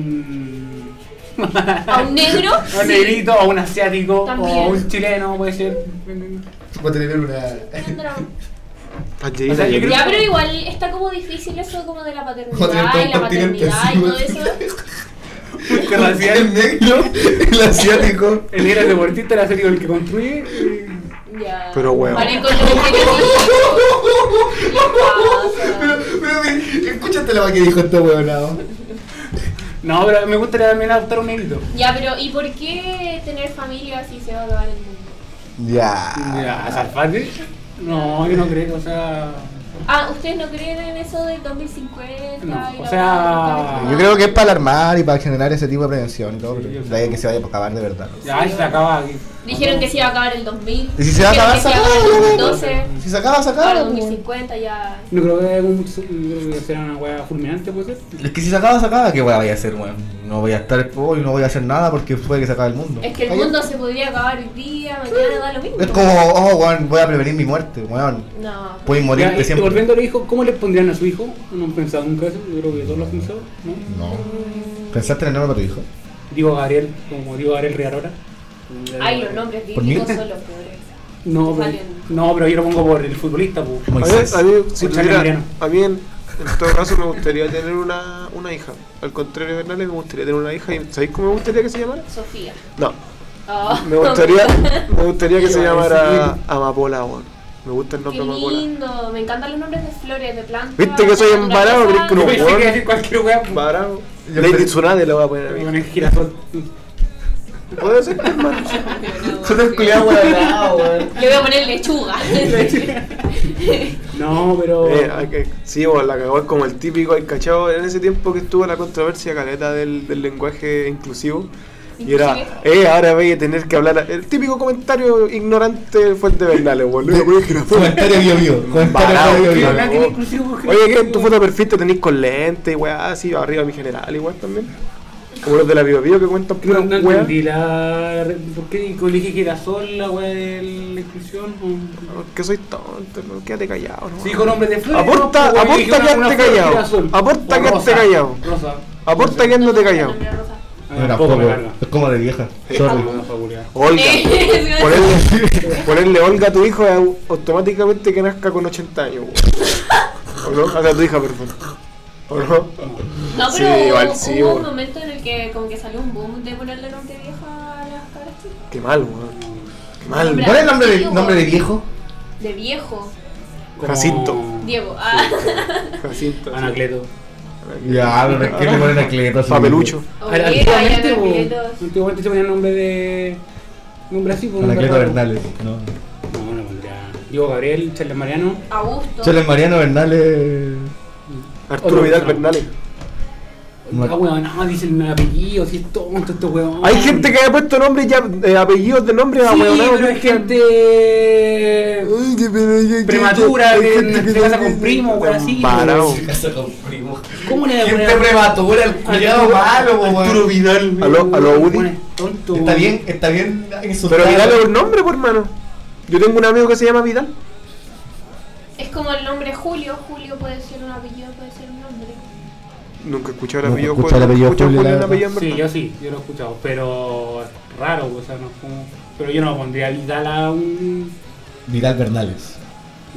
Speaker 5: A un negro,
Speaker 10: A un
Speaker 5: sí.
Speaker 10: negrito, a un asiático, o a
Speaker 5: También.
Speaker 10: un chileno, puede ser.
Speaker 8: Puede tener una.
Speaker 5: Es un drama.
Speaker 1: Ah,
Speaker 10: O sea, yo creo-
Speaker 5: Ya, pero igual está como difícil eso como de la
Speaker 8: Como tener
Speaker 5: paternidad
Speaker 8: todo
Speaker 5: y
Speaker 8: un
Speaker 5: la
Speaker 8: continente
Speaker 5: maternidad y todo eso.
Speaker 8: encima.
Speaker 10: El racial
Speaker 8: negro, el asiático.
Speaker 10: El negro el deportista, el asiático el que construye.
Speaker 5: Ya.
Speaker 10: Pero weón.
Speaker 5: Paren con los estereotipos.
Speaker 8: Pero, pero, mira, escúchate la que dijo este huevonado.
Speaker 10: No, pero me gustaría también adoptar un negrito.
Speaker 5: Ya, pero ¿y por qué tener familia si se va a acabar el mundo?
Speaker 8: Ya.
Speaker 10: Ya, ¿Salfate? No, yo no creo, o sea.
Speaker 5: Ah, ¿ustedes no creen en eso del 2050? y
Speaker 10: O
Speaker 5: la-
Speaker 10: sea.
Speaker 8: Yo creo que es para alarmar y para generar ese tipo de prevención y todo, pero de ahí que se vaya a acabar de verdad.
Speaker 10: Ya, ahí se acaba aquí.
Speaker 5: Dijeron que se iba a acabar el 2000.
Speaker 8: Y si se va a
Speaker 5: dijeron
Speaker 8: acabar,
Speaker 5: que se iba
Speaker 8: se
Speaker 5: acabar
Speaker 8: acaba,
Speaker 5: el
Speaker 8: ya,
Speaker 5: 2012.
Speaker 8: Si se acaba, se
Speaker 5: Para
Speaker 8: acaba.
Speaker 5: el 2050 ya.
Speaker 10: No creo que, un- yo creo que sea una hueá fulminante, puede ser.
Speaker 7: Es que si se acaba, se acaba. ¿Qué weá voy a hacer, weón? No voy a estar hoy, no voy a hacer nada porque puede que se acabe el mundo.
Speaker 5: Es que el mundo se podría acabar hoy día, mañana da lo mismo.
Speaker 7: Es como, oh, weón, voy a prevenir mi muerte, weón.
Speaker 5: No.
Speaker 7: Puedes
Speaker 10: Ya,
Speaker 7: morirte
Speaker 10: y
Speaker 7: siempre.
Speaker 10: volviendo a los hijos, ¿cómo le pondrían a su hijo? No han pensado nunca eso, yo creo que todos lo han pensado, ¿no?
Speaker 7: ¿Pensaste en el nombre para tu hijo?
Speaker 10: Digo Gabriel, como digo Gabriel Riarora.
Speaker 5: Ay, los nombres
Speaker 7: ¿Por mí?
Speaker 5: bíblicos son los peores.
Speaker 10: No, pero, no, pero yo lo pongo por el futbolista, pues.
Speaker 1: A mí, a mí, si tuviera-
Speaker 10: Por Charlie Mariano.
Speaker 1: a mí en, en todo caso me gustaría tener una, una hija. Al contrario de Bernales, me gustaría tener una hija. y ¿Sabéis cómo me gustaría que se llamara?
Speaker 5: Sofía.
Speaker 1: No.
Speaker 5: Oh.
Speaker 1: Me gustaría, me gustaría que se
Speaker 10: Iba a
Speaker 1: llamara
Speaker 10: decir.
Speaker 1: Amapola, weón. Me gusta el
Speaker 5: Qué
Speaker 1: nombre Amapola.
Speaker 5: lindo. Me encantan los nombres de flores, de plantas.
Speaker 1: Viste que soy
Speaker 5: de
Speaker 1: embarado,
Speaker 5: naturaleza.
Speaker 1: crees que no
Speaker 10: Pensé que iba a
Speaker 1: weón.
Speaker 10: decir cualquier hueá.
Speaker 1: Varado. Lady Tsunade lo voy a poner a mí.
Speaker 10: Con el girasol.
Speaker 1: Puede ser, hermano.
Speaker 8: Joder, culiado, weón.
Speaker 5: Le voy a poner lechuga.
Speaker 10: No, pero.
Speaker 1: Eh, hay que- sí, vos, la cagó es como el típico, el cachado. En ese tiempo que estuvo la controversia caleta del, del lenguaje inclusivo. Y era, eh, ahora voy a tener que hablar. El típico comentario ignorante fue el de Bernales, boludo.
Speaker 7: Comentario bio bio, comentario
Speaker 1: Varado,
Speaker 7: bio bio.
Speaker 1: tío,
Speaker 7: Nada
Speaker 1: cagó.
Speaker 7: tiene
Speaker 1: Oye, que en tu foto perfil te tenés con lente, weá, así, arriba mi general, igual también. Como los de la Bio Bio que cuentan
Speaker 10: No,
Speaker 1: puras
Speaker 10: no
Speaker 1: weas.
Speaker 10: entendí la. ¿Por qué elige girasol la hueá de la exclusión?
Speaker 1: Que soy tonto, no, quédate callado. No,
Speaker 10: Sí, con nombre de flores.
Speaker 1: Aporta,
Speaker 10: no, pues, elige
Speaker 1: aporta
Speaker 10: una-
Speaker 1: quedarte
Speaker 10: una flor de
Speaker 1: callado.
Speaker 10: girasol.
Speaker 1: Aporta
Speaker 10: O
Speaker 1: quedarte
Speaker 10: rosa,
Speaker 1: callado.
Speaker 10: Rosa.
Speaker 1: Aporta quedándote callado.
Speaker 7: No,
Speaker 10: Tampoco
Speaker 7: tampoco.
Speaker 10: me carga.
Speaker 7: Es como de vieja. Sorry.
Speaker 1: Olga.
Speaker 5: Eh,
Speaker 1: ponerle, ponerle Olga a tu hijo es automáticamente que nazca con 80 años. weón. ¿O no? O sea, tu hija, perdón. ¿O no?
Speaker 5: No, pero
Speaker 1: Sí,
Speaker 5: hubo,
Speaker 1: igual sí,
Speaker 5: hubo un
Speaker 1: weón.
Speaker 5: momento en el que como que salió un boom de ponerle nombre viejo a las caras chicas.
Speaker 1: Qué mal, weón. Qué mal.
Speaker 5: Hombre,
Speaker 1: Ah, ¿Cuál es el nombre
Speaker 5: sí,
Speaker 1: de, nombre de
Speaker 5: weón.
Speaker 1: viejo?
Speaker 5: De viejo.
Speaker 1: Jacinto.
Speaker 5: Diego. Ah.
Speaker 1: Jacinto.
Speaker 10: Anacleto.
Speaker 7: Ya, pero es que le ponen a Cleto. así.
Speaker 1: Papelucho.
Speaker 7: Oh,
Speaker 5: Oye,
Speaker 10: Antiguamente,
Speaker 5: vaya,
Speaker 10: po,
Speaker 5: Gabrielos.
Speaker 10: antiguamente pues, se ponía nombre de. Nombre así, po,
Speaker 7: Ana
Speaker 10: nombre
Speaker 7: Cleto
Speaker 10: raro.
Speaker 7: Bernales. No.
Speaker 10: No, no pondría. Diego Gabriel, Charles Mariano.
Speaker 5: Augusto.
Speaker 7: Chole Mariano Bernales.
Speaker 1: Arturo Vidal Bernales.
Speaker 10: Ah, weón, no, dicen el apellido, si es tonto este weón.
Speaker 1: Hay gente que ha puesto nombres ya, eh, apellidos de nombres a
Speaker 10: Sí,
Speaker 1: weonados
Speaker 10: pero
Speaker 1: que
Speaker 10: hay gente. Prematura, que se casa con primo, weón, así.
Speaker 1: Varao.
Speaker 10: Se casa con primo. ¿Cómo le Gente
Speaker 7: prematura, el culiao malo, po, weón.
Speaker 10: Arturo Vidal.
Speaker 1: A lo, a lo Woody.
Speaker 10: Tonto.
Speaker 7: Está bien, está bien.
Speaker 1: Pero Vidal es un nombre, por hermano. Yo tengo un amigo que se llama Vidal.
Speaker 5: Es como el nombre Julio. Julio puede ser un apellido, puede ser un nombre.
Speaker 1: Nunca escuché el
Speaker 7: Nunca
Speaker 1: apellido
Speaker 7: escuché el
Speaker 1: Julio.
Speaker 7: apellido
Speaker 1: ¿Escuchas
Speaker 7: Julio,
Speaker 1: Julio
Speaker 7: la
Speaker 1: en
Speaker 7: verdad.
Speaker 1: apellido en
Speaker 10: Sí,
Speaker 1: verdad?
Speaker 10: yo sí, yo lo he escuchado, pero es raro, o sea, no es como. Pero yo no pondría Vidal a un.
Speaker 7: Vidal Bernales.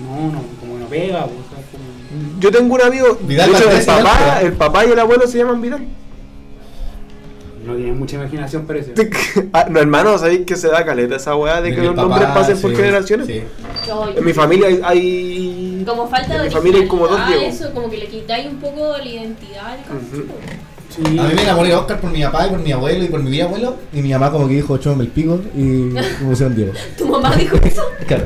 Speaker 10: No, no, como no pega, o sea, como.
Speaker 1: Yo tengo un amigo.
Speaker 7: Vidal
Speaker 1: de hecho, el
Speaker 7: Valdés Vidal,
Speaker 1: papá,
Speaker 7: ¿verdad?
Speaker 1: el papá y el abuelo se llaman Vidal.
Speaker 10: No tiene mucha imaginación, parece.
Speaker 1: Ah, no, hermano, sabéis que se da caleta esa weá de que
Speaker 7: El
Speaker 1: los
Speaker 7: papá,
Speaker 1: nombres pasen por
Speaker 7: sí,
Speaker 1: generaciones.
Speaker 7: sí.
Speaker 5: Yo-
Speaker 1: En mi familia hay. hay-
Speaker 5: Como falta
Speaker 1: en
Speaker 5: de ah,
Speaker 1: mi familia hay como dos
Speaker 5: originalidad,
Speaker 1: Diego.
Speaker 5: eso, como que le quitáis un poco la identidad al cabro
Speaker 1: Ujú.
Speaker 5: chico.
Speaker 18: Sí.
Speaker 7: A mí me enamoré de Oscar por mi papá y por mi abuelo y por mi bisabuelo. Y mi mamá como que dijo, chúpame el pico y como se Diego.
Speaker 5: ¿Tu mamá dijo eso?
Speaker 7: Claro.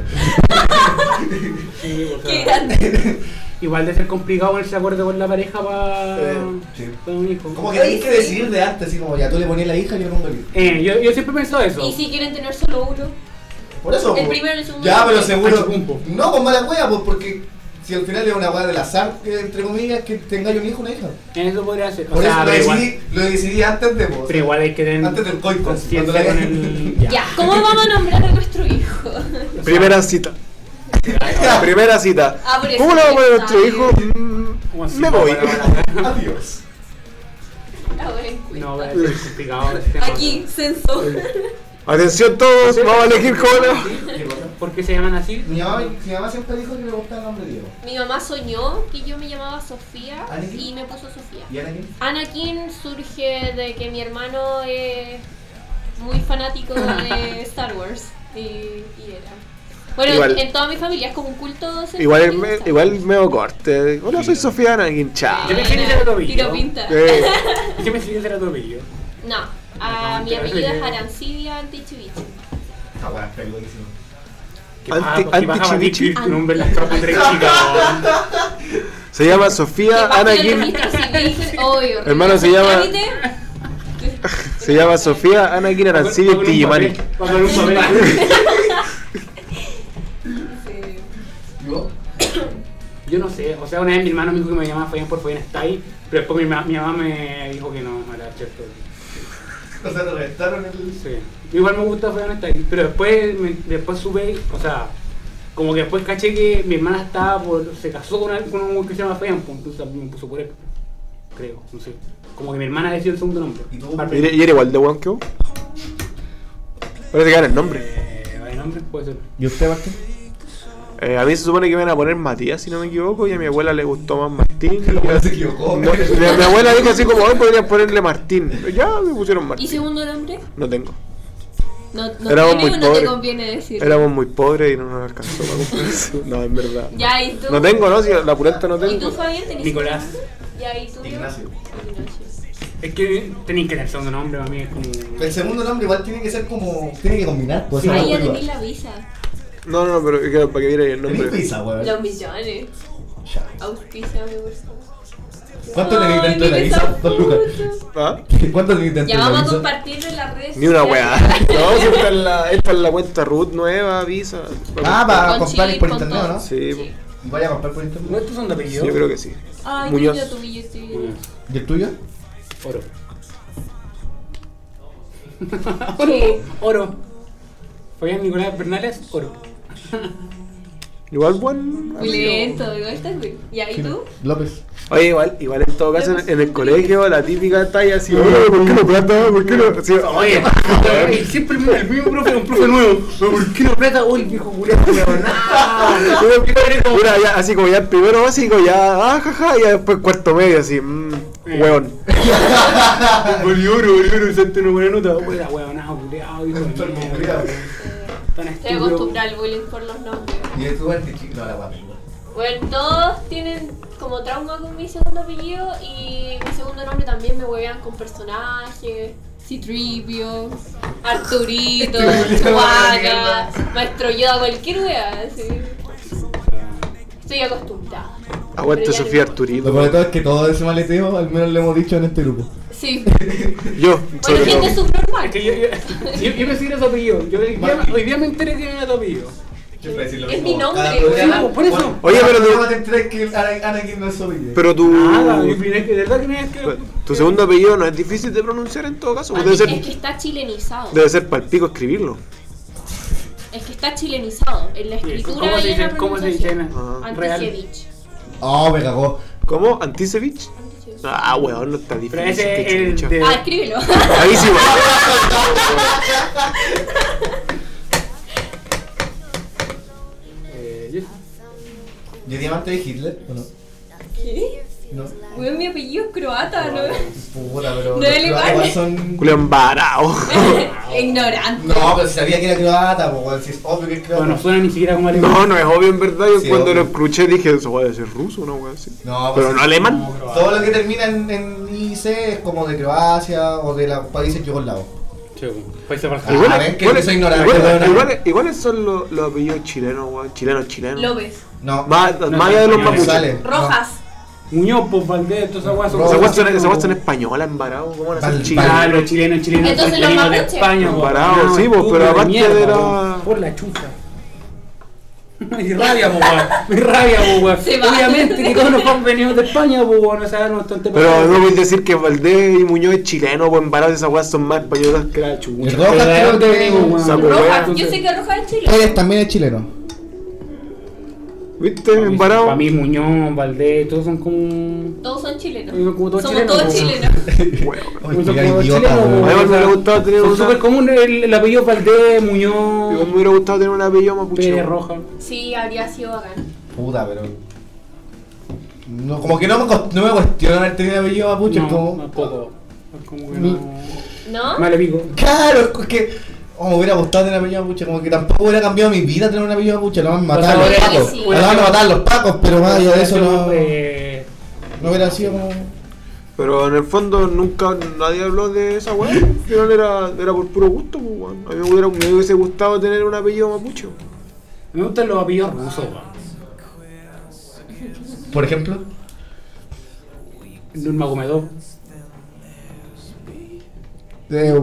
Speaker 5: Qué grande.
Speaker 10: Igual de ser complicado el acuerdo con la pareja para un hijo.
Speaker 7: Como Eh, que hay que decidir de antes, así como ya tú le ponías la hija y yo le pongo el hijo.
Speaker 10: Eh, yo, yo siempre pienso eso.
Speaker 5: Y si quieren tener solo uno.
Speaker 7: Por eso.
Speaker 5: El
Speaker 7: po.
Speaker 5: primero y el segundo.
Speaker 7: Ya, pero seguro. No con mala hueá, pues porque si al final es una hueá del azar, que, entre comillas, que tengáis un hijo o una hija.
Speaker 10: Eso podría ser.
Speaker 7: Por eso lo decidí, lo decidí antes de vos.
Speaker 10: ah, Pero igual hay que tener.
Speaker 7: Antes del coito. cuando
Speaker 10: conciencia con
Speaker 7: la-
Speaker 10: el.
Speaker 5: Ya, ¿cómo vamos a nombrar a nuestro hijo?
Speaker 7: Ah,
Speaker 2: Primera cita. Primera cita.
Speaker 5: Ah, por eso
Speaker 2: ¿Cómo le vamos a poner a
Speaker 5: que
Speaker 2: nuestro
Speaker 5: sabe.
Speaker 2: hijo? Mm, Me voy.
Speaker 7: Adiós.
Speaker 5: La buena encuesta.
Speaker 10: No, va a ser complicado. este tema.
Speaker 5: Aquí, censo.
Speaker 2: Atención todos, vamos a elegir cómo
Speaker 10: ¿Por qué se llaman así?
Speaker 7: Mi mamá, mi mamá siempre dijo que le gustaba el nombre Diego.
Speaker 5: Mi mamá soñó que yo me llamaba Sofía
Speaker 7: ¿Anakin?
Speaker 5: y me puso Sofía.
Speaker 7: ¿Y Anakin?
Speaker 5: Anakin surge de que mi hermano es muy fanático de Star Wars y, y era. Bueno,
Speaker 2: Igual-
Speaker 5: en toda mi familia es como un culto. se-
Speaker 2: Igual, me, igual medio corte. Hola, soy Sofía Anakin, chao.
Speaker 10: Yo me escribí de
Speaker 5: Tiro
Speaker 10: tobillo.
Speaker 5: pinta.
Speaker 2: Eh.
Speaker 10: Yo me escribí de tobillo.
Speaker 5: No,
Speaker 7: Ah,
Speaker 5: a mi apellido es Arancidia Antichivichi.
Speaker 7: Esta hueá es peludísima.
Speaker 2: Anti-
Speaker 10: Anti
Speaker 2: anti-
Speaker 10: chinichi.
Speaker 2: chinichi.
Speaker 10: Tu nombre la está pondré chica.
Speaker 2: Se llama Sofía Anakin. Hermano, se llama- Se llama Sofía Anakin Arancibia Tillimani.
Speaker 10: Va a poner un papel.
Speaker 7: ¿Yo?
Speaker 10: Yo no sé, o sea, una vez mi hermano me dijo que me llamaba Fabián por Fabián está ahí, pero después mi, ma- mi mamá me dijo que no, no era cierto.
Speaker 7: O sea, lo reventaron el.
Speaker 10: Sí. Igual me gusta Fabián está ahí, pero después, me- después supe, o sea, como que después caché que mi hermana estaba por, se casó con, alguien- con un que se llama Fabián, pues, entonces me puso por él, creo, no sé. Como que mi hermana decidió el segundo nombre. ¿Y tú?
Speaker 2: ¿Y era- y era igual de weón que vos? Ahora te quedan el nombre.
Speaker 10: ¿El nombre? Eh, Puede ser.
Speaker 2: ¿Y usted, Martín? Eh, a mí se supone que me van a poner Matías, si no me equivoco, y a mi abuela le gustó más Martín.
Speaker 7: se equivocó.
Speaker 2: No, mi, mi abuela dijo así como, hoy podrías ponerle Martín. Ya me pusieron
Speaker 5: ¿Y
Speaker 2: Martín.
Speaker 5: segundo nombre?
Speaker 2: No tengo.
Speaker 5: No, no,
Speaker 2: Éramos muy
Speaker 5: tiene o no te
Speaker 2: pobres.
Speaker 5: conviene decir.
Speaker 2: Éramos muy pobres y no nos alcanzó para comprar eso. No, en verdad.
Speaker 5: Ya, ¿y tú?
Speaker 2: No tengo, ¿no? Si la pulenta no
Speaker 5: ¿Y tú,
Speaker 2: tengo.
Speaker 5: Fabián, tenés
Speaker 10: Nicolás.
Speaker 5: Y ahí tú. Ignacio.
Speaker 10: Es que tenéis que tener segundo nombre, para mí es como...
Speaker 7: El segundo nombre igual tiene que ser como. Tiene que combinar. Pues
Speaker 2: Sí.
Speaker 7: una
Speaker 5: Ahí ya
Speaker 7: hueá.
Speaker 5: tenés la visa.
Speaker 2: No, no, no, pero claro, para que viera ahí el nombre.
Speaker 7: ¿Tenés pizza, weón?
Speaker 5: Los millones. Auspicia mi bolsa.
Speaker 7: ¿Cuánto tenéis
Speaker 5: Ay,
Speaker 7: dentro de la
Speaker 5: mi
Speaker 7: visa? Dos lucas.
Speaker 2: ¿Ah?
Speaker 7: ¿Cuánto tenéis dentro
Speaker 5: Ya
Speaker 7: de la
Speaker 5: vamos a
Speaker 7: visa?
Speaker 5: compartirlo en las redes
Speaker 2: Ni una
Speaker 5: sociales.
Speaker 2: weá. No, si esta es la, esta es la cuenta Ruth nueva, Visa.
Speaker 7: Ah, para
Speaker 5: Con
Speaker 7: comprar
Speaker 5: chip,
Speaker 7: por
Speaker 5: con
Speaker 7: internet,
Speaker 5: todo.
Speaker 7: ¿no?
Speaker 2: Sí.
Speaker 7: Voy a comprar por internet.
Speaker 10: ¿No estos son de apellido?
Speaker 2: Sí, yo creo que sí.
Speaker 5: Ay,
Speaker 2: Muñoz.
Speaker 5: Muñoz. tu billete.
Speaker 7: ¿Y el tuyo?
Speaker 10: Oro. Oro. Oro. Fabián Nicolás Bernales, oro.
Speaker 2: Igual buen.
Speaker 5: Lento, igual estás bien. ¿Y ahí tú?
Speaker 7: López.
Speaker 2: Oye, igual, igual en todo caso en, en el colegio la típica talla así. "Oye, ¿Por qué no plata? ¿Por qué no? Sí,
Speaker 10: Oye,
Speaker 2: oye,
Speaker 10: y siempre el mismo- el mismo profe, un profe nuevo. Pero ¿Por qué no plata? Uy, viejo culiao, weón. Ah.
Speaker 2: Mira, ya, así como ya el primero básico, ya, ah, jaja, y ya después cuarto medio, así,
Speaker 1: mm,
Speaker 2: mmm, hueón.
Speaker 10: Bolioro, bolioro, usaste una buena nota. Uy, la weonada, ah, culiao, hijo de mierda. Tan
Speaker 5: Te
Speaker 10: estúpido.
Speaker 5: acostumbras al bullying por los nombres.
Speaker 7: ¿Y el tuyo es de chico? No, la guapa.
Speaker 5: Bueno, todos tienen como trauma con mi segundo apellido y mi segundo nombre también me huevean con personajes. Citripio, Arturito, Chewbacca, Maestro Yoda, cualquier wea, así. Estoy acostumbrada.
Speaker 2: Aguante Sofía Arturito.
Speaker 7: Lo peor de todo es que todo ese maleteo al menos lo hemos dicho en este grupo.
Speaker 5: Sí.
Speaker 2: Yo,
Speaker 5: Bueno, gente subnormal.
Speaker 10: Es que yo, yo, yo, yo pensé que era su apellido. Yo hoy día, hoy día me enteré que era tu apellido.
Speaker 5: Es mi nombre.
Speaker 10: Sí, por eso.
Speaker 2: Oye, pero tú-
Speaker 7: No te enteras que Ana- Anakin no es Sophie.
Speaker 2: Pero tu,
Speaker 10: Nada, yo miré que de verdad que no es que.
Speaker 2: tu segundo apellido no es difícil de pronunciar en todo caso, pues debe
Speaker 5: Es que
Speaker 2: ser,
Speaker 5: está chilenizado.
Speaker 2: debe ser palpico escribirlo.
Speaker 5: Es que está chilenizado. En la escritura
Speaker 10: ¿Cómo se
Speaker 5: y en la
Speaker 10: dice? ¿Cómo se dice?
Speaker 5: pronunciación.
Speaker 2: Ah.
Speaker 5: Antisevich.
Speaker 7: Oh, me cagó.
Speaker 2: ¿Cómo? ¿Antisevich? Ah, weón, no está difícil.
Speaker 10: Pero ese
Speaker 2: que
Speaker 10: es el
Speaker 2: chucha.
Speaker 10: de-
Speaker 5: Ah, escríbelo.
Speaker 2: Ahí sí, weón.
Speaker 10: Eh, yo-
Speaker 7: ¿Y el diamante de Hitler? ¿O no?
Speaker 5: ¿Qué?
Speaker 7: No.
Speaker 5: Weón, mi apellido es croata, ¿no?
Speaker 7: Puta, pero.
Speaker 5: No,
Speaker 7: los
Speaker 5: él igual.
Speaker 7: croatas igual son-
Speaker 2: Julián Barao.
Speaker 5: Ignorante.
Speaker 7: No, pero si sabía que era croata, pues weón, si es obvio que es croata.
Speaker 4: pues,
Speaker 10: Bueno, suena ni siquiera como alemán.
Speaker 2: No, no es obvio en verdad. Yo
Speaker 7: Sí,
Speaker 2: cuando
Speaker 7: obvio.
Speaker 2: lo escuché dije, eso puede ser ruso, una weón así.
Speaker 7: No,
Speaker 2: pero
Speaker 7: pues-
Speaker 2: no alemán.
Speaker 7: Todo lo que termina en, en
Speaker 4: sí sé es como de Croacia o de los países yugoslavos.
Speaker 10: Países
Speaker 4: Igual, ah, ven que
Speaker 7: igual-
Speaker 4: soy ignorante.
Speaker 7: igual-
Speaker 4: weón.
Speaker 7: igual- iguales son los, los apellidos chilenos, weón. Chilenos, chilenos.
Speaker 5: López.
Speaker 4: No.
Speaker 7: Más,
Speaker 10: No,
Speaker 7: más allá de los
Speaker 10: españoles.
Speaker 7: mapuches.
Speaker 10: Sale.
Speaker 5: Rojas.
Speaker 10: Muñoz, pues Valdés, todas esas weas son.
Speaker 7: Esa guasa esa guasa en española, embarado. ¿Cómo van a ser
Speaker 10: Val-
Speaker 7: chilenos?
Speaker 10: Ah, los chilenos, chilenos,
Speaker 5: Entonces
Speaker 10: son
Speaker 5: los
Speaker 10: chilenos de
Speaker 5: mapuches.
Speaker 10: España, weón.
Speaker 7: Parado,
Speaker 10: No,
Speaker 7: sí, pues,
Speaker 10: estúpido
Speaker 7: pero
Speaker 10: de
Speaker 7: aparte
Speaker 10: mierda,
Speaker 7: de la-
Speaker 10: weón. Por la chucha. Mi rabia, po, weón. Mi rabia, po, weón.
Speaker 5: Se va.
Speaker 10: Obviamente que todos nosotros venimos de España, po, weón. O sea, no es tonto.
Speaker 7: Pero no voy a decir que Valdés y Muñoz es chileno, pues embarados esas guasas son más españolas que la chucha.
Speaker 4: Rojas creo que-
Speaker 7: Saco
Speaker 5: Rojas.
Speaker 7: wea.
Speaker 5: Yo sé que Rojas es Chile.
Speaker 2: Eh.
Speaker 4: Pérez también es chileno.
Speaker 7: ¿Viste?
Speaker 10: Embarado. Para mí, Muñoz, Valdés, todos son como.
Speaker 5: Todos son chilenos.
Speaker 10: Son como todos
Speaker 5: Somos
Speaker 10: chilenos,
Speaker 5: todos
Speaker 10: po.
Speaker 5: chilenos.
Speaker 10: Son
Speaker 4: mira, idiota,
Speaker 10: como
Speaker 4: weón.
Speaker 10: chilenos, po,
Speaker 7: A mí me hubiera
Speaker 10: weón.
Speaker 7: gustado tener
Speaker 10: Son
Speaker 7: una-
Speaker 10: súper común el, el apellido Valdés, Muñoz.
Speaker 7: Me hubiera gustado tener un apellido mapuche.
Speaker 10: Pérez
Speaker 7: weón.
Speaker 10: Roja.
Speaker 5: Sí, habría sido bacán.
Speaker 4: Puta, pero. No, como que no me, cost- no me cuestiono haber tenido apellido mapuche.
Speaker 10: No,
Speaker 4: como...
Speaker 10: tampoco. Es como que
Speaker 4: Ni-
Speaker 10: no.
Speaker 5: ¿No?
Speaker 10: Vale, pico.
Speaker 4: Claro, es que. oh, me hubiera gustado tener apellido mapuche. Como que tampoco hubiera cambiado mi vida tener un apellido mapuche. Lo van a matar
Speaker 10: Pues
Speaker 4: los
Speaker 10: ahora
Speaker 4: pacos.
Speaker 10: sí. Este
Speaker 4: Lo van a matar los pacos, pero más allá de Ah, eso no.
Speaker 10: Eh,
Speaker 4: No hubiera sido como.
Speaker 7: Pero en el fondo nunca nadie habló de esa weá. Al final era, era por puro gusto, pues, weón. A mí me, hubiera, me hubiese gustado tener un apellido mapuche. weón.
Speaker 10: me gustan los apellidos rusos, weón.
Speaker 4: Por ejemplo.
Speaker 10: Nurmagomedov.
Speaker 4: eh,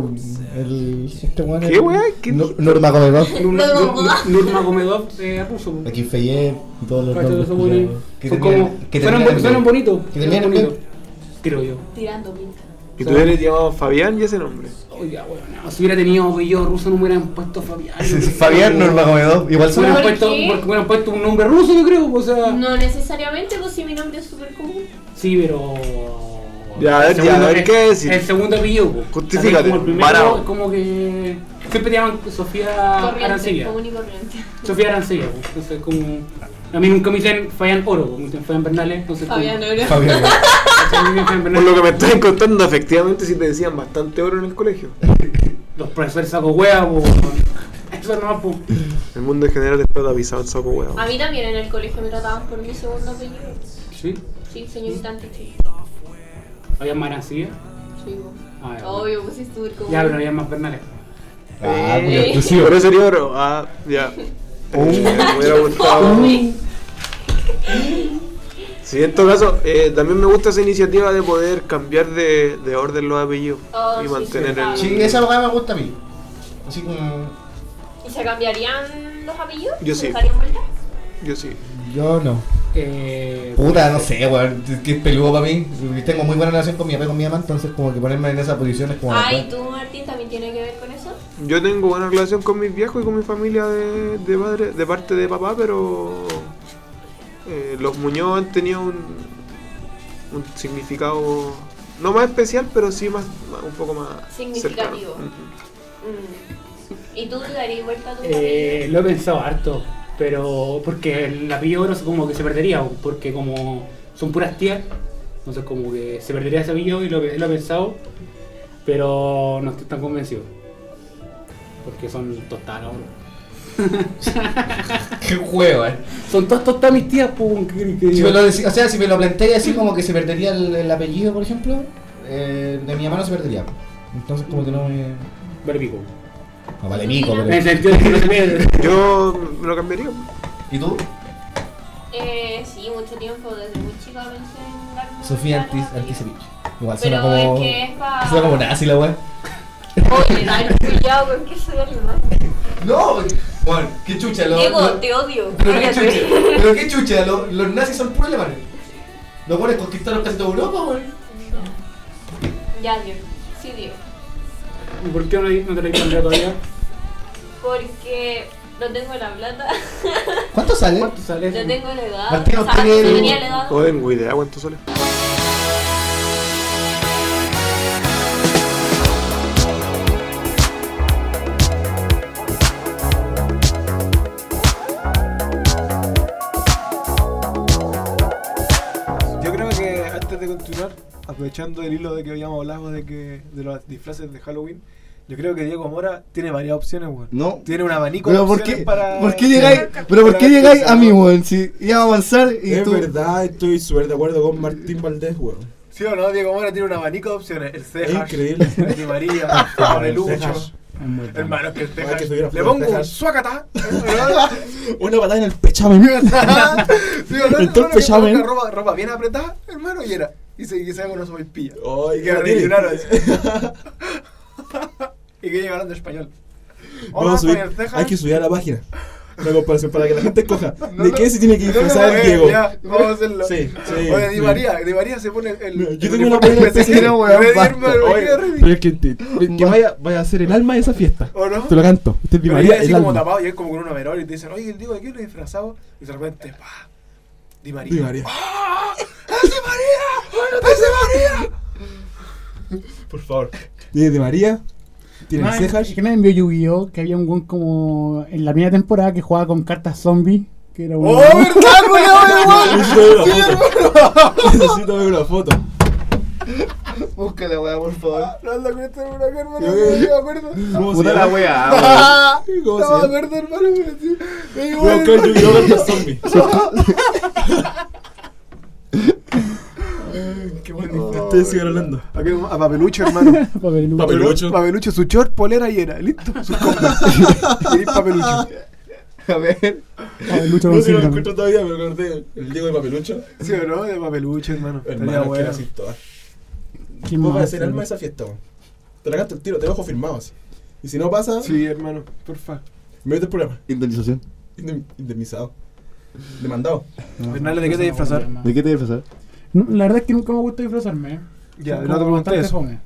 Speaker 4: el, este weón.
Speaker 7: ¿Qué, weá? ¿Qué?
Speaker 4: No- Norma Comedor.
Speaker 10: Nurmagomedov. Nurmagomedov eh, ruso. weón.
Speaker 4: Aquí Feyev y todos los
Speaker 10: Cacho,
Speaker 4: nombres
Speaker 10: esos weones
Speaker 4: culiados,
Speaker 10: son
Speaker 4: terminan-
Speaker 10: como-
Speaker 4: que
Speaker 10: suenan,
Speaker 4: terminan
Speaker 10: bo-
Speaker 4: en-
Speaker 10: suenan bonitos.
Speaker 4: Que
Speaker 10: Suenan
Speaker 4: terminan en-
Speaker 10: bonitos. Creo yo.
Speaker 5: Tirando pinta.
Speaker 7: Y tú eres llamado Fabián y ese nombre.
Speaker 10: Oiga, weón, no, si hubiera tenido apellido ruso no me hubieran puesto Fabián. yo creo,
Speaker 4: Fabián
Speaker 10: weón.
Speaker 4: Norma Comedor. Igual
Speaker 10: Me
Speaker 4: son.
Speaker 10: hubieran
Speaker 5: ¿Por
Speaker 10: puesto,
Speaker 5: qué?
Speaker 10: porque me hubieran puesto un nombre ruso, yo creo. O sea,
Speaker 5: No necesariamente, pues si mi nombre es súper común.
Speaker 10: sí, pero.
Speaker 7: Ya, a ver,
Speaker 10: El
Speaker 7: ya,
Speaker 10: segundo-
Speaker 7: a ver, ¿qué decir?
Speaker 10: El segundo apellido. po.
Speaker 7: Justifícate,
Speaker 10: Así Como el primero,
Speaker 7: varao.
Speaker 10: es como que. Siempre te llaman Sofía
Speaker 5: Corriente,
Speaker 10: Arancilla.
Speaker 5: común y corriente.
Speaker 10: Sofía Arancilla, po. entonces como... A mí nunca me dicen Fabián Oro, po, me dicen Fabián Bernales, entonces como-
Speaker 5: Fabián Oro.
Speaker 4: Fabián.
Speaker 10: A mí me dicen Fabián
Speaker 7: Por
Speaker 10: Bernales.
Speaker 7: lo que me estás contando, efectivamente sí te decían bastante oro en el colegio.
Speaker 10: Los profesores saco hueá, po. Eso no, po.
Speaker 7: El mundo en general está tapizado en saco weón.
Speaker 5: A mí también en el colegio me trataban por mi segundo apellido.
Speaker 10: Sí,
Speaker 5: Sí, señorita Antichi.
Speaker 10: había más Arancilla.
Speaker 5: Sí, vos.
Speaker 10: Ah, ya.
Speaker 5: Obvio, pues es súper común.
Speaker 10: Ya, pero había más Bernales.
Speaker 4: Ah, muy
Speaker 5: Eh.
Speaker 4: exclusivo.
Speaker 7: Pero sería oro. Ah, ya. Eh, me hubiera gustado. Sí, en todo caso, eh, también me gusta esa iniciativa de poder cambiar de, de orden los apellidos
Speaker 5: Oh,
Speaker 7: y
Speaker 5: sí,
Speaker 7: mantener
Speaker 5: sí.
Speaker 7: el.
Speaker 4: Sí, esa weá me gusta a mí. Así como.
Speaker 5: ¿Y se cambiarían los apellidos?
Speaker 7: Yo
Speaker 5: ¿Se
Speaker 7: sí.
Speaker 5: dejarían vueltas?
Speaker 7: Yo sí.
Speaker 4: Yo no.
Speaker 10: Eh,
Speaker 4: Puta, no sé, weón. es Que es peludo para mí. Tengo muy buena relación con mi papá y con mi mamá, entonces como que ponerme en esa posición es como. la
Speaker 5: Ay,
Speaker 10: pues-
Speaker 4: weá.
Speaker 5: Ah, ¿tú, Martín, también tiene que ver con eso?
Speaker 7: Yo tengo buena relación con mis viejos y con mi familia de, de padre, de parte de papá, pero eh, los Muñoz han tenido un, un significado no más especial, pero sí más, más- un poco más
Speaker 5: Significativo.
Speaker 7: cercano.
Speaker 5: Mm. ¿Y tú te darías vuelta a tu
Speaker 10: Eh, lo he pensado harto, pero porque el apellido oro como que se perdería, porque como son puras tías, entonces como que se perdería ese apellido y lo, he- lo he pensado, pero no estoy tan convencido, porque son tostadas, bro.
Speaker 4: Qué juego, eh.
Speaker 10: Son todas tostadas mis tías, pum, ¿qué querés que
Speaker 4: Si
Speaker 10: diga?
Speaker 4: me lo decí- o sea, si me lo planteé así como que se perdería el, el apellido, por ejemplo, eh, de mi mamá no se perdería. Entonces como que no me...
Speaker 10: Vale, pico.
Speaker 4: No vale mico,
Speaker 10: En
Speaker 4: pero...
Speaker 10: el sentido de que no se pierde.
Speaker 7: Yo me lo cambiaría.
Speaker 4: ¿Y tú?
Speaker 5: Eh, sí, mucho tiempo, desde muy chica pensé en darme
Speaker 4: Sofía
Speaker 5: vuelta a los
Speaker 4: Antis,
Speaker 5: apellidos.
Speaker 4: Antisevich. Igual suena
Speaker 5: Pero
Speaker 4: como...
Speaker 5: es que es para...
Speaker 4: Suena como nazi la weá.
Speaker 5: Oye, dale cuidado con que soy alemán.
Speaker 4: No, bueno, qué chucha, lo,
Speaker 5: Diego,
Speaker 4: lo-
Speaker 5: te odio.
Speaker 4: pero qué
Speaker 5: Cállate.
Speaker 4: chucha, pero qué chucha, lo- los nazis son puros alemanes. Los buenos conquistaron casi toda Europa, weón.
Speaker 5: Ya, Diego. Sí, Diego.
Speaker 10: ¿Y por qué no, no te lo he cambiado todavía?
Speaker 5: Porque no tengo la plata,
Speaker 4: ¿Cuánto sale?
Speaker 10: ¿Cuánto sale
Speaker 5: no
Speaker 10: eso?
Speaker 5: tengo la edad.
Speaker 4: Martín,
Speaker 5: o sea,
Speaker 4: usted
Speaker 5: no
Speaker 4: que-
Speaker 5: tenía la edad.
Speaker 7: No tengo idea cuánto sale.
Speaker 1: Yo creo que antes de continuar, aprovechando el hilo de que habíamos hablado de que de los disfraces de Halloween, yo creo que Diego Mora tiene varias opciones, weón.
Speaker 15: No.
Speaker 1: Tiene un abanico
Speaker 15: Pero
Speaker 1: de
Speaker 15: ¿por
Speaker 1: opciones
Speaker 15: qué,
Speaker 1: para.
Speaker 15: ¿por qué llegáis, pero ¿por qué llegáis a mí, weón? Si iba a avanzar y
Speaker 8: Es
Speaker 15: tú...
Speaker 8: verdad, estoy súper de acuerdo con Martín Valdés, weón.
Speaker 1: ¿Sí o no? Diego Mora tiene un abanico de opciones. El
Speaker 8: Es
Speaker 1: Cejas,
Speaker 8: increíble. Ah,
Speaker 1: Di María,
Speaker 8: El
Speaker 1: Parelucho.
Speaker 8: Cejas.
Speaker 1: Hermano, es que el
Speaker 8: Ojalá
Speaker 1: Cejas.
Speaker 8: que tuviera
Speaker 1: le
Speaker 8: flor,
Speaker 1: pongo un
Speaker 8: Cejas.
Speaker 1: suacata.
Speaker 8: Una patada en el pecho, mi mierda.
Speaker 1: Sí, o no,
Speaker 8: El
Speaker 1: el
Speaker 8: torpe
Speaker 1: que
Speaker 8: llame.
Speaker 1: coloca ropa, ropa bien apretada, hermano, y era. Y se, y se haga una sopa y pilla.
Speaker 8: Ay,
Speaker 1: y que
Speaker 8: qué
Speaker 1: rellenaron así. y que llegaron de español.
Speaker 8: Vamos a
Speaker 1: con
Speaker 8: subir.
Speaker 1: el Cejas.
Speaker 8: Hay que subir a la página. Una comparación para que la gente coja.
Speaker 1: No,
Speaker 8: ¿De
Speaker 1: no,
Speaker 8: qué se tiene que
Speaker 1: no, no,
Speaker 8: disfrazar
Speaker 1: no, eh,
Speaker 8: Diego?
Speaker 1: ya, vamos a hacerlo.
Speaker 8: Sí, sí.
Speaker 1: Oye, Di
Speaker 8: sí.
Speaker 1: María, Di María se pone el.
Speaker 8: Yo tengo una página especial. Oye, pero es que, te- que vaya, vaya a ser el alma de esa fiesta.
Speaker 1: ¿O no?
Speaker 8: Te lo canto. Este es Di
Speaker 1: Pero
Speaker 8: María,
Speaker 1: llega así
Speaker 8: el
Speaker 1: como
Speaker 8: alma.
Speaker 1: tapado y es como con un overol y te dicen, oye, el Diego, ¿de qué lo disfrazado? Y de repente, pa, Di María.
Speaker 8: Di María.
Speaker 1: ¡Ah! ¡Es Di María! ¡Es Di María!
Speaker 8: Por favor. Tiene Di María. Tiene
Speaker 10: Ah,
Speaker 8: cejas.
Speaker 10: Es que nadie vio Yu-Gi-Oh! que había un buen como en la primera temporada que jugaba con cartas zombie. Que era un...
Speaker 1: ¡Oh,
Speaker 4: ¡Ah,
Speaker 1: verdad, güey! Ah,
Speaker 8: Necesito ver una foto. Necesito ver una foto.
Speaker 7: Búscala, weá, por favor.
Speaker 1: Ah, No ando con esta hermana, hermano, pero yo me acuerdo.
Speaker 8: ¿Cómo
Speaker 7: Puta
Speaker 8: se
Speaker 7: la
Speaker 8: llama?
Speaker 7: weá,
Speaker 8: weón. ¿Cómo
Speaker 1: No me
Speaker 8: se llama?
Speaker 1: acuerdo, hermano, pero sí. Me digo,
Speaker 8: Voy a buscar
Speaker 1: bueno,
Speaker 8: Yu-Gi-Oh! cartas zombie.
Speaker 1: Qué bueno.
Speaker 8: Ustedes siguen hablando.
Speaker 1: Aquí a papelucho, hermano.
Speaker 10: Papelucho.
Speaker 8: Papelucho.
Speaker 1: Papelucho, su short, polera y era. Listo, sus compras. Y papelucho.
Speaker 7: A ver.
Speaker 10: Papelucho
Speaker 8: No
Speaker 10: con
Speaker 8: sé si lo
Speaker 10: síndrome.
Speaker 8: encuentro todavía, me acordé. El Diego de Papelucho.
Speaker 1: ¿Sí o no? De papelucho, hermano. Estaría
Speaker 8: Hermano, que
Speaker 1: bueno.
Speaker 8: la sin todas.
Speaker 10: ¿Qué
Speaker 8: Vos vas a
Speaker 10: más?
Speaker 8: ser alma de esa fiesta, weón. Te la canto el tiro, te dejo firmado así. Y si no pasa,
Speaker 1: Sí, hermano, porfa.
Speaker 8: me meto el programa.
Speaker 7: Indemnización.
Speaker 8: Indem- Indemnizado. Demandado.
Speaker 1: Fernando, ¿de qué te disfrazar?
Speaker 7: ¿De qué te vas a disfrazar?
Speaker 10: No, la verdad es que nunca me gusta disfrazarme. eh.
Speaker 1: Ya,
Speaker 10: Soy
Speaker 1: no te
Speaker 10: como
Speaker 1: pregunté
Speaker 10: bastante
Speaker 1: eso.
Speaker 10: fome.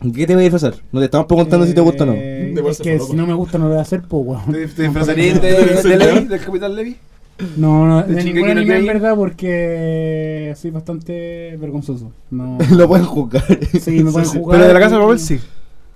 Speaker 7: ¿De qué te vas a disfrazar? No te estamos preguntando si te gusta o no.
Speaker 10: Eh,
Speaker 8: De
Speaker 10: es
Speaker 8: bolsa
Speaker 10: que
Speaker 8: falopa.
Speaker 10: si no me gusta no lo voy a hacer, pues weón.
Speaker 1: ¿Te, te disfrazarías de, de Levi? ¿Del Capitán Levi?
Speaker 10: No, no,
Speaker 1: ¿De
Speaker 10: de ningún
Speaker 1: Shingeki no
Speaker 10: anime en
Speaker 1: Kyojin?
Speaker 10: verdad porque soy bastante vergonzoso. No.
Speaker 7: Lo pueden juzgar.
Speaker 10: Sí, me pueden jugar.
Speaker 1: Pero de la casa de
Speaker 10: y-
Speaker 1: papel sí.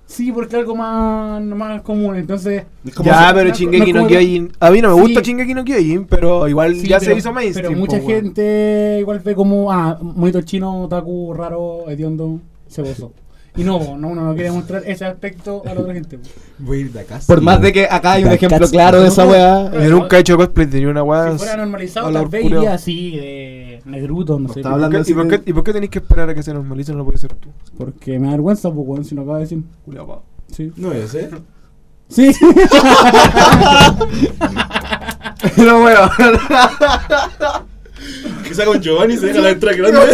Speaker 10: Sí, porque algo más, más común, entonces...
Speaker 1: Ya, pero
Speaker 10: no-
Speaker 1: Shingeki
Speaker 10: no
Speaker 1: no
Speaker 10: como-
Speaker 1: Kyojin. A mí no me
Speaker 10: Sí.
Speaker 1: gusta Shingeki no Kyojin, pero igual
Speaker 10: Sí,
Speaker 1: ya
Speaker 10: pero-
Speaker 1: se hizo mainstream.
Speaker 10: Pero mucha
Speaker 1: po, weón.
Speaker 10: gente igual ve como, ah, monito chino, otaku, raro, hediondo, ceboso. Y no, po, no, uno no quiere mostrar ese aspecto a la otra gente. po.
Speaker 8: Voy a ir de acá.
Speaker 7: Por más de que acá hay un ejemplo claro de esa weá.
Speaker 1: Yo nunca he hecho cosplay de ni una weá.
Speaker 10: Si fuera normalizado,
Speaker 1: Hola,
Speaker 10: tal vez
Speaker 1: Orculeo.
Speaker 10: iría así, de negruto, no sé.
Speaker 7: estaba hablando-
Speaker 1: ¿Y por qué- ¿Y por qué tenéis que esperar a que se normalice? No lo puede ser tú.
Speaker 10: Porque me da vergüenza, pues, weón, si lo acabo de decir.
Speaker 1: Culeado, pavo.
Speaker 10: Sí.
Speaker 8: No es, eh.
Speaker 10: Sí.
Speaker 1: No, weón.
Speaker 8: Quizá con Giovanni se deja la entrada grande.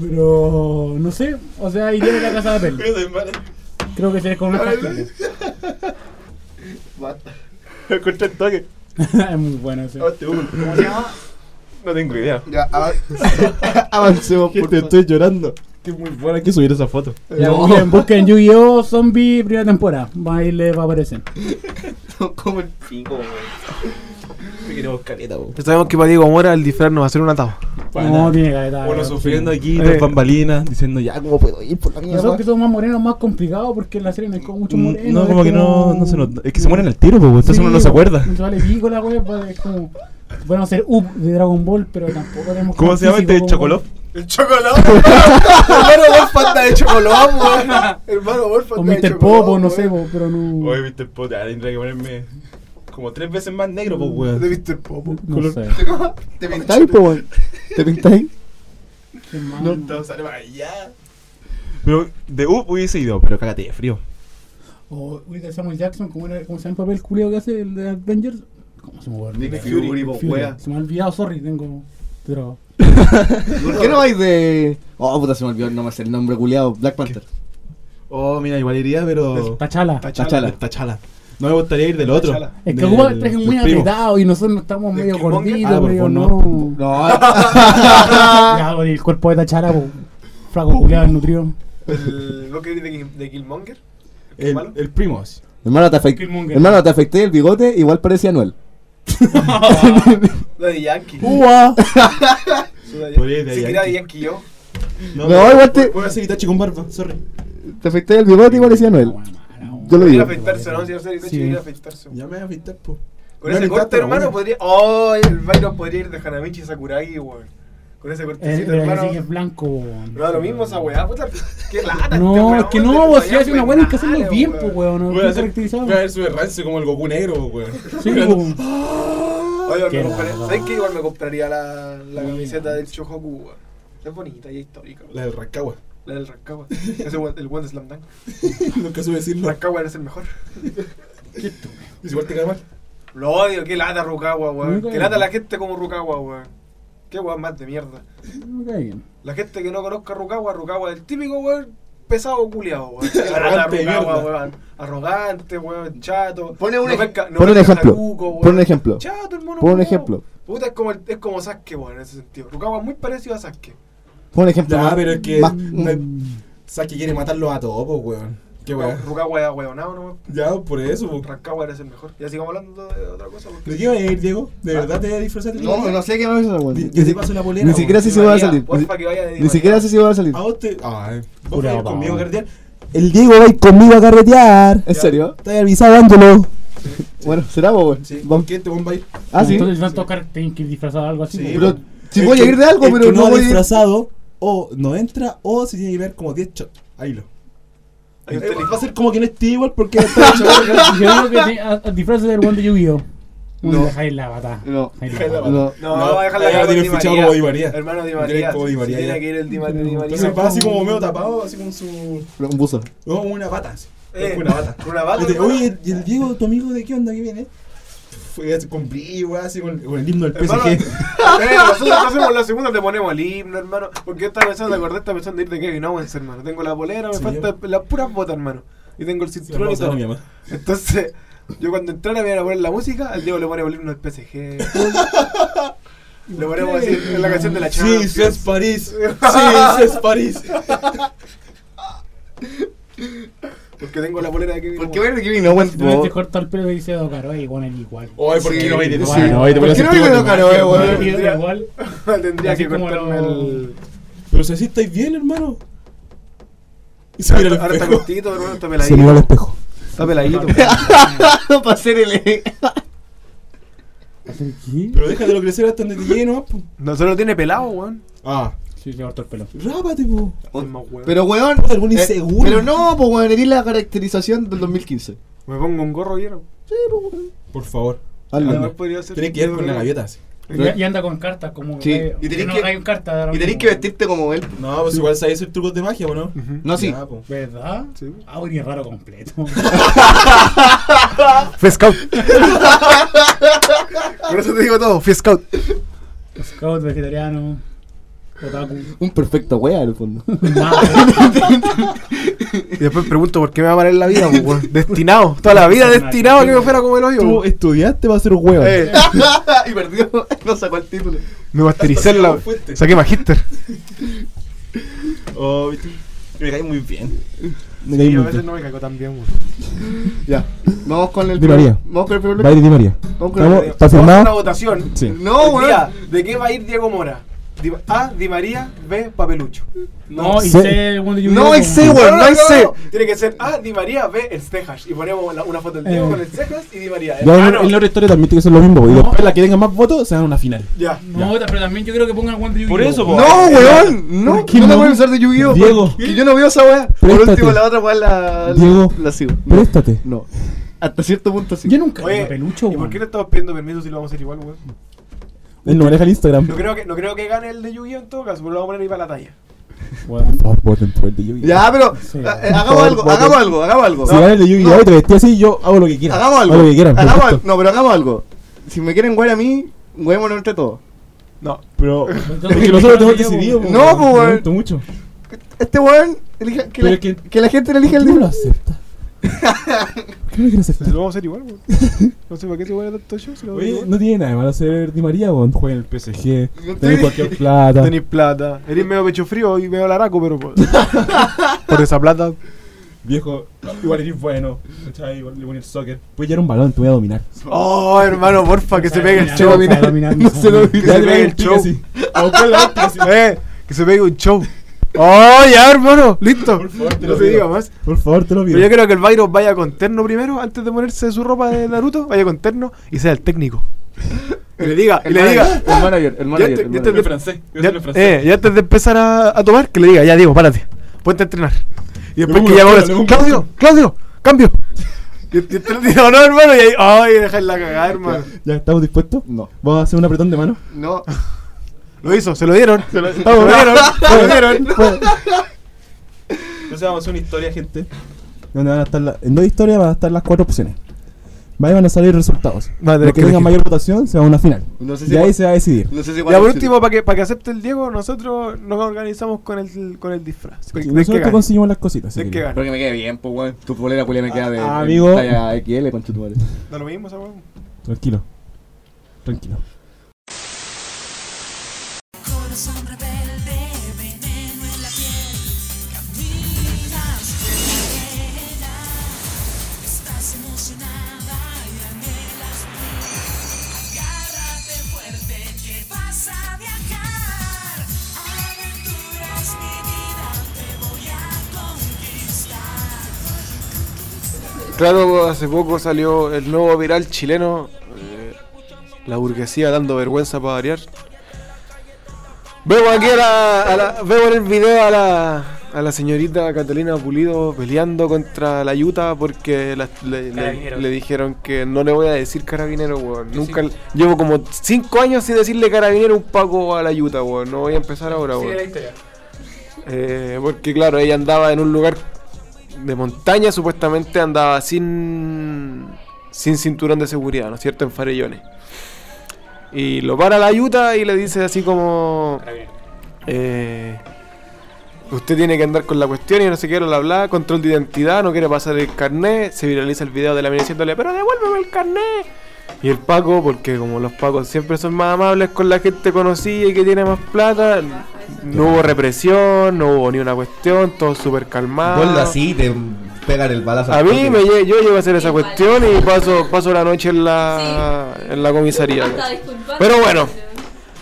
Speaker 10: Pero no sé, o sea, iría a la casa de papel.
Speaker 8: Esa es mala.
Speaker 10: Creo que sería con una cajita.
Speaker 8: Encontré el toque.
Speaker 10: es muy bueno ese.
Speaker 8: Hazte uno. No tengo idea.
Speaker 7: Ya, av- avancemos, por
Speaker 8: Gente,
Speaker 7: favor.
Speaker 8: estoy llorando. Que muy buena, hay que subir esa foto.
Speaker 10: Ya, Miren, busquen Yu-Gi-Oh! Zombie primera temporada. Va a irle, va a aparecer.
Speaker 7: Como el pico, weón.
Speaker 8: Me queremos caleta, weón.
Speaker 1: Ya sabemos que para Diego Mora el disfraz nos va a hacer un atado.
Speaker 10: No, tiene caleta.
Speaker 8: Uno
Speaker 10: weón,
Speaker 8: sufriendo
Speaker 10: sí.
Speaker 8: aquí, las
Speaker 1: Eh.
Speaker 8: bambalinas, diciendo ya, ¿cómo puedo ir por la
Speaker 10: Nosotros
Speaker 8: mierda?
Speaker 10: que somos más morenos, más complicado porque en la serie no hay como mucho moreno.
Speaker 8: Mm, No,
Speaker 10: es
Speaker 8: como que no, no se nota. Es que se mueren al tiro, pues, entonces
Speaker 10: Sí,
Speaker 8: uno no se acuerda.
Speaker 10: No se vale pico la wea, vale, es como. Bueno, ser Up de Dragon Ball, pero tampoco tenemos.
Speaker 8: ¿Cómo
Speaker 10: tan
Speaker 8: se llama
Speaker 10: físico
Speaker 8: este?
Speaker 10: como-
Speaker 8: ¿Chocolop?
Speaker 1: El chocolate. hermano, vos falta de chocolate, weón. Hermano, vos
Speaker 10: O
Speaker 1: falta de
Speaker 10: Mr.
Speaker 1: chocolate.
Speaker 10: Popo, no
Speaker 1: weón.
Speaker 10: sé, po, pero no.
Speaker 8: Oye, viste, puta, ahora tendría que ponerme como tres veces más negro, pues,
Speaker 1: De
Speaker 8: weón.
Speaker 1: Mr. Popo.
Speaker 10: No
Speaker 8: pues. color-
Speaker 10: sé.
Speaker 1: Te
Speaker 7: ¿Está ahí, po, weón? ¿Te pintáis?
Speaker 10: Qué mal.
Speaker 8: No, sale para allá. Pero de up hubiese ido, pero cágate de frío.
Speaker 10: O ahorita Samuel Jackson, como era, como se llama el papel culeo que hace el de Avengers? ¿Cómo se llama?
Speaker 7: Nick Fury, po, wea.
Speaker 10: Se me ha olvidado, sorry, tengo. Pero.
Speaker 7: ¿Por qué no vais de.? Oh, puta, se me olvidó nomás el nombre culiado. Black Panther.
Speaker 8: Oh, mira, igual iría, pero.
Speaker 10: Tachala.
Speaker 8: Tachala.
Speaker 7: Tachala.
Speaker 8: Tachala. No me gustaría ir del otro.
Speaker 1: Tachala.
Speaker 10: Es que
Speaker 8: del-
Speaker 10: ocupa el traje muy
Speaker 8: del primo.
Speaker 10: apretado y nosotros no estamos
Speaker 1: ¿Del
Speaker 10: medio
Speaker 1: Killmonger?
Speaker 10: gorditos,
Speaker 8: Ah, por
Speaker 10: medio
Speaker 8: favor,
Speaker 10: no.
Speaker 7: No,
Speaker 10: Ya, güey, el cuerpo de Tachala, po. Flaco
Speaker 1: Uh.
Speaker 10: culeado, nutrido.
Speaker 1: El- ¿Vos querés de, Kill- de Killmonger?
Speaker 8: El,
Speaker 1: ¿Malo?
Speaker 8: el primo. así.
Speaker 7: hermano, te afecté.
Speaker 10: Killmonger.
Speaker 7: Hermano, te afecté el bigote, igual parecía Anuel.
Speaker 1: La de Yankee.
Speaker 10: ¡Ua!
Speaker 1: Su Daddy
Speaker 8: Uh, Podría
Speaker 1: Yankee. Si
Speaker 8: ir de Yankee.
Speaker 1: quería de Yankee yo.
Speaker 7: No, igual te-
Speaker 8: Voy a hacer Itachi con barba, sorry.
Speaker 7: Te afecté el bigote, igual parecía Anuel. Yo lo
Speaker 1: Podría
Speaker 7: digo.
Speaker 1: afeitarse, ¿no? Si no sé,
Speaker 10: Sí.
Speaker 1: podría afeitarse.
Speaker 8: Ya me voy a pintar, po.
Speaker 1: Con
Speaker 8: Me voy
Speaker 1: ese
Speaker 8: a pintar
Speaker 1: corte,
Speaker 8: hasta la
Speaker 1: hermano,
Speaker 8: uña.
Speaker 1: podría. ¡Oh! El Byron podría ir de Hanamichi y Sakuragi, weón. Con ese
Speaker 10: Eh,
Speaker 1: cortecito,
Speaker 10: Pero
Speaker 1: hermano.
Speaker 10: así que es blanco, weón.
Speaker 1: No, lo mismo esa weá, puta. Qué lata. este
Speaker 10: No, es que no, si hace una buena hay que hacerlo bien, pues, po, weón. No
Speaker 8: Voy a
Speaker 10: está
Speaker 8: hacer,
Speaker 10: caracterizado.
Speaker 8: voy a ver su rancio como el Goku negro, po, weón.
Speaker 10: Sí, po.
Speaker 1: Oye,
Speaker 10: Qué
Speaker 1: me compraré-
Speaker 10: lata.
Speaker 1: ¿sabes qué? Igual me compraría la, la camiseta del Chojoku, weón. Es bonita y es histórica.
Speaker 8: La del Rancagua.
Speaker 1: La del Rancagua. Ese weón- el buen de Slam Dunk.
Speaker 8: Nunca supe decirlo.
Speaker 1: Rancagua eres el mejor.
Speaker 8: Y si igual te cae mal.
Speaker 1: Lo odio, qué lata Rucagua, weón.
Speaker 10: Nunca
Speaker 1: Qué lata
Speaker 10: vi.
Speaker 1: la gente como Rucagua, weón. Qué weón más de mierda.
Speaker 10: Me cae bien.
Speaker 1: La gente que no conozca a Rucagua, Rucagua es el típico weón pesado culiado, weón. Qué lata
Speaker 8: Arrogante de
Speaker 1: Rucagua,
Speaker 8: mierda.
Speaker 1: weón. Arrogante, weón, chato.
Speaker 7: Pone un
Speaker 1: No
Speaker 7: ej-
Speaker 1: pesca- no
Speaker 2: Pon un
Speaker 1: pesca
Speaker 2: ejemplo.
Speaker 1: jarugo, weón.
Speaker 2: Pon un ejemplo.
Speaker 1: Chato, el mono
Speaker 2: Pon un
Speaker 1: culiao.
Speaker 2: ejemplo.
Speaker 1: Puta, es como, el- es como Sasuke, weón, en ese sentido. Rucagua es muy parecido a Sasuke.
Speaker 2: Pon un ejemplo.
Speaker 8: Ya,
Speaker 2: más-
Speaker 8: pero es que.
Speaker 2: más-
Speaker 8: Saki quiere matarlos a todos, po, weón. Qué
Speaker 1: Rucagua-
Speaker 8: weón.
Speaker 1: Rucagua es ahueonado, ¿no?
Speaker 8: Ya, por eso, po.
Speaker 1: Rancagua eres el mejor. Ya sigamos hablando de otra cosa. porque-
Speaker 8: ¿De qué va a ir, Diego? ¿De
Speaker 1: Ah.
Speaker 8: verdad te voy a disfrazar?
Speaker 1: No, no
Speaker 2: sé qué me va a weón.
Speaker 8: Yo te paso la polera. pues.
Speaker 2: Ni siquiera sé si va a salir.
Speaker 1: porfa, pues, que vaya de
Speaker 2: Ni siquiera sé si va a salir.
Speaker 8: A vos te. Ay, vos vas a
Speaker 2: Pura
Speaker 8: ir conmigo a
Speaker 2: pava.
Speaker 8: carretear.
Speaker 2: El Diego va a ir conmigo a carretear. ¿En serio? Estoy avisado, Ángelo. Bueno, será vos, weón. Vamos.
Speaker 8: ¿Qué te bomba a ir?
Speaker 2: Ah, sí.
Speaker 10: Entonces van a tocar, tienen que ir disfrazados de algo así.
Speaker 8: Sí,
Speaker 10: po.
Speaker 8: pero-
Speaker 2: Si
Speaker 8: El
Speaker 2: voy a
Speaker 8: que-
Speaker 2: ir de algo,
Speaker 8: el
Speaker 2: pero
Speaker 8: que
Speaker 2: no
Speaker 8: no va
Speaker 2: voy a ir.
Speaker 8: disfrazado, o no entra, o se tiene que ver como 10 shots. Ahí lo. Eh, Va a ser como que no esté igual porque va a estar hecho verga.
Speaker 10: Yo digo que te- a- a- disfraces del guante lluvio.
Speaker 8: No.
Speaker 10: No. Dejáis la bata.
Speaker 8: No.
Speaker 10: Dejáis
Speaker 8: Dejáis la
Speaker 10: bata.
Speaker 8: bata. No.
Speaker 1: No,
Speaker 8: No,
Speaker 1: va a dejar la
Speaker 8: ya
Speaker 1: cara con
Speaker 8: tiene
Speaker 1: Di
Speaker 8: fichado
Speaker 1: María.
Speaker 8: como Di María.
Speaker 1: Hermano Di
Speaker 8: Tiene
Speaker 1: María.
Speaker 8: como Di
Speaker 1: sí,
Speaker 8: María
Speaker 1: Tiene
Speaker 8: ya.
Speaker 1: que ir el Di Ma- Di María.
Speaker 8: Entonces va así como medio tapado, así con su.
Speaker 2: Un buzo.
Speaker 8: No, una bata. así.
Speaker 1: Eh,
Speaker 8: una bata.
Speaker 1: con una bata,
Speaker 8: Y te-
Speaker 1: hermano.
Speaker 8: Oye, ¿y el Diego, tu amigo, de qué onda que viene? Fue así con brillo, weá, así con, con el himno del
Speaker 1: Hermano,
Speaker 8: PSG.
Speaker 1: eh, nosotros hacemos la segunda, le ponemos el himno, hermano. Porque yo estaba pensando, acordé, estaba pensando de ir de Kevin Owens, hermano. Tengo la polera, me
Speaker 8: Sí,
Speaker 1: faltan las puras botas, hermano. Y tengo el cinturón
Speaker 8: vamos
Speaker 1: y
Speaker 8: a
Speaker 1: todo.
Speaker 8: mi mamá.
Speaker 1: Entonces, yo cuando entrara me iban a poner la música, al Diego le ponemos el himno del PSG. Le ponemos así, en la canción de la
Speaker 8: Sí,
Speaker 1: Champions.
Speaker 8: sí es París. Sí, sí es París.
Speaker 1: Porque tengo la polera de Kevin Owens.
Speaker 7: bueno que vino,
Speaker 10: Si tú ves, te Este corta el pelo y dice Don Caro, "Ey, bueno, es igual.
Speaker 8: Oye, ¿por qué no me dices?
Speaker 10: Igual,
Speaker 8: No, y te voy a
Speaker 10: ¿por qué
Speaker 8: hacer
Speaker 10: no
Speaker 8: tú
Speaker 10: me dices
Speaker 8: la imagen,
Speaker 10: Don Caro,
Speaker 8: weón?
Speaker 10: eh, weón? Igual.
Speaker 1: Tendría
Speaker 10: Así
Speaker 1: que
Speaker 10: como
Speaker 1: cortarme
Speaker 10: lo-
Speaker 1: el.
Speaker 8: Pero si así estáis bien, hermano. Y se mira al
Speaker 1: Ahora está
Speaker 8: espejo.
Speaker 1: cortito, hermano, está
Speaker 8: Se mira al
Speaker 1: peladito.
Speaker 8: espejo.
Speaker 1: Está peladito.
Speaker 2: Para hacer el. E.
Speaker 8: Pero déjatelo crecer hasta donde te llegue, ¿no? po.
Speaker 1: No solo tiene pelado, weón.
Speaker 8: Ah.
Speaker 10: Sí, se cortó el pelo.
Speaker 8: Rápate, po.
Speaker 2: Pero, weón.
Speaker 8: Algún
Speaker 2: eh,
Speaker 8: inseguro.
Speaker 2: Pero no, pues, weón. Eres la caracterización del 2015.
Speaker 1: Me pongo un gorro y era.
Speaker 8: Por favor.
Speaker 2: Hazlo.
Speaker 8: Hazlo.
Speaker 1: podría ser-
Speaker 8: Tenés que ir con la gaviota así.
Speaker 10: Y, y anda con cartas, como.
Speaker 8: Sí.
Speaker 10: eh,
Speaker 8: Y tenés
Speaker 10: no,
Speaker 8: que-
Speaker 10: hay un carta, da lo
Speaker 8: y tenés
Speaker 10: mismo.
Speaker 8: que vestirte como él. No, pues igual sabes hacer trucos de magia, ¿o no?
Speaker 2: No, sí.
Speaker 8: Ya,
Speaker 10: pues.
Speaker 8: po.
Speaker 10: ¿Verdad? Ah, bueno, y raro completo.
Speaker 2: Fescout.
Speaker 1: Por eso te digo todo, Fescout.
Speaker 10: Scout, vegetariano, otaku.
Speaker 2: Un perfecto wea, en el fondo.
Speaker 1: Y después pregunto por qué me va a parar en la vida, pues, weón. Destinado. Toda la vida destinado a que me fuera como el hoyo.
Speaker 8: Tú
Speaker 1: weón.
Speaker 8: estudiaste para ser un huevo.
Speaker 1: Eh,
Speaker 7: y perdió, no sacó el título.
Speaker 1: me mastericé en la.
Speaker 8: Fuente.
Speaker 1: Saqué magíster.
Speaker 8: Oh, viste. Me caí muy bien.
Speaker 2: Me caí
Speaker 1: Y a
Speaker 2: muy
Speaker 1: veces
Speaker 2: bien.
Speaker 1: no me caigo tan bien, weón.
Speaker 2: Ya. Vamos con el.
Speaker 10: Di María.
Speaker 2: Vamos con el primer
Speaker 10: Va a ir Di María.
Speaker 2: Vamos con el
Speaker 10: Vamos-
Speaker 2: primer-
Speaker 10: ¿Está firmado?
Speaker 1: Vamos a Una votación.
Speaker 10: Sí.
Speaker 1: No,
Speaker 7: weón.
Speaker 1: weón. ¿De qué va a ir Diego Mora? Di- A, Di María, B, Papelucho.
Speaker 10: No, y
Speaker 1: C.
Speaker 10: sé el Wonder
Speaker 1: No,
Speaker 10: hay
Speaker 1: hay C, weón, no hay C. Tiene que ser A, Di María, B, el Cejas. Y ponemos la- una foto del Diego
Speaker 10: Eh.
Speaker 1: con el Cejas y Di María. Ah,
Speaker 8: Ya
Speaker 1: Hermano.
Speaker 8: en la otra historia también tiene que ser lo mismo. Y después la que tenga más votos se gana una final.
Speaker 1: Ya.
Speaker 10: No, pero también yo creo que pongan Wonder
Speaker 8: Por eso, po.
Speaker 7: No,
Speaker 8: Eh,
Speaker 7: weón, no,
Speaker 8: qué
Speaker 7: no me
Speaker 8: no?
Speaker 7: voy a usar de Yu-Gi-Oh!
Speaker 8: Diego.
Speaker 7: Que yo no veo esa weá. Por
Speaker 8: Préstate.
Speaker 7: último, la otra weá la.
Speaker 8: Diego,
Speaker 7: la sigo.
Speaker 8: Préstate.
Speaker 7: No. Hasta cierto punto sí.
Speaker 10: Yo nunca
Speaker 1: Oye,
Speaker 10: Papelucho,
Speaker 1: ¿y por
Speaker 10: weón.
Speaker 1: qué le estamos pidiendo permiso si lo vamos a hacer igual, weón?
Speaker 8: Él no maneja el Instagram.
Speaker 1: No creo que, no creo que gane el de Yu-Gi-Oh en todo caso, pero lo vamos a poner ahí para la talla.
Speaker 8: Por favor, voten por el de Yu-Gi-Oh!
Speaker 7: Ya, pero.
Speaker 10: Sí.
Speaker 7: ah, eh, hagamos algo, hagamos algo, hagamos algo.
Speaker 8: Si gana el de Yu-Gi-Oh! y te vestí así, yo hago lo que quiera.
Speaker 7: Hagamos algo.
Speaker 8: Hago lo que quieran.
Speaker 7: Hagamos
Speaker 8: perfecto.
Speaker 7: algo. No, pero hagamos algo. Si me quieren wear a mí, weémonos entre todos.
Speaker 1: No.
Speaker 8: Pero.
Speaker 10: Entonces,
Speaker 8: Es que nosotros
Speaker 10: ¿qué
Speaker 8: tenemos
Speaker 10: haría,
Speaker 8: decidido.
Speaker 10: po?
Speaker 8: po,
Speaker 7: No,
Speaker 8: weón.
Speaker 7: po, weón.
Speaker 8: Lo siento mucho.
Speaker 7: Este weón. elija- Que,
Speaker 8: Pero
Speaker 7: la,
Speaker 8: es que-
Speaker 7: que la gente le elija el
Speaker 8: ¿Por qué no lo
Speaker 7: libro.
Speaker 8: acepta? ¿Por qué no lo quiere aceptar?
Speaker 1: Lo vamos a hacer igual, weón. No sé para qué se pone tanto show si lo vamos a hacer
Speaker 8: Oye,
Speaker 1: igual.
Speaker 8: no tiene nada de malo ser Di María, weón. Juega en el PSG. Tener
Speaker 7: tiene-
Speaker 8: cualquier plata.
Speaker 1: Tenís plata. Eres medio pecho frío y medio laraco, pero por, por esa plata.
Speaker 8: Viejo, igual eres bueno. ¿Cachai? Igual le voy el soccer. Puedes llevar un balón, te voy a dominar.
Speaker 1: Oh, hermano, porfa, que se pegue el show.
Speaker 10: Dominar, dominar,
Speaker 1: No se lo
Speaker 10: dominar.
Speaker 1: que se
Speaker 8: Ya te
Speaker 1: pegue
Speaker 8: pegué
Speaker 1: el show. Oh,
Speaker 8: así. O con la óptica así.
Speaker 1: Eh, que se pegue un show. Oh, ya, hermano, listo.
Speaker 8: Por favor, te
Speaker 1: No
Speaker 8: lo
Speaker 1: se diga
Speaker 8: pido.
Speaker 1: más.
Speaker 8: Por favor, te lo pido.
Speaker 1: Pero yo creo que el Byron vaya con terno primero, antes de ponerse su ropa de Naruto, vaya con terno y sea el técnico. Y le diga, y le diga.
Speaker 7: El manager,
Speaker 1: Ya,
Speaker 7: el
Speaker 1: te-
Speaker 7: manager.
Speaker 1: ya
Speaker 7: el
Speaker 1: te-
Speaker 7: manager.
Speaker 8: francés.
Speaker 1: Ya, eh, ya antes de empezar a, a tomar, que le diga, ya Diego, párate, ponte a entrenar. Y después
Speaker 8: pongo
Speaker 1: que ya
Speaker 8: una
Speaker 1: ahora,
Speaker 8: piola, le pongo
Speaker 1: Claudio, Claudio, cambio. Y, y te pues. lo digo, no, hermano, y ahí, ay, dejarla cagar, hermano.
Speaker 8: ¿Ya estamos dispuestos?
Speaker 7: No.
Speaker 8: ¿Vamos a hacer un apretón de mano?
Speaker 7: No.
Speaker 19: Lo hizo, se lo dieron. Se lo, dieron, se lo dieron.
Speaker 20: Entonces vamos a hacer una historia, gente.
Speaker 8: donde van a estar la- en dos historias van a estar las cuatro opciones. Ahí van a salir resultados.
Speaker 19: Va a tener
Speaker 8: Los que
Speaker 19: que
Speaker 8: tengan
Speaker 19: elegir.
Speaker 8: mayor votación se va a una final.
Speaker 19: No sé
Speaker 8: y
Speaker 19: si
Speaker 8: ahí
Speaker 19: cuál-
Speaker 8: se va a decidir.
Speaker 19: y por último, para que, para que acepte el Diego, nosotros nos organizamos con el, con el disfraz.
Speaker 8: Sí, nosotros te conseguimos las cositas. si
Speaker 19: Es que
Speaker 8: quieres.
Speaker 19: gana.
Speaker 21: Pero que me quede bien, pues, weón. Tu polera culia me queda de,
Speaker 8: ah,
Speaker 21: de
Speaker 8: amigo.
Speaker 21: talla XL, concha tu madre.
Speaker 19: Da lo mismo esa weón.
Speaker 8: Tranquilo. Tranquilo.
Speaker 22: Corazón rebelde, veneno en la piel, caminas llena, estás emocionada y anhelas vivir. Agárrate fuerte que vas a viajar, aventuras mi vida te voy a conquistar.
Speaker 1: Claro, hace poco salió el nuevo viral chileno, eh, la burguesía dando vergüenza para variar. Veo aquí a la, a la- veo en el video a la, a la señorita Catalina Pulido peleando contra la Yuta porque la- le, le-
Speaker 10: Carabinero.
Speaker 1: le dijeron que no le voy a decir carabinero, weón. Nunca, llevo como 5 años sin decirle carabinero a un paco a la Yuta, weón. No voy a empezar ahora,
Speaker 10: Sigue
Speaker 1: weón.
Speaker 10: la historia.
Speaker 1: Eh, porque claro, ella andaba en un lugar de montaña, supuestamente andaba sin sin cinturón de seguridad, ¿no es cierto? En farellones. Y lo para la ayuda y le dice así como... eh, usted tiene que andar con la cuestión y no sé qué, bla, bla, control de identidad, no quiere pasar el carnet, se viraliza el video de la mina diciéndole, pero devuélveme el carnet. Y el Paco, porque como los Pacos siempre son más amables con la gente conocida y que tiene más plata, no hubo represión, no hubo ni una cuestión, todo súper calmado.
Speaker 7: Ponlo así y te pegan el balazo.
Speaker 1: A mí me lle- yo llego a hacer esa cuestión y paso, paso la noche en la, en la comisaría.
Speaker 10: Hasta disculpar.
Speaker 1: Pero bueno,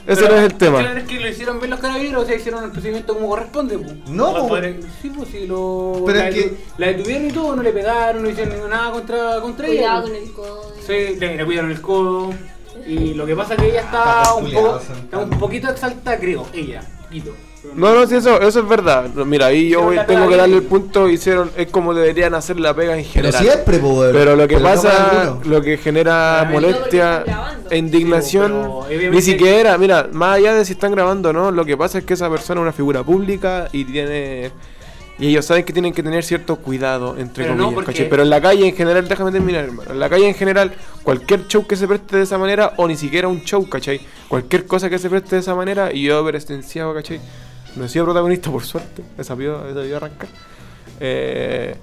Speaker 1: ese
Speaker 10: Pero,
Speaker 1: no es el tema.
Speaker 10: claro, es que lo hicieron bien los carabineros, o sea, hicieron el procedimiento como corresponde. pues.
Speaker 7: No,
Speaker 10: Para
Speaker 7: pues,
Speaker 10: poder- Sí, pues sí, lo.
Speaker 7: Pero
Speaker 10: la,
Speaker 7: es
Speaker 10: detu- la detuvieron y todo, no le pegaron, no hicieron nada contra, contra
Speaker 5: Cuidado
Speaker 10: ella.
Speaker 5: con el codo.
Speaker 10: Sí, le, le cuidaron el codo. Y lo que pasa es que ella está un, poco, está un poquito exalta, creo, ella, un poquito.
Speaker 1: No, no, sí, eso, eso es verdad. No, Mira, ahí yo voy-
Speaker 10: la pega
Speaker 1: tengo que
Speaker 10: bien.
Speaker 1: darle el punto. Hicieron, es como deberían hacer la pega en general.
Speaker 7: siempre, po, weón.
Speaker 1: Pero lo que
Speaker 7: Pero no para
Speaker 1: pasa,
Speaker 7: alguno.
Speaker 1: lo que genera
Speaker 7: Para mí no,
Speaker 1: molestia e indignación, ni
Speaker 7: obviamente-
Speaker 1: siquiera, mira, más allá de si están grabando o no, lo que pasa es que esa persona es una figura pública y tiene. Y ellos saben que tienen que tener cierto cuidado, entre
Speaker 10: Pero no,
Speaker 1: comillas,
Speaker 10: porque-
Speaker 1: ¿cachai? Pero en la calle en general, déjame terminar, hermano. En la calle en general, cualquier show que se preste de esa manera, o ni siquiera un show, ¿cachai? Cualquier cosa que se preste de esa manera, y yo he presenciado, ¿cachai? No he sido protagonista, por suerte. He sabido, he sabido arrancar. Eh,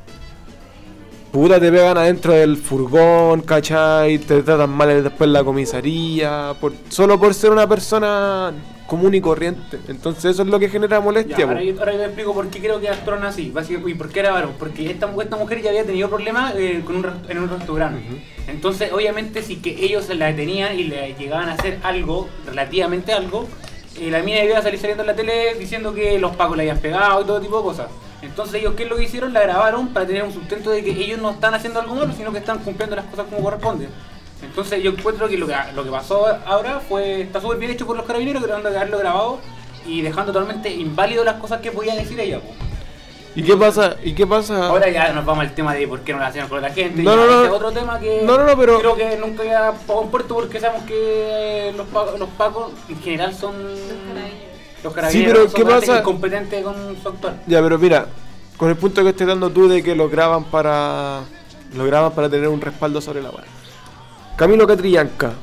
Speaker 1: puta, te pegan adentro del furgón, ¿cachai? Te tratan mal después en la comisaría, por, solo por ser una persona común y corriente. Entonces eso es lo que genera molestia. pues.
Speaker 10: Ya, ahora,
Speaker 1: po.
Speaker 10: yo, ahora yo te explico por qué creo que actuaron así. Básicamente, ¿Y por qué era varón? Porque esta, mu- esta mujer ya había tenido problemas eh, con un, res- en un restaurante. Entonces, obviamente, si que ellos la detenían y le llegaban a hacer algo, relativamente algo, eh, la mina iba a salir saliendo en la tele diciendo que los pacos la habían pegado y todo tipo de cosas. Entonces ellos, ¿qué es lo que hicieron? La grabaron para tener un sustento de que ellos no están haciendo algo malo, sino que están cumpliendo las cosas como corresponde. Entonces yo encuentro que lo que, lo que pasó ahora fue está súper bien hecho por los carabineros, tratando de haberlo grabado y dejando totalmente inválido las cosas que podía decir ella. po.
Speaker 1: ¿Y qué pasa? ¿Y qué pasa?
Speaker 10: Ahora ya nos vamos al tema de por qué no la hacían con la gente.
Speaker 1: Ah. No,
Speaker 10: ya,
Speaker 1: no, no.
Speaker 10: ese es otro tema que
Speaker 1: No, no, no, pero-
Speaker 10: creo que nunca ya pagó en puerto porque sabemos que los pacos, los pacos en general son... Los carabineros
Speaker 1: pero
Speaker 10: son
Speaker 1: ¿qué
Speaker 10: bastante
Speaker 1: pasa?
Speaker 10: incompetentes con su actuar.
Speaker 1: Ya, pero mira, con el punto que estés dando tú de que lo graban para. Lo graban para tener un respaldo sobre la bala. Camilo Catrillanca.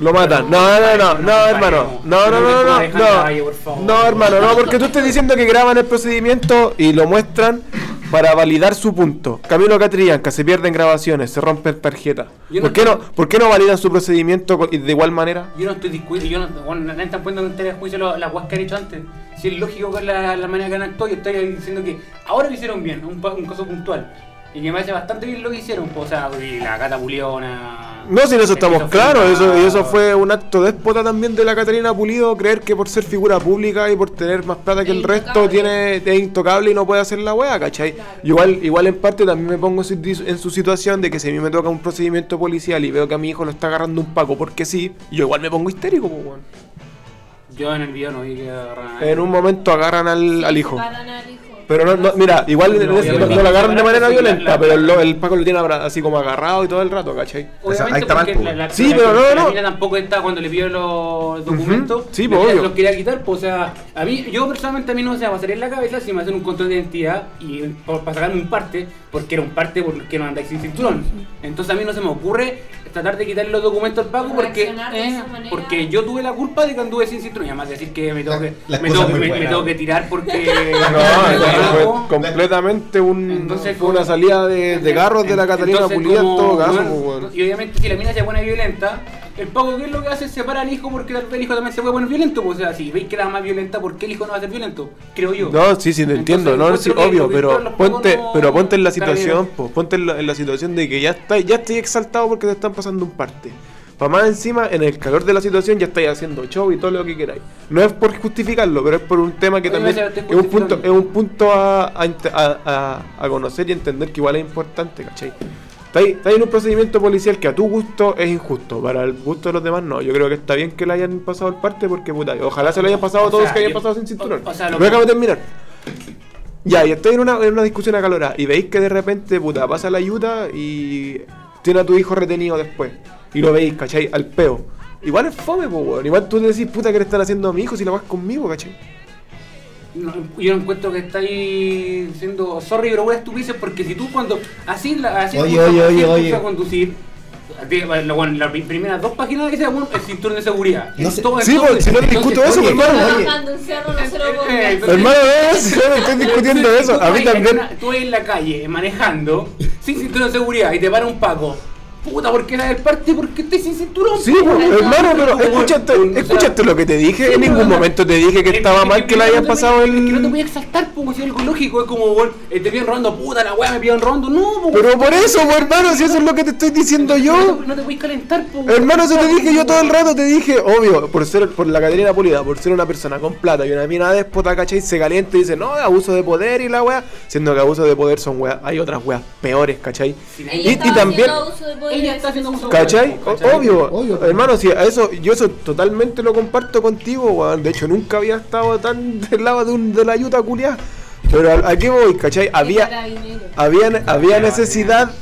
Speaker 1: Lo matan. No, no, no, no, hermano. No, no, no, no, no. No, hermano, no, porque tú estás diciendo que graban el procedimiento y lo muestran para validar su punto. Camilo Catrillanca, se pierden grabaciones, se rompen tarjetas.
Speaker 10: Yo no
Speaker 1: ¿Por qué no, ¿Por qué no validan su procedimiento co- de igual manera?
Speaker 10: Yo no estoy discutiendo, yo no, bueno, nadie está poniendo en tela de juicio lo- las guas que han hecho antes. Si es lógico con la, la manera que han actuado, yo estoy diciendo que ahora lo hicieron bien, un, pa- un caso puntual. Y que me parece bastante bien lo que hicieron, pues, o sea, y la catapuliona.
Speaker 1: No, si en eso estamos claros, eso, y eso fue un acto déspota también de la Catalina Pulido, creer que por ser figura pública y por tener más plata que el resto tiene, es intocable y no puede hacer la wea, ¿cachai? Igual, igual en parte también me pongo en su- en su situación de que si a mí me toca un procedimiento policial y veo que a mi hijo lo está agarrando un paco porque sí, yo igual me pongo histérico, pues, weón.
Speaker 10: Yo en el video no vi que agarraran a nadie.
Speaker 1: En un momento agarran al, al hijo.
Speaker 5: Paran al hijo.
Speaker 7: Pero no, no- mira, igual en ese- no, no lo agarran de manera violenta, pero el, el Paco lo tiene abra- así como agarrado y todo el rato, ¿cachai?
Speaker 10: Obviamente, porque la- la-
Speaker 7: sí,
Speaker 10: la-
Speaker 7: pero no,
Speaker 10: la
Speaker 7: no,
Speaker 10: mina tampoco está cuando le pidió los documentos.
Speaker 7: Ujú. Sí,
Speaker 10: le
Speaker 7: pues,
Speaker 10: quería-
Speaker 7: obvio.
Speaker 10: Los quería quitar, pues, o sea, a mí, yo personalmente a mí no se me pasaría en la cabeza si me hacen un control de identidad y por, para sacarme un parte, porque era un parte porque no andáis sin cinturón. Entonces a mí no se me ocurre tratar de quitarle los documentos al Paco porque, eh, porque yo tuve la culpa de que anduve sin cinturón. Y además decir que me tengo que,
Speaker 7: las
Speaker 10: me
Speaker 7: cosas
Speaker 10: tengo, que-
Speaker 7: muy
Speaker 10: me- me
Speaker 7: buenas.
Speaker 10: tengo que tirar porque...
Speaker 7: No, entonces fue completamente un, fue una salida de, de garros de la Catalina
Speaker 10: Entonces,
Speaker 7: Pulida en
Speaker 10: como,
Speaker 7: todo caso,
Speaker 10: bueno,
Speaker 7: pues, weón.
Speaker 10: Y obviamente si la mina se pone violenta, el Paco ¿qué es lo que hace? Separa al hijo porque tal vez el hijo también se puede poner violento. pues, o sea, si veis que la más violenta, ¿por qué el hijo no va a ser violento? Creo yo.
Speaker 7: No, sí, sí, lo entiendo, no, sí,
Speaker 10: encuentro que
Speaker 7: obvio,
Speaker 10: los virtuales
Speaker 7: pero
Speaker 10: los
Speaker 7: ponte,
Speaker 10: pagos no-
Speaker 7: pero ponte en la
Speaker 10: está bien.
Speaker 7: situación, pues, ponte en la, en la situación de que ya está, ya estoy exaltado porque te están pasando un parte. Para más encima, en el calor de la situación ya estáis haciendo show y todo lo que queráis. No es por justificarlo, pero es por un tema que
Speaker 10: Oye,
Speaker 7: también
Speaker 10: Marcelo, estoy
Speaker 7: es un punto, es un punto a, a ent- a- a- a conocer y entender que igual es importante, ¿cachai? Estáis estáis en un procedimiento policial que a tu gusto es injusto, para el gusto de los demás no. Yo creo que está bien que le hayan pasado el parte porque puta, ojalá se lo hayan pasado a
Speaker 10: O
Speaker 7: todos
Speaker 10: sea,
Speaker 7: que hayan
Speaker 10: yo-
Speaker 7: pasado sin cinturón.
Speaker 10: o sea, lo
Speaker 7: Pero
Speaker 10: que-
Speaker 7: acabo de terminar. Ya, y estoy en una, en una discusión acalorada y veis que de repente, puta, pasa la ayuda y tiene a tu hijo retenido después. Y lo veis, ¿cachai? Al peo. Igual es fome, po, weón. Igual tú le decís, puta, que le están haciendo a mi hijo si la vas conmigo, ¿cachai?
Speaker 10: No, yo no encuentro que estáis siendo sorry, pero una estupidez porque si tú cuando así la así
Speaker 4: Oye,
Speaker 10: impulsa-
Speaker 4: oye,
Speaker 10: así
Speaker 4: oye,
Speaker 10: impulsa
Speaker 4: oye.
Speaker 10: a conducir de- bueno, bueno, las pri- primeras dos páginas dice bueno, el cinturón de seguridad.
Speaker 4: No sé-
Speaker 10: Todo-
Speaker 7: Sí, pues, si no
Speaker 10: entonces-
Speaker 7: discuto eso,
Speaker 10: oye,
Speaker 7: pues, hermano.
Speaker 10: oye,
Speaker 5: Bajando un cerro no se lo
Speaker 10: eh,
Speaker 5: pongas.
Speaker 10: entonces-
Speaker 7: Hermano, ¿ves? Yo no estoy discutiendo
Speaker 10: Si
Speaker 7: eso.
Speaker 10: tú
Speaker 7: A mí
Speaker 10: vas en la
Speaker 7: también.
Speaker 10: esquina- Tú vas en la calle manejando sin cinturón de seguridad y te para un paco. Puta, ¿por qué la del parte? ¿Por qué estás sin cinturón?
Speaker 7: Sí,
Speaker 10: Puta,
Speaker 7: po,
Speaker 10: la-
Speaker 7: hermano, pero
Speaker 10: Puta,
Speaker 7: escúchate, escúchate lo que te dije. En ningún momento te dije pues, que estaba mal que le hayan pasado
Speaker 10: Que no te
Speaker 7: el.
Speaker 10: voy a exaltar, po, si es algo lógico, es como, weón, eh, te piden rondo, puta la weá, me piden rondo, no, po,
Speaker 7: Pero por eso, po, hermano, si eso es lo que te estoy diciendo yo.
Speaker 10: No te voy a calentar, po.
Speaker 7: Hermano, eso te dije yo todo el rato, te dije, obvio, por ser por la Caterina Pulida, por ser una persona con plata y una mina déspota, ¿cachai? Se calienta y dice, no, abuso de poder y la weá, siendo que abuso de poder son weas, hay otras weas peores, ¿cachai? Y,
Speaker 5: Ella
Speaker 7: y
Speaker 5: estaba
Speaker 7: también,
Speaker 5: haciendo abuso de poder.
Speaker 10: Ella está haciendo abuso de poder.
Speaker 7: ¿cachai? O- Obvio, hermano, si a eso, yo eso totalmente lo comparto contigo, weón. De hecho, nunca había estado tan del lado de, un, de la ayuda culiá. Pero a, a qué voy, ¿cachai? Había, había, había necesidad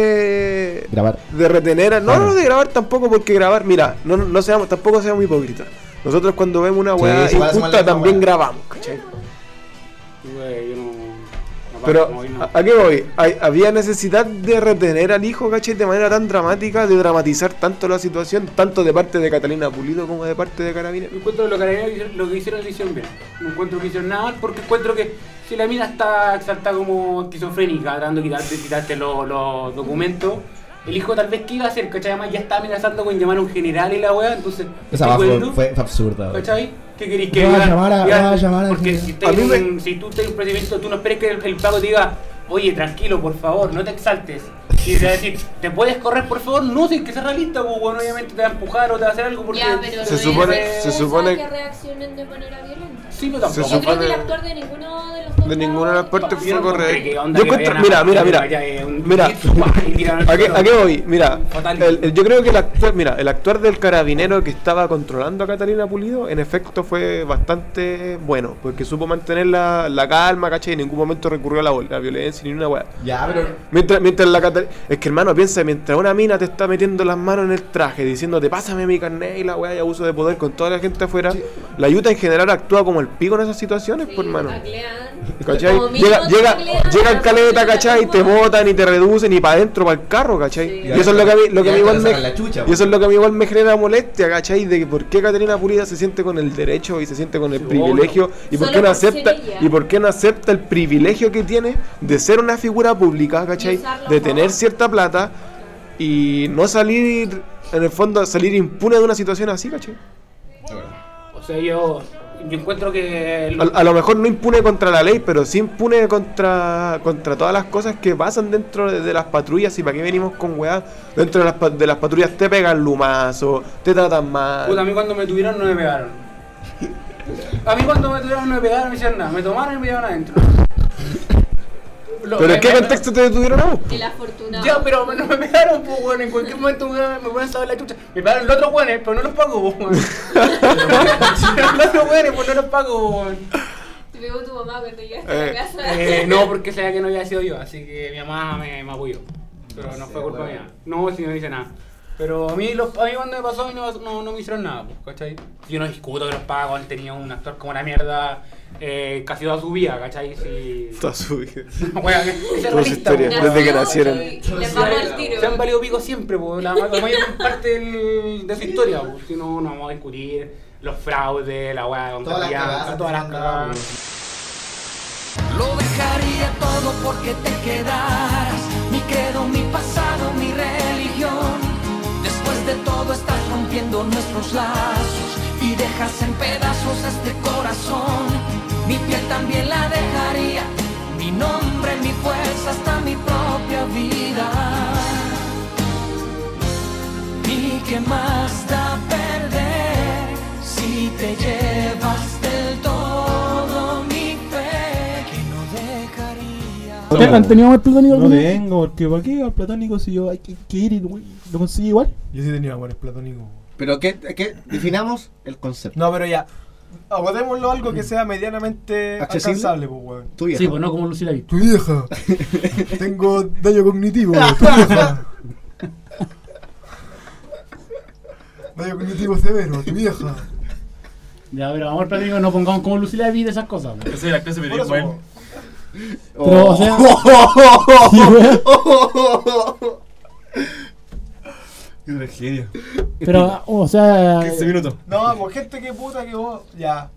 Speaker 7: de,
Speaker 23: Grabar.
Speaker 7: de retener a- No, no, de grabar tampoco, porque grabar, mira, no, no seamos, tampoco seamos hipócritas. Nosotros cuando vemos una
Speaker 4: Sí,
Speaker 7: weá
Speaker 4: sí, para sumarle
Speaker 7: injusta
Speaker 4: a la
Speaker 7: también
Speaker 4: weá.
Speaker 7: grabamos, ¿cachai?
Speaker 10: Güey, yo no- no
Speaker 7: Pero,
Speaker 10: pago, no, no.
Speaker 7: ¿a, a qué voy? Hay- había necesidad de retener al hijo, ¿cachai? De manera tan dramática, de dramatizar tanto la situación, tanto de parte de Catalina Pulido como de parte de Carabineros.
Speaker 10: encuentro que los carabineros hicieron- lo que hicieron lo hicieron bien. No encuentro que hicieron nada mal porque encuentro que si la mina está exaltada como esquizofrénica, tratando de quitarte, quitarte los, los documentos, el hijo tal vez que iba a hacer, ¿cachai? Además ya está amenazando con llamar a un general y la weá, entonces.
Speaker 23: Esa
Speaker 10: ¿te
Speaker 23: va fue,
Speaker 10: acuerdas?
Speaker 23: fue absurda. güey.
Speaker 10: ¿Cachai? ¿Qué queréis que
Speaker 7: Ah,
Speaker 23: Va a
Speaker 10: diga?
Speaker 23: llamar a-
Speaker 10: Diga,
Speaker 23: va a llamar al
Speaker 10: Porque
Speaker 23: general.
Speaker 10: si, estáis
Speaker 23: A mí
Speaker 10: en un- si tú estás en un procedimiento, tú no esperes que el, el pago te diga, oye, tranquilo, por favor, no te exaltes. Y te va a decir, ¿te puedes correr, por favor? No, si es que sea realista, pues, bueno, obviamente te va a empujar o te va a hacer algo porque...
Speaker 5: Ya, pero
Speaker 7: Se no supone- es se excusa supone-
Speaker 5: que reaccionen de manera violenta.
Speaker 10: Sí, pero
Speaker 7: Se
Speaker 10: tampoco.
Speaker 5: Yo creo que
Speaker 7: supone-
Speaker 5: el actuar de ninguno de los
Speaker 7: De ninguna de las partes
Speaker 10: Yo
Speaker 7: fue
Speaker 10: no
Speaker 7: correcto.
Speaker 10: encontré que onda
Speaker 7: Yo
Speaker 10: que
Speaker 7: encuentro,
Speaker 10: vayan a-
Speaker 7: mira, mira, mira.
Speaker 10: que vaya, eh, un-
Speaker 7: Mira,
Speaker 10: y tiran-
Speaker 7: ¿a qué, a qué voy? Mira, el- el- yo creo que el actuar, mira, el actuar del carabinero que estaba controlando a Catalina Pulido, en efecto fue bastante bueno, porque supo mantener la, la calma, ¿cachai? En ningún momento recurrió a la, la violencia ni una weá.
Speaker 4: Ya, pero.
Speaker 7: Mientras, mientras la Catalina. Es que hermano, piensa, mientras una mina te está metiendo las manos en el traje, diciéndote, pásame mi carnet y la weá y abuso de poder con toda la gente afuera, la ayuda en general actúa como el pico en esas situaciones, por hermano. ¿Cachai?
Speaker 5: Como mínimo
Speaker 7: Llega,
Speaker 5: te
Speaker 7: llega,
Speaker 5: taclean,
Speaker 7: llegan
Speaker 5: te
Speaker 7: caleta,
Speaker 5: taclean,
Speaker 7: ¿cachai? Y te botan y te reducen y para adentro, para el carro, ¿cachai? Y eso es lo que a mí, lo que a
Speaker 4: Ya,
Speaker 7: mí igual
Speaker 4: te
Speaker 7: me,
Speaker 4: sacan la chucha, pues.
Speaker 7: y eso es lo que a mí igual me genera molestia, ¿cachai? De que por qué Caterina Pulida se siente con el derecho y se siente con el privilegio y por
Speaker 4: Solo
Speaker 7: qué no
Speaker 4: por ser
Speaker 7: acepta
Speaker 4: ella.
Speaker 7: y por qué no acepta el privilegio que tiene de ser una figura pública, ¿cachai?
Speaker 4: usarlo
Speaker 7: De
Speaker 4: a
Speaker 7: tener cierta plata y no salir en el fondo salir impune de una situación así, ¿cachai?
Speaker 10: O sea, yo, yo encuentro que... el-
Speaker 7: A, a lo mejor no impune contra la ley, pero sí impune contra, contra todas las cosas que pasan dentro de, de las patrullas. ¿Y para qué venimos con weá? Dentro de las, pa- de las patrullas te pegan lumazo, te tratan
Speaker 10: Puta, a
Speaker 7: mal.
Speaker 10: mí cuando me tuvieron no me pegaron. A mí cuando me tuvieron no me pegaron, no me hicieron nada. Me tomaron y me llevaron adentro. Lo-
Speaker 7: ¿Pero en
Speaker 10: me-
Speaker 7: qué
Speaker 10: me-
Speaker 7: contexto te detuvieron a vos?
Speaker 5: El afortunado.
Speaker 10: Ya, pero no me pegaron, pues, weón. En cualquier momento me hubieran- me hubieran saber la chucha. Me pegaron los otros weones, pero no los pago, pues, weón. Pero los otros weones, pues no los pago, pues, weón.
Speaker 5: Te pegó tu mamá cuando llegaste a la
Speaker 10: Eh,
Speaker 5: casa.
Speaker 10: eh, no, porque sabía que no había sido yo, así que mi mamá me, me apoyó. Pero no fue culpa mía. No, si no dice nada. Pero a mí, los, a mí cuando me pasó, a mí no, no, no me hicieron nada, pues, ¿cachai? Yo no discuto que los pagos, han tenido un actor como una mierda eh, casi toda su vida, ¿cachai? Sí.
Speaker 24: Toda su vida.
Speaker 10: Bueno, es
Speaker 24: Toda su
Speaker 10: realista,
Speaker 24: historia,
Speaker 10: pues.
Speaker 24: desde que nacieron.
Speaker 5: Les vamos al tiro.
Speaker 10: Se han valido pico siempre, po, la, la mayor parte del- de su historia. po. Si no, no vamos a discutir los fraudes, la weá de Don
Speaker 25: Todas las
Speaker 10: Carrián,
Speaker 25: cagadas
Speaker 10: todas las
Speaker 25: que se han dado,
Speaker 10: cagadas.
Speaker 26: Lo dejaría todo porque te quedaras. Mi credo, mi pasado, mi religión. Después de todo estás rompiendo nuestros lazos y dejas en pedazos este corazón. Mi piel también la dejaría. Mi nombre, mi fuerza, hasta mi propia vida. ¿Y qué más da perder si te llevas del todo mi fe? Que no dejaría.
Speaker 8: ¿Ustedes han tenido amor platónico
Speaker 27: No
Speaker 8: alguna vez?
Speaker 27: tengo, porque ¿para qué al platónico si yo hay que ir lo consigo igual?
Speaker 1: Yo sí tenía amores platónicos.
Speaker 7: Pero que, que definamos el concepto.
Speaker 1: No, pero ya. Agotémoslo a algo que sea medianamente
Speaker 7: Mm. ¿Accesible?
Speaker 1: alcanzable, pues, weón.
Speaker 7: Tu vieja.
Speaker 8: Sí, pues no como Lucila ahí.
Speaker 1: Tu vieja. Tengo daño cognitivo, tu vieja. daño cognitivo severo, tu vieja.
Speaker 8: Ya, pero amor platónico no pongamos como Lucila Ví de esas cosas.
Speaker 27: Yo soy la clase media, weón.
Speaker 8: Pero, o sea. Sí, weón.
Speaker 27: Qué tragedia.
Speaker 8: Pero, o sea.
Speaker 27: 15 minutos.
Speaker 1: No, pues gente que puta que vos ya.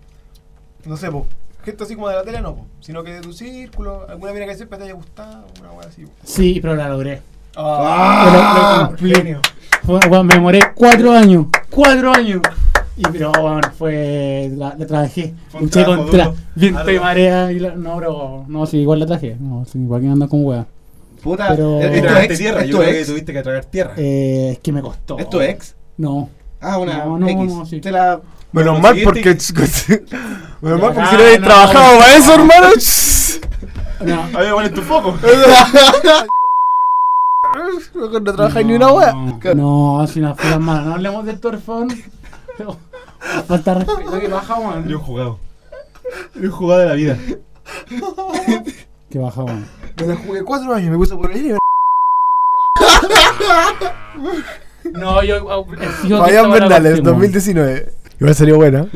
Speaker 1: No sé, pues. Gente así como de la tele, no, pues. Sino que de tu círculo, alguna mina que siempre te haya gustado, una wea así, po.
Speaker 8: Sí, pero la logré.
Speaker 1: Ah,
Speaker 8: Pero la- la cumplí. Fue- weón, me demoré cuatro años. ¡Cuatro años! Y pero weón, fue. La, la traje.
Speaker 27: un
Speaker 8: Luché
Speaker 27: trabajo
Speaker 8: contra
Speaker 27: duro.
Speaker 8: viento y
Speaker 27: Algo.
Speaker 8: marea. Y la- no, bro. No, sí, igual la traje. No, sí, igual que anda con wea.
Speaker 7: Puta,
Speaker 8: pero.
Speaker 7: ¿es- es tu
Speaker 27: Tragaste
Speaker 7: ex?
Speaker 27: tierra,
Speaker 7: ¿Es
Speaker 27: yo
Speaker 7: tu
Speaker 27: creo que
Speaker 7: ex?
Speaker 27: tuviste que tragar tierra.
Speaker 8: Eh, es que me costó.
Speaker 7: ¿Es tu ex?
Speaker 8: No.
Speaker 7: Ah, una
Speaker 8: No, no,
Speaker 7: X.
Speaker 8: no, sí.
Speaker 7: Te la...
Speaker 1: Menos mal porque. Menos mal porque
Speaker 8: Ah,
Speaker 1: si no habéis
Speaker 8: no,
Speaker 1: trabajado
Speaker 8: no.
Speaker 1: para eso, hermano.
Speaker 8: No.
Speaker 27: Ahí me pones tu foco.
Speaker 1: Mejor no trabajáis ni una wea.
Speaker 8: No, si no fue mala. No hablemos del torfón. Falta respeto.
Speaker 10: Lo que baja, weón.
Speaker 27: Yo he jugado. Yo he jugado de la vida.
Speaker 8: Que baja, weón.
Speaker 1: Me la jugué cuatro años, me puse por el
Speaker 10: No, yo.
Speaker 1: Fabián Bernales, 2019. Igual salió buena.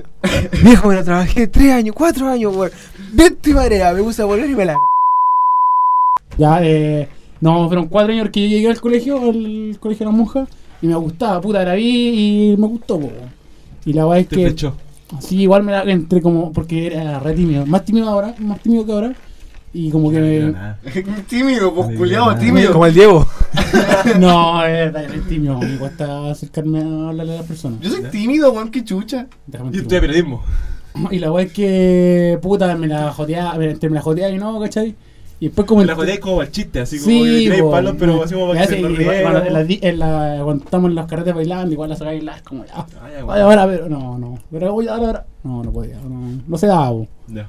Speaker 1: Viejo, me la trabajé tres años, cuatro años, weón. Vente y marea, me puse a volver y me la. c-
Speaker 8: Ya, eh, no, fueron cuatro años que yo llegué al colegio, al colegio de las monjas, y me gustaba, puta, la vi y me gustó, po. Y la verdad es
Speaker 27: Te
Speaker 8: que.
Speaker 27: flechó.
Speaker 8: Sí, igual me la entré como, porque era re tímido, más tímido ahora, más tímido que ahora, y como que me.
Speaker 7: tímido, pues, culiado,
Speaker 8: Tímido.
Speaker 7: tímido.
Speaker 8: Como
Speaker 1: el Diego.
Speaker 8: No, es verdad, es tímido, me cuesta acercarme a hablarle a las personas.
Speaker 7: Yo soy tímido, weón, qué chucha.
Speaker 8: Déjame
Speaker 27: Yo
Speaker 8: mentir,
Speaker 27: estudié periodismo.
Speaker 8: Y la weá es que, puta, me la joteaba, me, entre me la joteaba y no, ¿cachai? Y después como...
Speaker 27: Me la jodéis como al chiste, así como que
Speaker 8: Sí,
Speaker 27: tiráis
Speaker 8: po,
Speaker 27: palos, pero así como
Speaker 8: me
Speaker 27: para que
Speaker 8: hace-
Speaker 27: se nos
Speaker 8: igual,
Speaker 27: riera,
Speaker 8: cuando en la
Speaker 27: po.
Speaker 8: di- en la- Cuando estamos en los carretes bailando, igual la sacáis y la es como, ya,
Speaker 27: Ah, ya,
Speaker 8: vaya ahora, pero no, no, pero voy a dar ahora. No, no podía, no, no se daba, po.
Speaker 27: Ya.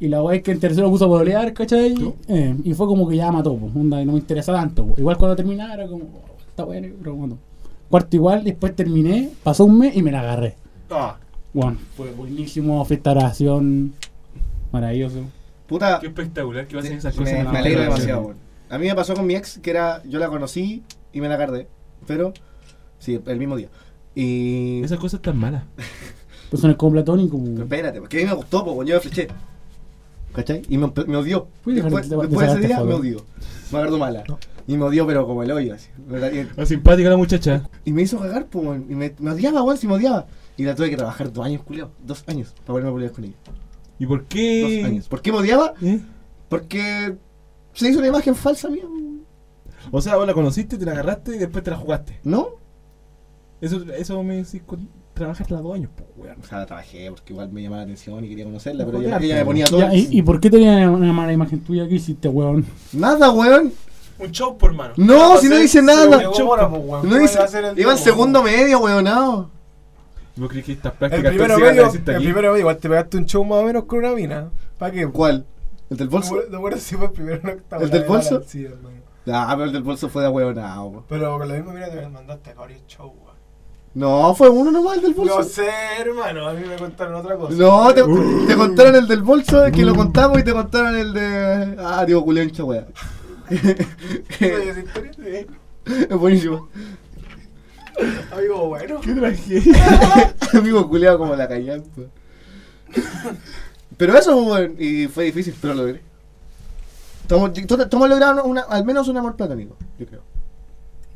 Speaker 8: Y la weá es que el tercero puso a pololear, ¿cachai? Eh, y fue como que ya mató, po, onda, y no me interesa tanto, po. Igual cuando terminaba era como, oh, está bueno, pero bueno. Cuarto igual, después terminé, pasó un mes y me la agarré.
Speaker 27: Ah,
Speaker 8: Bueno, fue buenísimo, fiesta de oración, maravilloso.
Speaker 7: Puta,
Speaker 27: qué espectacular que va a ser esas
Speaker 7: me,
Speaker 27: cosas.
Speaker 7: me alegro demasiado, weón. A mí me pasó con mi ex, que era. Yo la conocí y me la guardé. Pero. Sí, el mismo día. Y.
Speaker 27: Esas cosas tan malas.
Speaker 8: Pues son el como platónico.
Speaker 7: Pero espérate, porque a mí me gustó, pues, weón, yo la fleché. ¿Cachai? Y me, me odió.
Speaker 8: Uy, déjale-
Speaker 7: Después,
Speaker 8: te- te
Speaker 7: después de ese
Speaker 8: sacaste
Speaker 7: día
Speaker 8: foto.
Speaker 7: me odió. Me agarró mala. Y me odió, pero como el hoyo, así. ¿verdad? Y-
Speaker 27: Es simpática la muchacha.
Speaker 7: Y me hizo cagar, pues, weón. Y me, me odiaba, weón, si me odiaba. Y la tuve que trabajar dos años, culiao. Dos años para ponerme a pelear con ella.
Speaker 27: ¿Y por
Speaker 7: Dos
Speaker 27: qué?
Speaker 7: años. ¿Por qué me odiaba?
Speaker 27: ¿Eh?
Speaker 7: Porque se hizo una imagen falsa mía, weón.
Speaker 27: O sea, vos la conociste, te la agarraste y después te la jugaste.
Speaker 7: ¿No?
Speaker 27: Eso, eso me decís, con- trabajas las dos años, po, weón.
Speaker 7: O sea, la trabajé porque igual me llamaba la atención y quería conocerla,
Speaker 27: No
Speaker 7: pero ella,
Speaker 27: jodeaste,
Speaker 7: ella me ponía
Speaker 27: weón.
Speaker 7: todo.
Speaker 8: Ya, ¿y, y por qué tenía una mala imagen tuya que hiciste, weón?
Speaker 7: Nada, weón.
Speaker 27: Un show por mano.
Speaker 7: No, si no dice nada.
Speaker 1: weón.
Speaker 7: No
Speaker 1: ¿Cómo
Speaker 7: dice.
Speaker 1: iba a ser el
Speaker 7: Iba en
Speaker 1: Diego,
Speaker 7: segundo medio, weonado.
Speaker 27: ¿Vos crees que estas
Speaker 1: El
Speaker 27: prácticas
Speaker 1: primero
Speaker 27: tóxicas
Speaker 1: medio,
Speaker 27: las
Speaker 1: el
Speaker 27: hiciste aquí?
Speaker 1: primero medio, igual te pegaste un show más o menos con una mina. ¿Para qué?
Speaker 7: ¿Cuál? ¿El del bolso?
Speaker 1: No recuerdo si fue el primero o el octavo.
Speaker 7: ¿El del
Speaker 1: la verdad,
Speaker 7: bolso?
Speaker 1: Sí, hermano.
Speaker 7: Ah, pero el del bolso fue de weonado.
Speaker 1: Pero con la misma mina te mandaste a varios shows, weón.
Speaker 7: No, fue uno nomás el del bolso.
Speaker 1: No sé, hermano, a mí me contaron otra cosa.
Speaker 7: No, te,
Speaker 8: Uh.
Speaker 7: te contaron el del bolso, que lo contamos, y te contaron el de. Ah, digo, culencha, weá. es buenísimo.
Speaker 1: Amigo, bueno.
Speaker 7: Qué tragedia. Amigo culeado como la callampa. Pero eso, weón, y fue difícil, pero lo logré. Estamos, estamos logrando una- al menos un amor platónico, yo creo.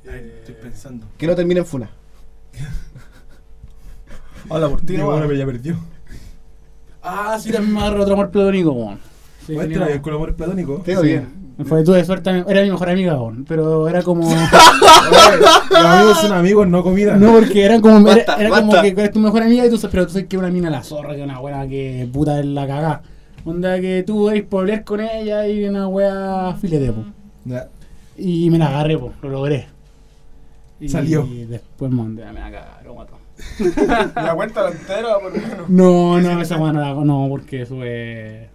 Speaker 8: Estoy pensando.
Speaker 7: Que no termine en funa.
Speaker 8: Hola, por ti,
Speaker 1: Digo,
Speaker 8: ahora
Speaker 1: ahora
Speaker 8: me
Speaker 1: me
Speaker 8: ya perdió.
Speaker 10: Ah, sí, también me agarró otro amor platónico, weón. Sí,
Speaker 8: ¿Cuál te
Speaker 10: tenía-
Speaker 8: la con el amor platónico?
Speaker 10: Sí. Fue tuve suerte, era mi mejor amiga, weón. Pero era como.
Speaker 8: Los
Speaker 27: Ah.
Speaker 8: amigos son amigos, no comida.
Speaker 10: No, porque era como, era,
Speaker 8: Basta,
Speaker 10: era
Speaker 8: basta.
Speaker 10: como que eres tu mejor amiga y tú sabes, pero tú sabes que es una mina la zorra, que es una buena que puta es la cagá. Onda que tú eres por hablar con ella y una wea filete, po.
Speaker 8: Ya.
Speaker 10: Y me la agarré, po, lo logré. Y
Speaker 8: Salió.
Speaker 10: después mandé, me la cagá, lo mató.
Speaker 1: La cuenta entera, por lo menos.
Speaker 10: No, no, esa wea no la hago, no, porque eso es.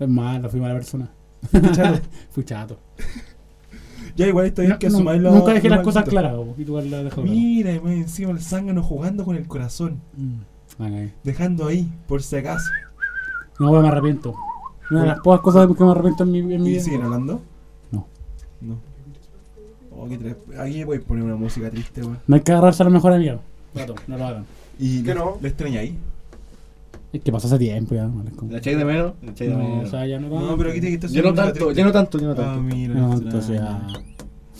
Speaker 10: Es mala, fui mala persona.
Speaker 8: chato.
Speaker 10: fui chato.
Speaker 8: Ya igual está bien
Speaker 10: No,
Speaker 8: que
Speaker 10: no,
Speaker 8: asumáis lo-
Speaker 10: nunca dejé
Speaker 8: lo
Speaker 10: las cosas
Speaker 8: maldito.
Speaker 10: claras, po, y tú las dejas claras.
Speaker 8: Mira, y más encima el zángano jugando con el corazón.
Speaker 10: Mm, Ok.
Speaker 8: Dejando ahí, por si acaso.
Speaker 10: No, weón, me arrepiento. Una de las pocas cosas que me arrepiento en mi, en mi
Speaker 8: ¿Y
Speaker 10: vida.
Speaker 8: siguen hablando?
Speaker 10: No.
Speaker 8: No. Oh, qué tra- Aquí voy a poner una música triste, weón.
Speaker 10: No hay que agarrarse a la mejor amiga. Gato, no lo hagan.
Speaker 8: ¿Y
Speaker 10: ¿Qué
Speaker 8: le,
Speaker 10: no?
Speaker 8: le extrañáis?
Speaker 10: Es que pasó hace tiempo ya. ¿La
Speaker 7: ¿La echáis de menos? ¿La echáis de
Speaker 10: No,
Speaker 7: menos?
Speaker 10: o sea, ya Ah, no tanto.
Speaker 8: No, pero aquí te quitas
Speaker 7: Yo no tanto, yo no tanto, yo no tanto.
Speaker 8: Ah, mira.
Speaker 10: No,
Speaker 8: extraño.
Speaker 10: entonces ah.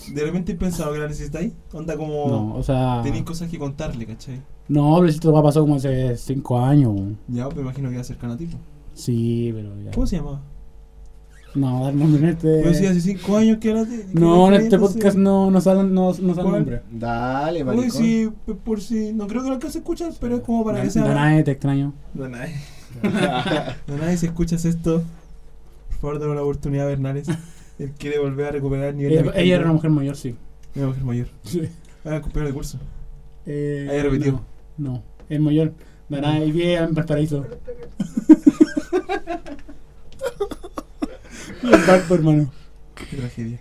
Speaker 10: ya.
Speaker 8: De repente he pensado que la necesitáis. Onda como.
Speaker 10: No, ah. o sea-
Speaker 8: Tenéis cosas que contarle, ¿cachai?
Speaker 10: No, pero esto pasó como hace 5 años. weón.
Speaker 8: Ya, pues me imagino que era cercano a ti. pues.
Speaker 10: Sí, pero ya.
Speaker 8: ¿Cómo se llamaba?
Speaker 10: No, dar nombre en este.
Speaker 8: Pues sí, hace 5 años que era. que
Speaker 10: No,
Speaker 8: era
Speaker 10: en este
Speaker 8: cliente,
Speaker 10: podcast
Speaker 8: sí.
Speaker 10: no nos salen no, no salen
Speaker 8: ¿Cuál?
Speaker 10: nombre.
Speaker 7: Dale,
Speaker 8: Uy,
Speaker 7: maricón.
Speaker 8: sí, pues, por si. No creo que lo alcance a escuchar, pero es como para que sea.
Speaker 10: Danae, te extraño.
Speaker 8: Danae. Danae, si escuchas esto, por favor, dame una oportunidad a Bernales. Él quiere volver a recuperar el nivel de
Speaker 10: Ella,
Speaker 8: amistad.
Speaker 10: ella era una mujer mayor, sí.
Speaker 8: Una mujer mayor.
Speaker 10: Sí.
Speaker 8: Ah, compañero de curso.
Speaker 10: Eh,
Speaker 8: Ahí repitió.
Speaker 10: No, no, es mayor. Danae, y bien en Valparaíso. Bien, Valpo, hermano.
Speaker 8: Qué tragedia.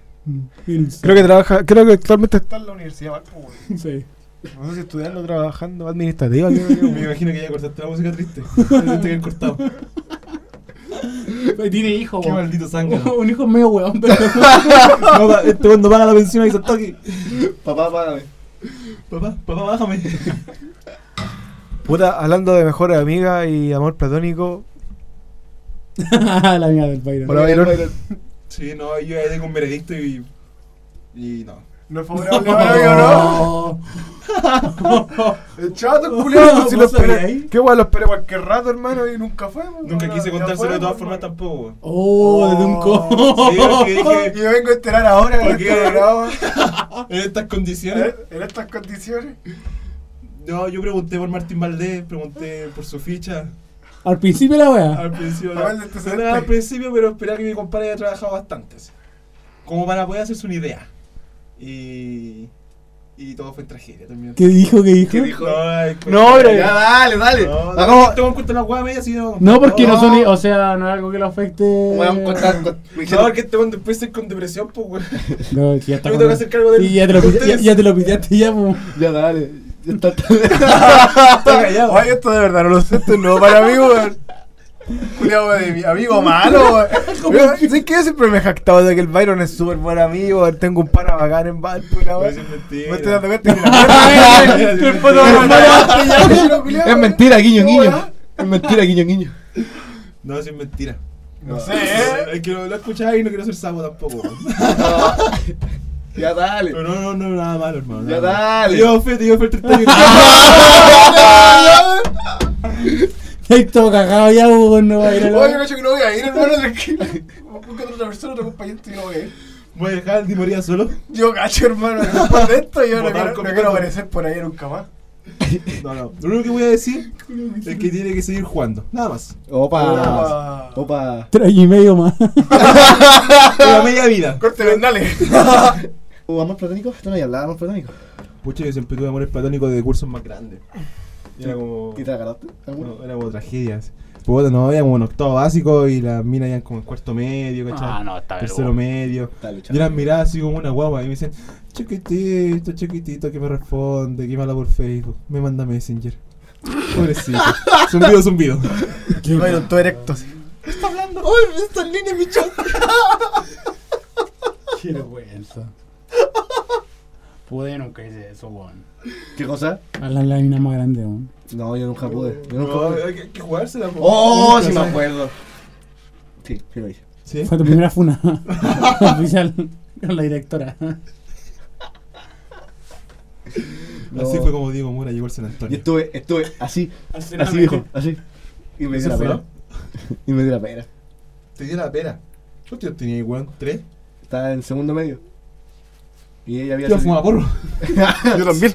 Speaker 1: Creo que trabaja, creo que actualmente
Speaker 10: está
Speaker 1: en la universidad, Valpo,
Speaker 10: Sí.
Speaker 1: No sé si estudiarlo trabajando administrativa. creo que-
Speaker 8: Me imagino que ya cortaste la música triste. Tuviste que haber cortado.
Speaker 10: Tiene hijo,
Speaker 8: Qué
Speaker 10: weón.
Speaker 8: maldito sangre.
Speaker 10: Un hijo medio weón, pero.
Speaker 8: No, pa- este cuando paga la pensión dice toque.
Speaker 7: Papá, págame.
Speaker 8: Papá, papá, bájame.
Speaker 1: Puta, hablando de mejor amiga y amor platónico.
Speaker 10: la mía del Byron.
Speaker 1: Hola, Byron.
Speaker 8: Sí, no, yo ya tengo un veredicto y. Y no.
Speaker 1: No es favorable para mí, ¿o no? El chato, culiado,
Speaker 8: No,
Speaker 1: si
Speaker 8: ¿vos
Speaker 1: lo esperé.
Speaker 8: sabíais?
Speaker 1: Qué guay, lo esperé cualquier rato, hermano, y nunca fue. pues, weón.
Speaker 8: Nunca
Speaker 1: Ya
Speaker 8: quise contárselo de
Speaker 1: fue, pues,
Speaker 8: todas formas tampoco, weón.
Speaker 10: Oh, de un co.
Speaker 8: Sí, porque dije,
Speaker 1: Y me vengo a enterar ahora en
Speaker 8: ¿Por qué?
Speaker 1: este
Speaker 8: Ah,
Speaker 1: programa.
Speaker 8: en estas condiciones.
Speaker 1: En estas condiciones.
Speaker 8: No, yo pregunté por Martín Valdés, pregunté por su ficha.
Speaker 10: Al principio la wea.
Speaker 8: Al principio,
Speaker 1: A
Speaker 8: no.
Speaker 1: ver, el
Speaker 8: No
Speaker 1: antecedente.
Speaker 8: era al principio, pero esperaba que mi compadre haya trabajado bastante. así. Como para poder hacerse una idea. Y. Y todo fue en tragedia también.
Speaker 10: ¿Qué dijo? ¿Qué dijo?
Speaker 1: No, hombre. Ya,
Speaker 7: dale, dale.
Speaker 8: No,
Speaker 7: Hagamos-
Speaker 8: no, tengo en cuenta una hueá media, sino.
Speaker 10: No, porque no, son. O sea, no es algo que lo afecte.
Speaker 7: Weón, contar con.
Speaker 8: No, porque este weón después se con depresión, pues, weón.
Speaker 10: No, si ya está.
Speaker 8: Yo me tengo que hacer cargo de-
Speaker 10: Sí, ya te lo
Speaker 8: de
Speaker 10: pide- ya-
Speaker 8: ustedes.
Speaker 10: ya te lo pillaste, ya, po.
Speaker 7: Ya, dale. Ya está.
Speaker 1: Oye, esto de verdad no lo sé, esto es nuevo para mí, weón. Culeado de mi amigo malo, weón. ¿Sabes que yo siempre me he jactado de que el Byron es súper buen amigo? weón. Tengo un pana bacán en Valpo, y la weón. Me estoy dando cuenta que la- Tu hermano Valpo ya, pero, culiao,
Speaker 7: Es
Speaker 1: weón.
Speaker 7: mentira, guiño, guiño. Es mentira, guiño, guiño.
Speaker 8: No, eso es mentira.
Speaker 1: No sé, ¿eh?
Speaker 8: Es que lo, lo escuchaba y no quiero ser sapo tampoco, weón.
Speaker 7: Ya dale.
Speaker 8: Pero no, no, no, nada malo, hermano.
Speaker 7: Ya
Speaker 8: nada malo.
Speaker 7: dale.
Speaker 8: Yo, Fe, te iba a ofertar el
Speaker 10: Ahí todo cagado ya, po, no va a ir a la-
Speaker 1: Oye, cacho que no voy a ir, hermano, tranquilo. Busca otra persona, otro compañero y no voy a ir.
Speaker 8: Voy a dejar al Di María solo.
Speaker 1: Yo, cacho, hermano, después de esto, yo no
Speaker 8: Botar
Speaker 1: quiero, no
Speaker 8: con
Speaker 1: quiero
Speaker 8: todo.
Speaker 1: aparecer por ahí nunca más.
Speaker 8: No, no. Lo único que voy a decir es que tiene que seguir jugando. Nada más.
Speaker 7: Opa. Opa.
Speaker 10: Tres y medio más.
Speaker 8: La media vida.
Speaker 1: Corte, ven, dale.
Speaker 7: Uh, amor platónico, esto no hay hablado, de amor platónico.
Speaker 8: Pucha, yo siempre tuve amores platónicos de cursos más grandes. Y Era como.
Speaker 7: ¿Y te agarraste?
Speaker 8: No, era como tragedias. Puta, no, había como en octavo básico y las minas iban como en cuarto medio, ¿cachai?
Speaker 10: Ah, no, está
Speaker 8: Tercero
Speaker 10: vergüenza.
Speaker 8: medio.
Speaker 10: Está
Speaker 8: Yo
Speaker 10: luchando.
Speaker 8: las miraba así como una guagua y me decían, chiquitito, chiquitito, que me responde, que me habla por Facebook, me manda Messenger. Pobrecito. zumbido, zumbido.
Speaker 1: Bueno, todo erecto así.
Speaker 28: ¿Qué está hablando? ¡Uy, está en línea mi chat!
Speaker 10: Qué vergüenza. Pude, nunca hice eso, weón.
Speaker 7: ¿Qué cosa?
Speaker 10: A la lámina más grande, weón.
Speaker 7: No, yo nunca pude. Yo nunca
Speaker 8: No, eh.
Speaker 7: pude.
Speaker 8: hay que- hay que jugársela. po.
Speaker 7: ¡Oh,
Speaker 8: Nunca
Speaker 7: sí me
Speaker 8: sabes.
Speaker 7: acuerdo! Sí, sí lo hice.
Speaker 10: Fue tu primera funa oficial con la directora.
Speaker 8: Así fue como Diego Mora llegó al San Antonio.
Speaker 7: Yo estuve, estuve así,
Speaker 8: Así,
Speaker 7: así viejo, así. Y me dio la
Speaker 8: ¿Eso fue?
Speaker 7: pena. Y me dio la pena.
Speaker 8: Te dio la pera. Yo te tenía igual tres.
Speaker 7: Estaba en segundo medio. Y ella había
Speaker 8: Yo
Speaker 7: salido-
Speaker 8: fumaba porro.
Speaker 7: Yo también.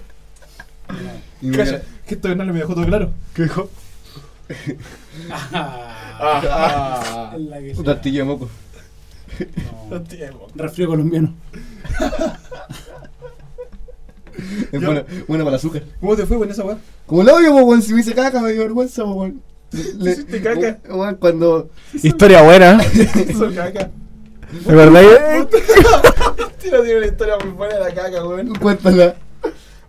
Speaker 7: Y me
Speaker 8: Calla, que esto no me dejó todo claro.
Speaker 7: ¿Qué dijo?
Speaker 10: Ah. En la que
Speaker 7: Un
Speaker 10: sea.
Speaker 7: artillo de moco.
Speaker 10: Refrío colombiano.
Speaker 7: Es buena, buena para el azúcar.
Speaker 8: ¿Cómo te fue con esa weá?
Speaker 7: Como el odio, po, weón. Si me hice caca, me dio vergüenza, po, weón. Le-
Speaker 8: Hiciste caca.
Speaker 7: po, weón, cuando.
Speaker 29: Historia buena.
Speaker 8: Hizo caca.
Speaker 29: ¿De verdad?
Speaker 8: Tira tiene una historia muy buena de la caca, weón.
Speaker 7: Cuéntala.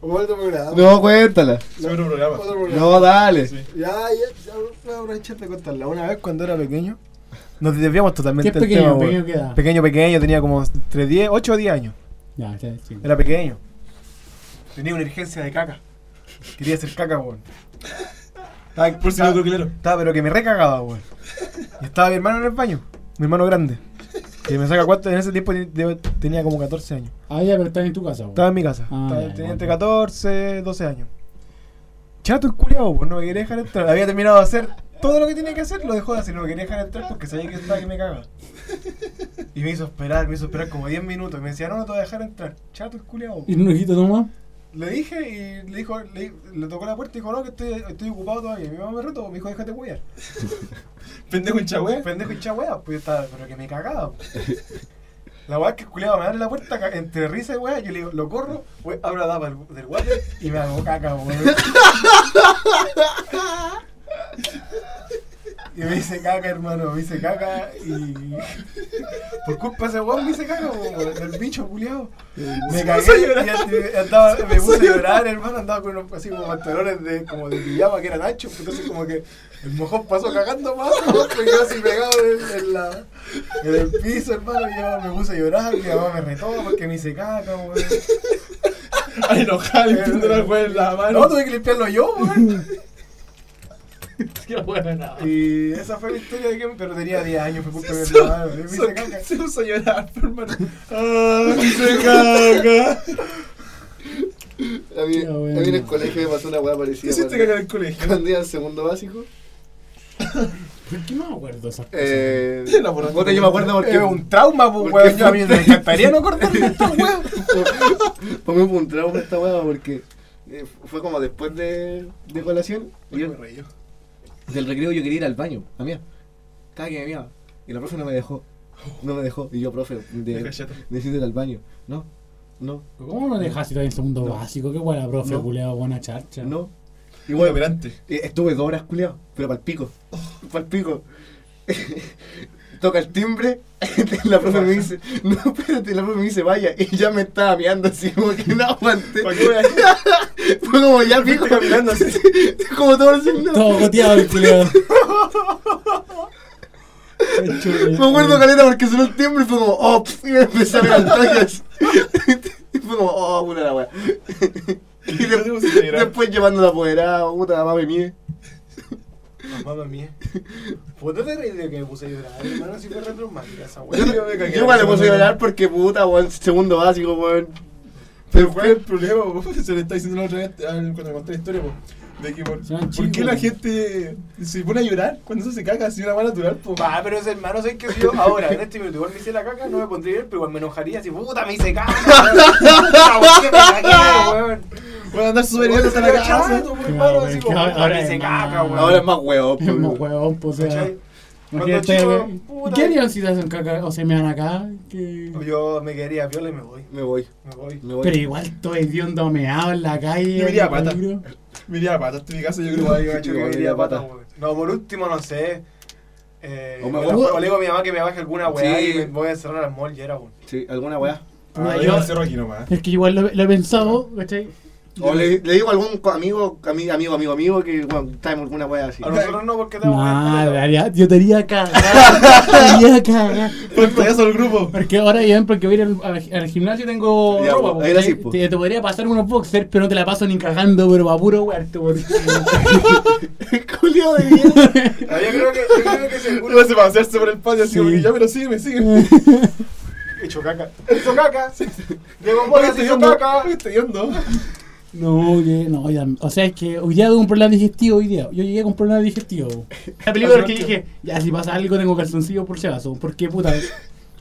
Speaker 1: Otro programa.
Speaker 7: No, cuéntala.
Speaker 8: Otro programa.
Speaker 1: Otro programa.
Speaker 7: No, dale.
Speaker 1: Ya, ya, ya voy a aprovechar de contarla. Una vez cuando era pequeño, nos desviamos totalmente
Speaker 10: ¿Qué
Speaker 1: del
Speaker 10: pequeño,
Speaker 1: tema, weón.
Speaker 10: pequeño queda?
Speaker 1: Pequeño, pequeño, tenía como entre 10, 8 o 10 años.
Speaker 10: Ya, ya, sí.
Speaker 1: Era pequeño. Tenía una urgencia de caca. Quería hacer caca, weón.
Speaker 7: Ah,
Speaker 1: Estaba, Por si
Speaker 8: no claro.
Speaker 1: Estaba, pero que me recagaba, weón. Y estaba mi hermano en el baño. Mi hermano grande. Que me saca cuánto. En ese tiempo te- te- tenía como 14 años.
Speaker 10: Ah, ya, pero estás en tu casa, weón.
Speaker 1: Estaba en mi casa.
Speaker 10: Ah,
Speaker 1: Estaba-
Speaker 10: ya, ya,
Speaker 1: tenía
Speaker 10: ya.
Speaker 1: entre 14, 12 años. Chato el culiao, pues no me quería dejar entrar. Había terminado de hacer todo lo que tenía que hacer, lo dejó de hacer. No me quería dejar entrar porque sabía que estaba que me cagaba. Y me hizo esperar, me hizo esperar como 10 minutos. Y me decía, no, no te voy a dejar entrar. Chato el culiao.
Speaker 10: ¿Y un ojito toma?
Speaker 1: Le dije y le dijo, le, le tocó la puerta y dijo, no, que estoy, estoy ocupado todavía. Y mi mamá me retó, me dijo, déjate huear.
Speaker 8: Pendejo hincha wea.
Speaker 1: Pendejo hincha wea, pues yo estaba, pero que me cagaba. La weá es que el culiado me abre la puerta ca- entre risa y weá, yo le digo, lo corro, weá, abro la tapa del- del water y me hago caca, weón. Y me hice caca, hermano, me hice caca y. Por culpa de ese weón me hice caca, weón, del bicho culiado. Me
Speaker 28: Se
Speaker 1: cagué
Speaker 28: puso a
Speaker 1: y
Speaker 28: llorar.
Speaker 1: ant- andaba,
Speaker 28: Se
Speaker 1: me
Speaker 28: puso
Speaker 1: puse
Speaker 28: a
Speaker 1: a llorar,
Speaker 28: llorar.
Speaker 1: hermano, andaba con unos así como pantalones de como de pijama que eran anchos, pues, entonces como que el mojón pasó cagando más, pues, me quedó así pegado en, en la, en el piso, hermano, y yo me puse a llorar, mi mamá me retó porque me hice caca, weón.
Speaker 8: Ay, enojada,
Speaker 7: Eh,
Speaker 8: limpiando la wea en la mano.
Speaker 1: No, tuve que limpiarlo yo, weón.
Speaker 8: Qué buena.
Speaker 1: Y esa fue la historia de que pero tenía 10 años, fue culpa de mi mamá, me hice caca.
Speaker 8: Se puso a llorar, hermano. Ah, me hice caca.
Speaker 7: A mí, a mí en el colegio me pasó una weá parecida.
Speaker 8: ¿Hiciste
Speaker 7: cuando-
Speaker 8: caca en el colegio?
Speaker 7: Cuando iba en segundo básico.
Speaker 10: ¿Por qué no me acuerdo esas cosas?
Speaker 7: Eh,
Speaker 10: la borraste.
Speaker 7: puta, yo me acuerdo porque
Speaker 1: Es un trauma, pues, weón. Yo a mí me encantaría no cortarme esta weón.
Speaker 7: Fue muy un trauma esta weá porque eh, fue como después de, de colación. y yo- del recreo yo quería ir al baño, a mí. Cada que me miaba. Y la profe no me dejó. No me dejó. Y yo, profe, de,
Speaker 10: Cállate.
Speaker 7: necesito ir al baño. No, no.
Speaker 10: ¿Cómo no dejaste todavía en segundo
Speaker 7: No.
Speaker 10: básico? Qué buena, profe,
Speaker 7: No.
Speaker 10: culeado, buena charcha.
Speaker 7: No. Y bueno, eh, Estuve dos horas culiado, pero para el pico. Para el pico. Toca el timbre, la profe me dice, no, espérate, la profe me dice, vaya, y ya me estaba mirando así, como que no aguanté. Fue como ya pico. como todo el signo.
Speaker 10: Todo goteado el culeado.
Speaker 7: Me acuerdo caleta porque sonó el timbre y fue como, oh, pf, y me empecé a levantar y así. Y fue como, oh, puta la wea. Y de- después llevando la poderada, puta la mami mía.
Speaker 1: Mamma mía. Puta Pues te reí de que me puse a llorar, hermano, si fue re traumática esa
Speaker 7: Yo,
Speaker 1: weón.
Speaker 7: no- yo igual le puse a llorar porque puta, weón, segundo básico, weón.
Speaker 8: Pero cuál es el problema, po? se le está diciendo la otra vez ah, cuando me conté la historia, po, de que por, ¿por
Speaker 10: chicos,
Speaker 8: qué la
Speaker 10: po.
Speaker 8: gente se pone a llorar cuando eso se caga así una mala natural, po?
Speaker 1: Ah, pero ese hermano, ¿sabes que si yo ahora en este minuto igual me hice la caca? No me pondría bien, pero igual me enojaría así, puta, me hice caca. weón. Puta, ¿por qué me cagué, weón?
Speaker 8: Voy a andar súper bien
Speaker 1: Weón,
Speaker 8: hasta
Speaker 1: se
Speaker 8: la
Speaker 1: me
Speaker 8: casa.
Speaker 1: chato, weón, hermano, así como, puta, me hice caca, weón.
Speaker 7: Ahora es más huevo,
Speaker 10: Es más huevón, pues, o sea.
Speaker 1: ¿Cachai? Cuando
Speaker 10: Imagínate,
Speaker 1: chico,
Speaker 10: que-
Speaker 1: puta.
Speaker 10: ¿Qué harían si te hacen caca o se me dan acá? Que-
Speaker 1: Yo me quedaría viola y me voy.
Speaker 7: Me voy.
Speaker 1: Me voy.
Speaker 7: Me voy.
Speaker 10: Pero igual todo hediondo meado en la calle.
Speaker 1: Yo iría a
Speaker 10: en el
Speaker 1: pata.
Speaker 10: peligro.
Speaker 8: Me iría a patas, en mi caso yo creo que me
Speaker 7: Sí,
Speaker 8: iría
Speaker 7: me
Speaker 8: a
Speaker 7: iría a
Speaker 8: patas.
Speaker 7: patas.
Speaker 8: weón. No, por último, no sé. Eh,
Speaker 7: O
Speaker 8: o,
Speaker 7: me
Speaker 8: le-
Speaker 7: voy.
Speaker 8: o le digo a mi mamá que me baje alguna weá
Speaker 7: Sí.
Speaker 8: y me voy a cerrar al mall y era weón.
Speaker 7: Sí, alguna weá.
Speaker 10: Mira, yo- Es que igual lo, lo he pensado, ¿cachai?
Speaker 7: O le, le digo a algún co- amigo, ami- amigo, amigo, amigo que bueno, traemos alguna weá así.
Speaker 8: A nosotros no, porque tenemos.
Speaker 10: Nah, me haría- yo te haría cagar. te haría cagar.
Speaker 8: Por payaso del grupo.
Speaker 10: Porque ahora, ya ven, porque voy a ir al, al- al gimnasio y tengo
Speaker 1: pues,
Speaker 7: Ya,
Speaker 10: ropa.
Speaker 7: po,
Speaker 10: po,
Speaker 7: ahí la
Speaker 10: ¿cachai?
Speaker 7: sí, po.
Speaker 10: te, te podría pasar unos boxers, pero no te la paso ni cagando, pero va puro huerto. por-
Speaker 7: Culiado de
Speaker 8: Ah, Yo creo que, yo creo que si alguno se va a hacerse por el patio así, porque ya, pero sígueme,
Speaker 10: Eh.
Speaker 8: sígueme. Hecho caca. Hecho caca. Llegó un bola, se hizo caca. Estoy yendo.
Speaker 10: No, que, no, ya- o sea, es que hoy día tuve un problema digestivo. Hoy día, yo llegué con problemas digestivos. La película es que dije, ya si pasa algo, tengo calzoncillo por si acaso. Porque puta,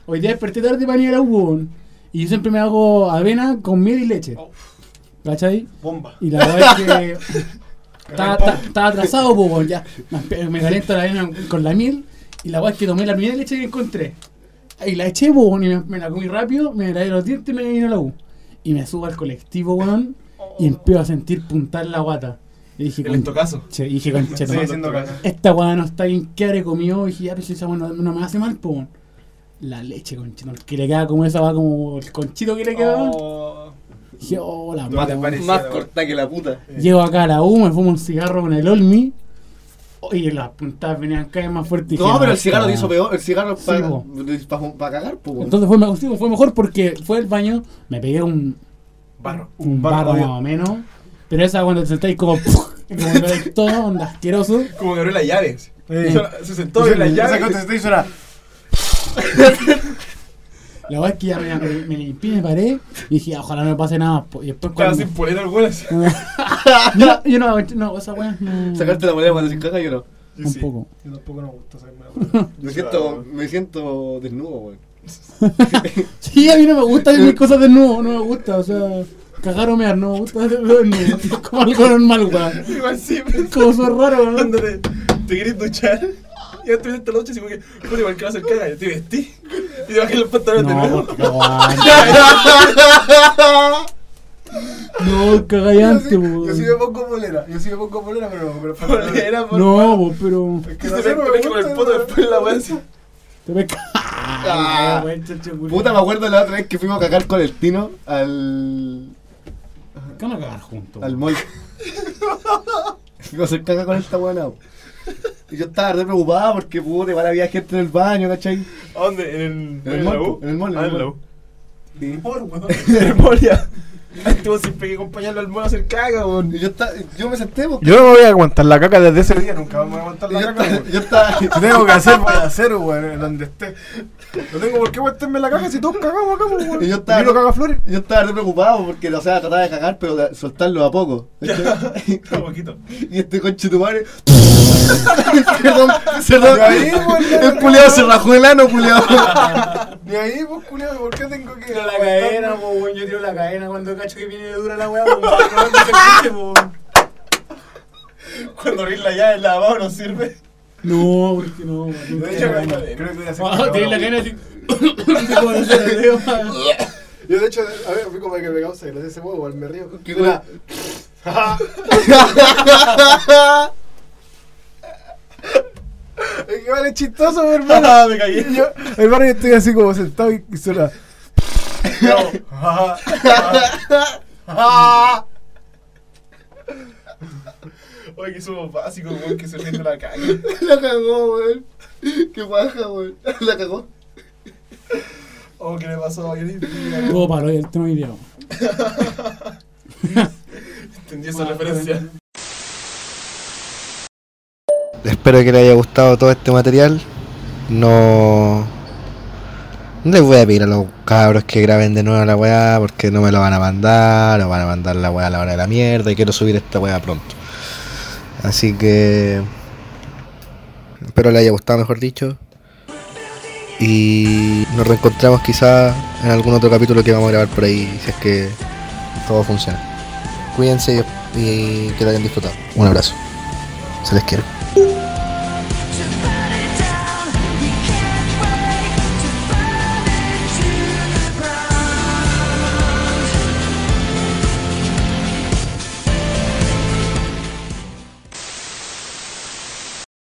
Speaker 10: hoy día desperté tarde para ir a un Y yo siempre me hago avena con miel y leche. ¿Cachai?
Speaker 8: Bomba.
Speaker 10: Y la verdad es que. Estaba ta- estaba atrasado, po, weón, ya. Me- Me caliento la avena con la miel. Y la weá es que tomé la primera leche que encontré. Y la eché, po, weón, y me, me la comí rápido, me lavé los dientes y me vino la U. Y me subo al colectivo, weón, y empiezo a sentir puntar la guata. Y dije,
Speaker 8: El estocazo.
Speaker 10: Che, y dije, conche,
Speaker 8: Sigue
Speaker 10: no,
Speaker 8: siendo caca.
Speaker 10: Esta guada no está bien, ¿qué haré comió? Y dije, ya, pues esa weá no, no me hace mal, po, weón. La leche, conche, no, que le queda como esa va como el conchito que le queda, weón.
Speaker 7: Oh.
Speaker 10: Dije, oh, la
Speaker 7: Más,
Speaker 10: puta, weón.
Speaker 7: más corta que la puta.
Speaker 10: Llego acá a la U, me fumo un cigarro con el Olmi. Oh, Y las puntadas venían cada vez más fuertes. y
Speaker 7: No,
Speaker 10: dije,
Speaker 7: pero el cigarro
Speaker 10: esta
Speaker 7: te hizo
Speaker 10: weá".
Speaker 7: peor. El cigarro
Speaker 10: Sí,
Speaker 7: para
Speaker 10: po.
Speaker 7: pa, pa cagar, po. weón.
Speaker 10: Entonces fue, me- sí, fue mejor porque fue el baño, me pegué un
Speaker 8: barro,
Speaker 10: un barro,
Speaker 8: barro,
Speaker 10: más o menos. Pero esa cuando te sentáis como, y como que veis todo, onda asqueroso.
Speaker 8: Como que abrió las llaves.
Speaker 10: Sí.
Speaker 8: Suena- Se sentó en las
Speaker 10: Sí.
Speaker 8: llaves.
Speaker 10: Esa cosa
Speaker 8: te hizo una.
Speaker 10: La verdad es que ya me, me, me limpié, me paré y dije, "Ah, ojalá no me pase nada. po. Y después
Speaker 8: Estaba
Speaker 10: cuando...
Speaker 8: sin polera alguna. así.
Speaker 10: no, yo no, no, esa weá no.
Speaker 7: Sacarte la moneda cuando se caga, yo no.
Speaker 8: Yo sí.
Speaker 10: Tampoco.
Speaker 8: Yo tampoco no me gusta sacarme la
Speaker 7: Me siento, me siento desnudo, weón.
Speaker 10: Sí, a mí no me gusta mis cosas de nuevo, no me gusta, o sea, cagar o mear, no me gusta de nuevo, es como algo normal, weón.
Speaker 8: Igual sí,
Speaker 10: Como soy raro, weón.
Speaker 8: Cuando te, te querés duchar, y antes de esta noche, así como que, puta, igual que vas a hacer caga, yo te vestí y te bajé los pantalones de nuevo.
Speaker 10: No, cagallante, weón.
Speaker 8: me pongo polera, yo sí me pongo polera, pero. pero polera, por
Speaker 10: No, weón, pero.
Speaker 8: Que no sé, me con el poto después de la wea así.
Speaker 10: Te me
Speaker 7: Ah, puta, me acuerdo la otra vez que fuimos a cagar con el Tino al.
Speaker 10: ¿Qué van a cagar juntos?
Speaker 7: Al mall. Fuimos a hacer caca con esta weá, no. Y yo estaba re preocupado porque, puta, igual había gente en el baño, ¿cachai?
Speaker 8: ¿A dónde? ¿En
Speaker 7: En
Speaker 8: el,
Speaker 7: el
Speaker 8: la
Speaker 7: mall,
Speaker 8: U?
Speaker 7: en el mall, en
Speaker 8: Ah,
Speaker 7: el
Speaker 8: en la
Speaker 7: mall.
Speaker 8: U.
Speaker 7: Sí.
Speaker 8: Por, weón. En el mall, ya. Estuvo siempre que acompañarlo al mall a hacer caga, weón.
Speaker 7: Yo, está, yo me senté, porque
Speaker 1: Yo no me voy a aguantar la caca desde ese
Speaker 8: Ese día
Speaker 1: día.
Speaker 8: nunca vamos a aguantar la caca, weón.
Speaker 7: yo estaba.
Speaker 8: Si tengo que hacer, voy a hacer, weón, en donde esté. No tengo por qué meterme en la caja si todos cagamos acá, pues, weón.
Speaker 7: Y yo estaba,
Speaker 8: Miro caga flores.
Speaker 7: yo estaba re preocupado porque, o sea, trataba de cagar, pero de soltarlo a poco. y este conche tu madre. perdón, perdón.
Speaker 8: De ahí, weón, ya
Speaker 7: el
Speaker 8: no
Speaker 7: culeado
Speaker 8: cagaba.
Speaker 7: se rajó el ano, culeado.
Speaker 8: De ahí, pues, culiado, ¿por qué tengo que.?
Speaker 30: Tiro la cadena, po, weón. Yo tiro la cadena cuando cacho que viene dura la weá, po, weón. No, no se escuche, po, weón.
Speaker 8: Cuando abrir la llave del lavabo no sirve.
Speaker 10: No, porque no, weón.
Speaker 8: De hecho, creo que voy a hacer.
Speaker 10: Ah, tenés la
Speaker 8: cagada,
Speaker 10: cara así.
Speaker 8: weón. Yo, de hecho, a ver, fui como que me causa gracia ese huevo, weón, me río.
Speaker 7: ¿Qué
Speaker 8: Una- Es que vale chistoso, mi hermano.
Speaker 7: Ah, me caí.
Speaker 8: Y Yo, hermano, yo estoy así como sentado y y suena. Oye, que somos básicos, weón, que se ríen de la caga.
Speaker 7: La cagó, weón. Qué baja, weón. La cagó.
Speaker 8: Oh, ¿qué le pasó a Yolín?
Speaker 10: Todo palo, el tema video.
Speaker 8: Entendí esa referencia.
Speaker 4: Espero que les haya gustado todo este material. No. No les voy a pedir a los cabros que graben de nuevo la weá porque no me lo van a mandar, o van a mandar la weá a la hora de la mierda y quiero subir esta weá pronto. Así que. Espero les haya gustado, mejor dicho. Y nos reencontramos quizá en algún otro capítulo que vamos a grabar por ahí si es que todo funciona. Cuídense y y que lo hayan disfrutado. Un abrazo. Se les quiere.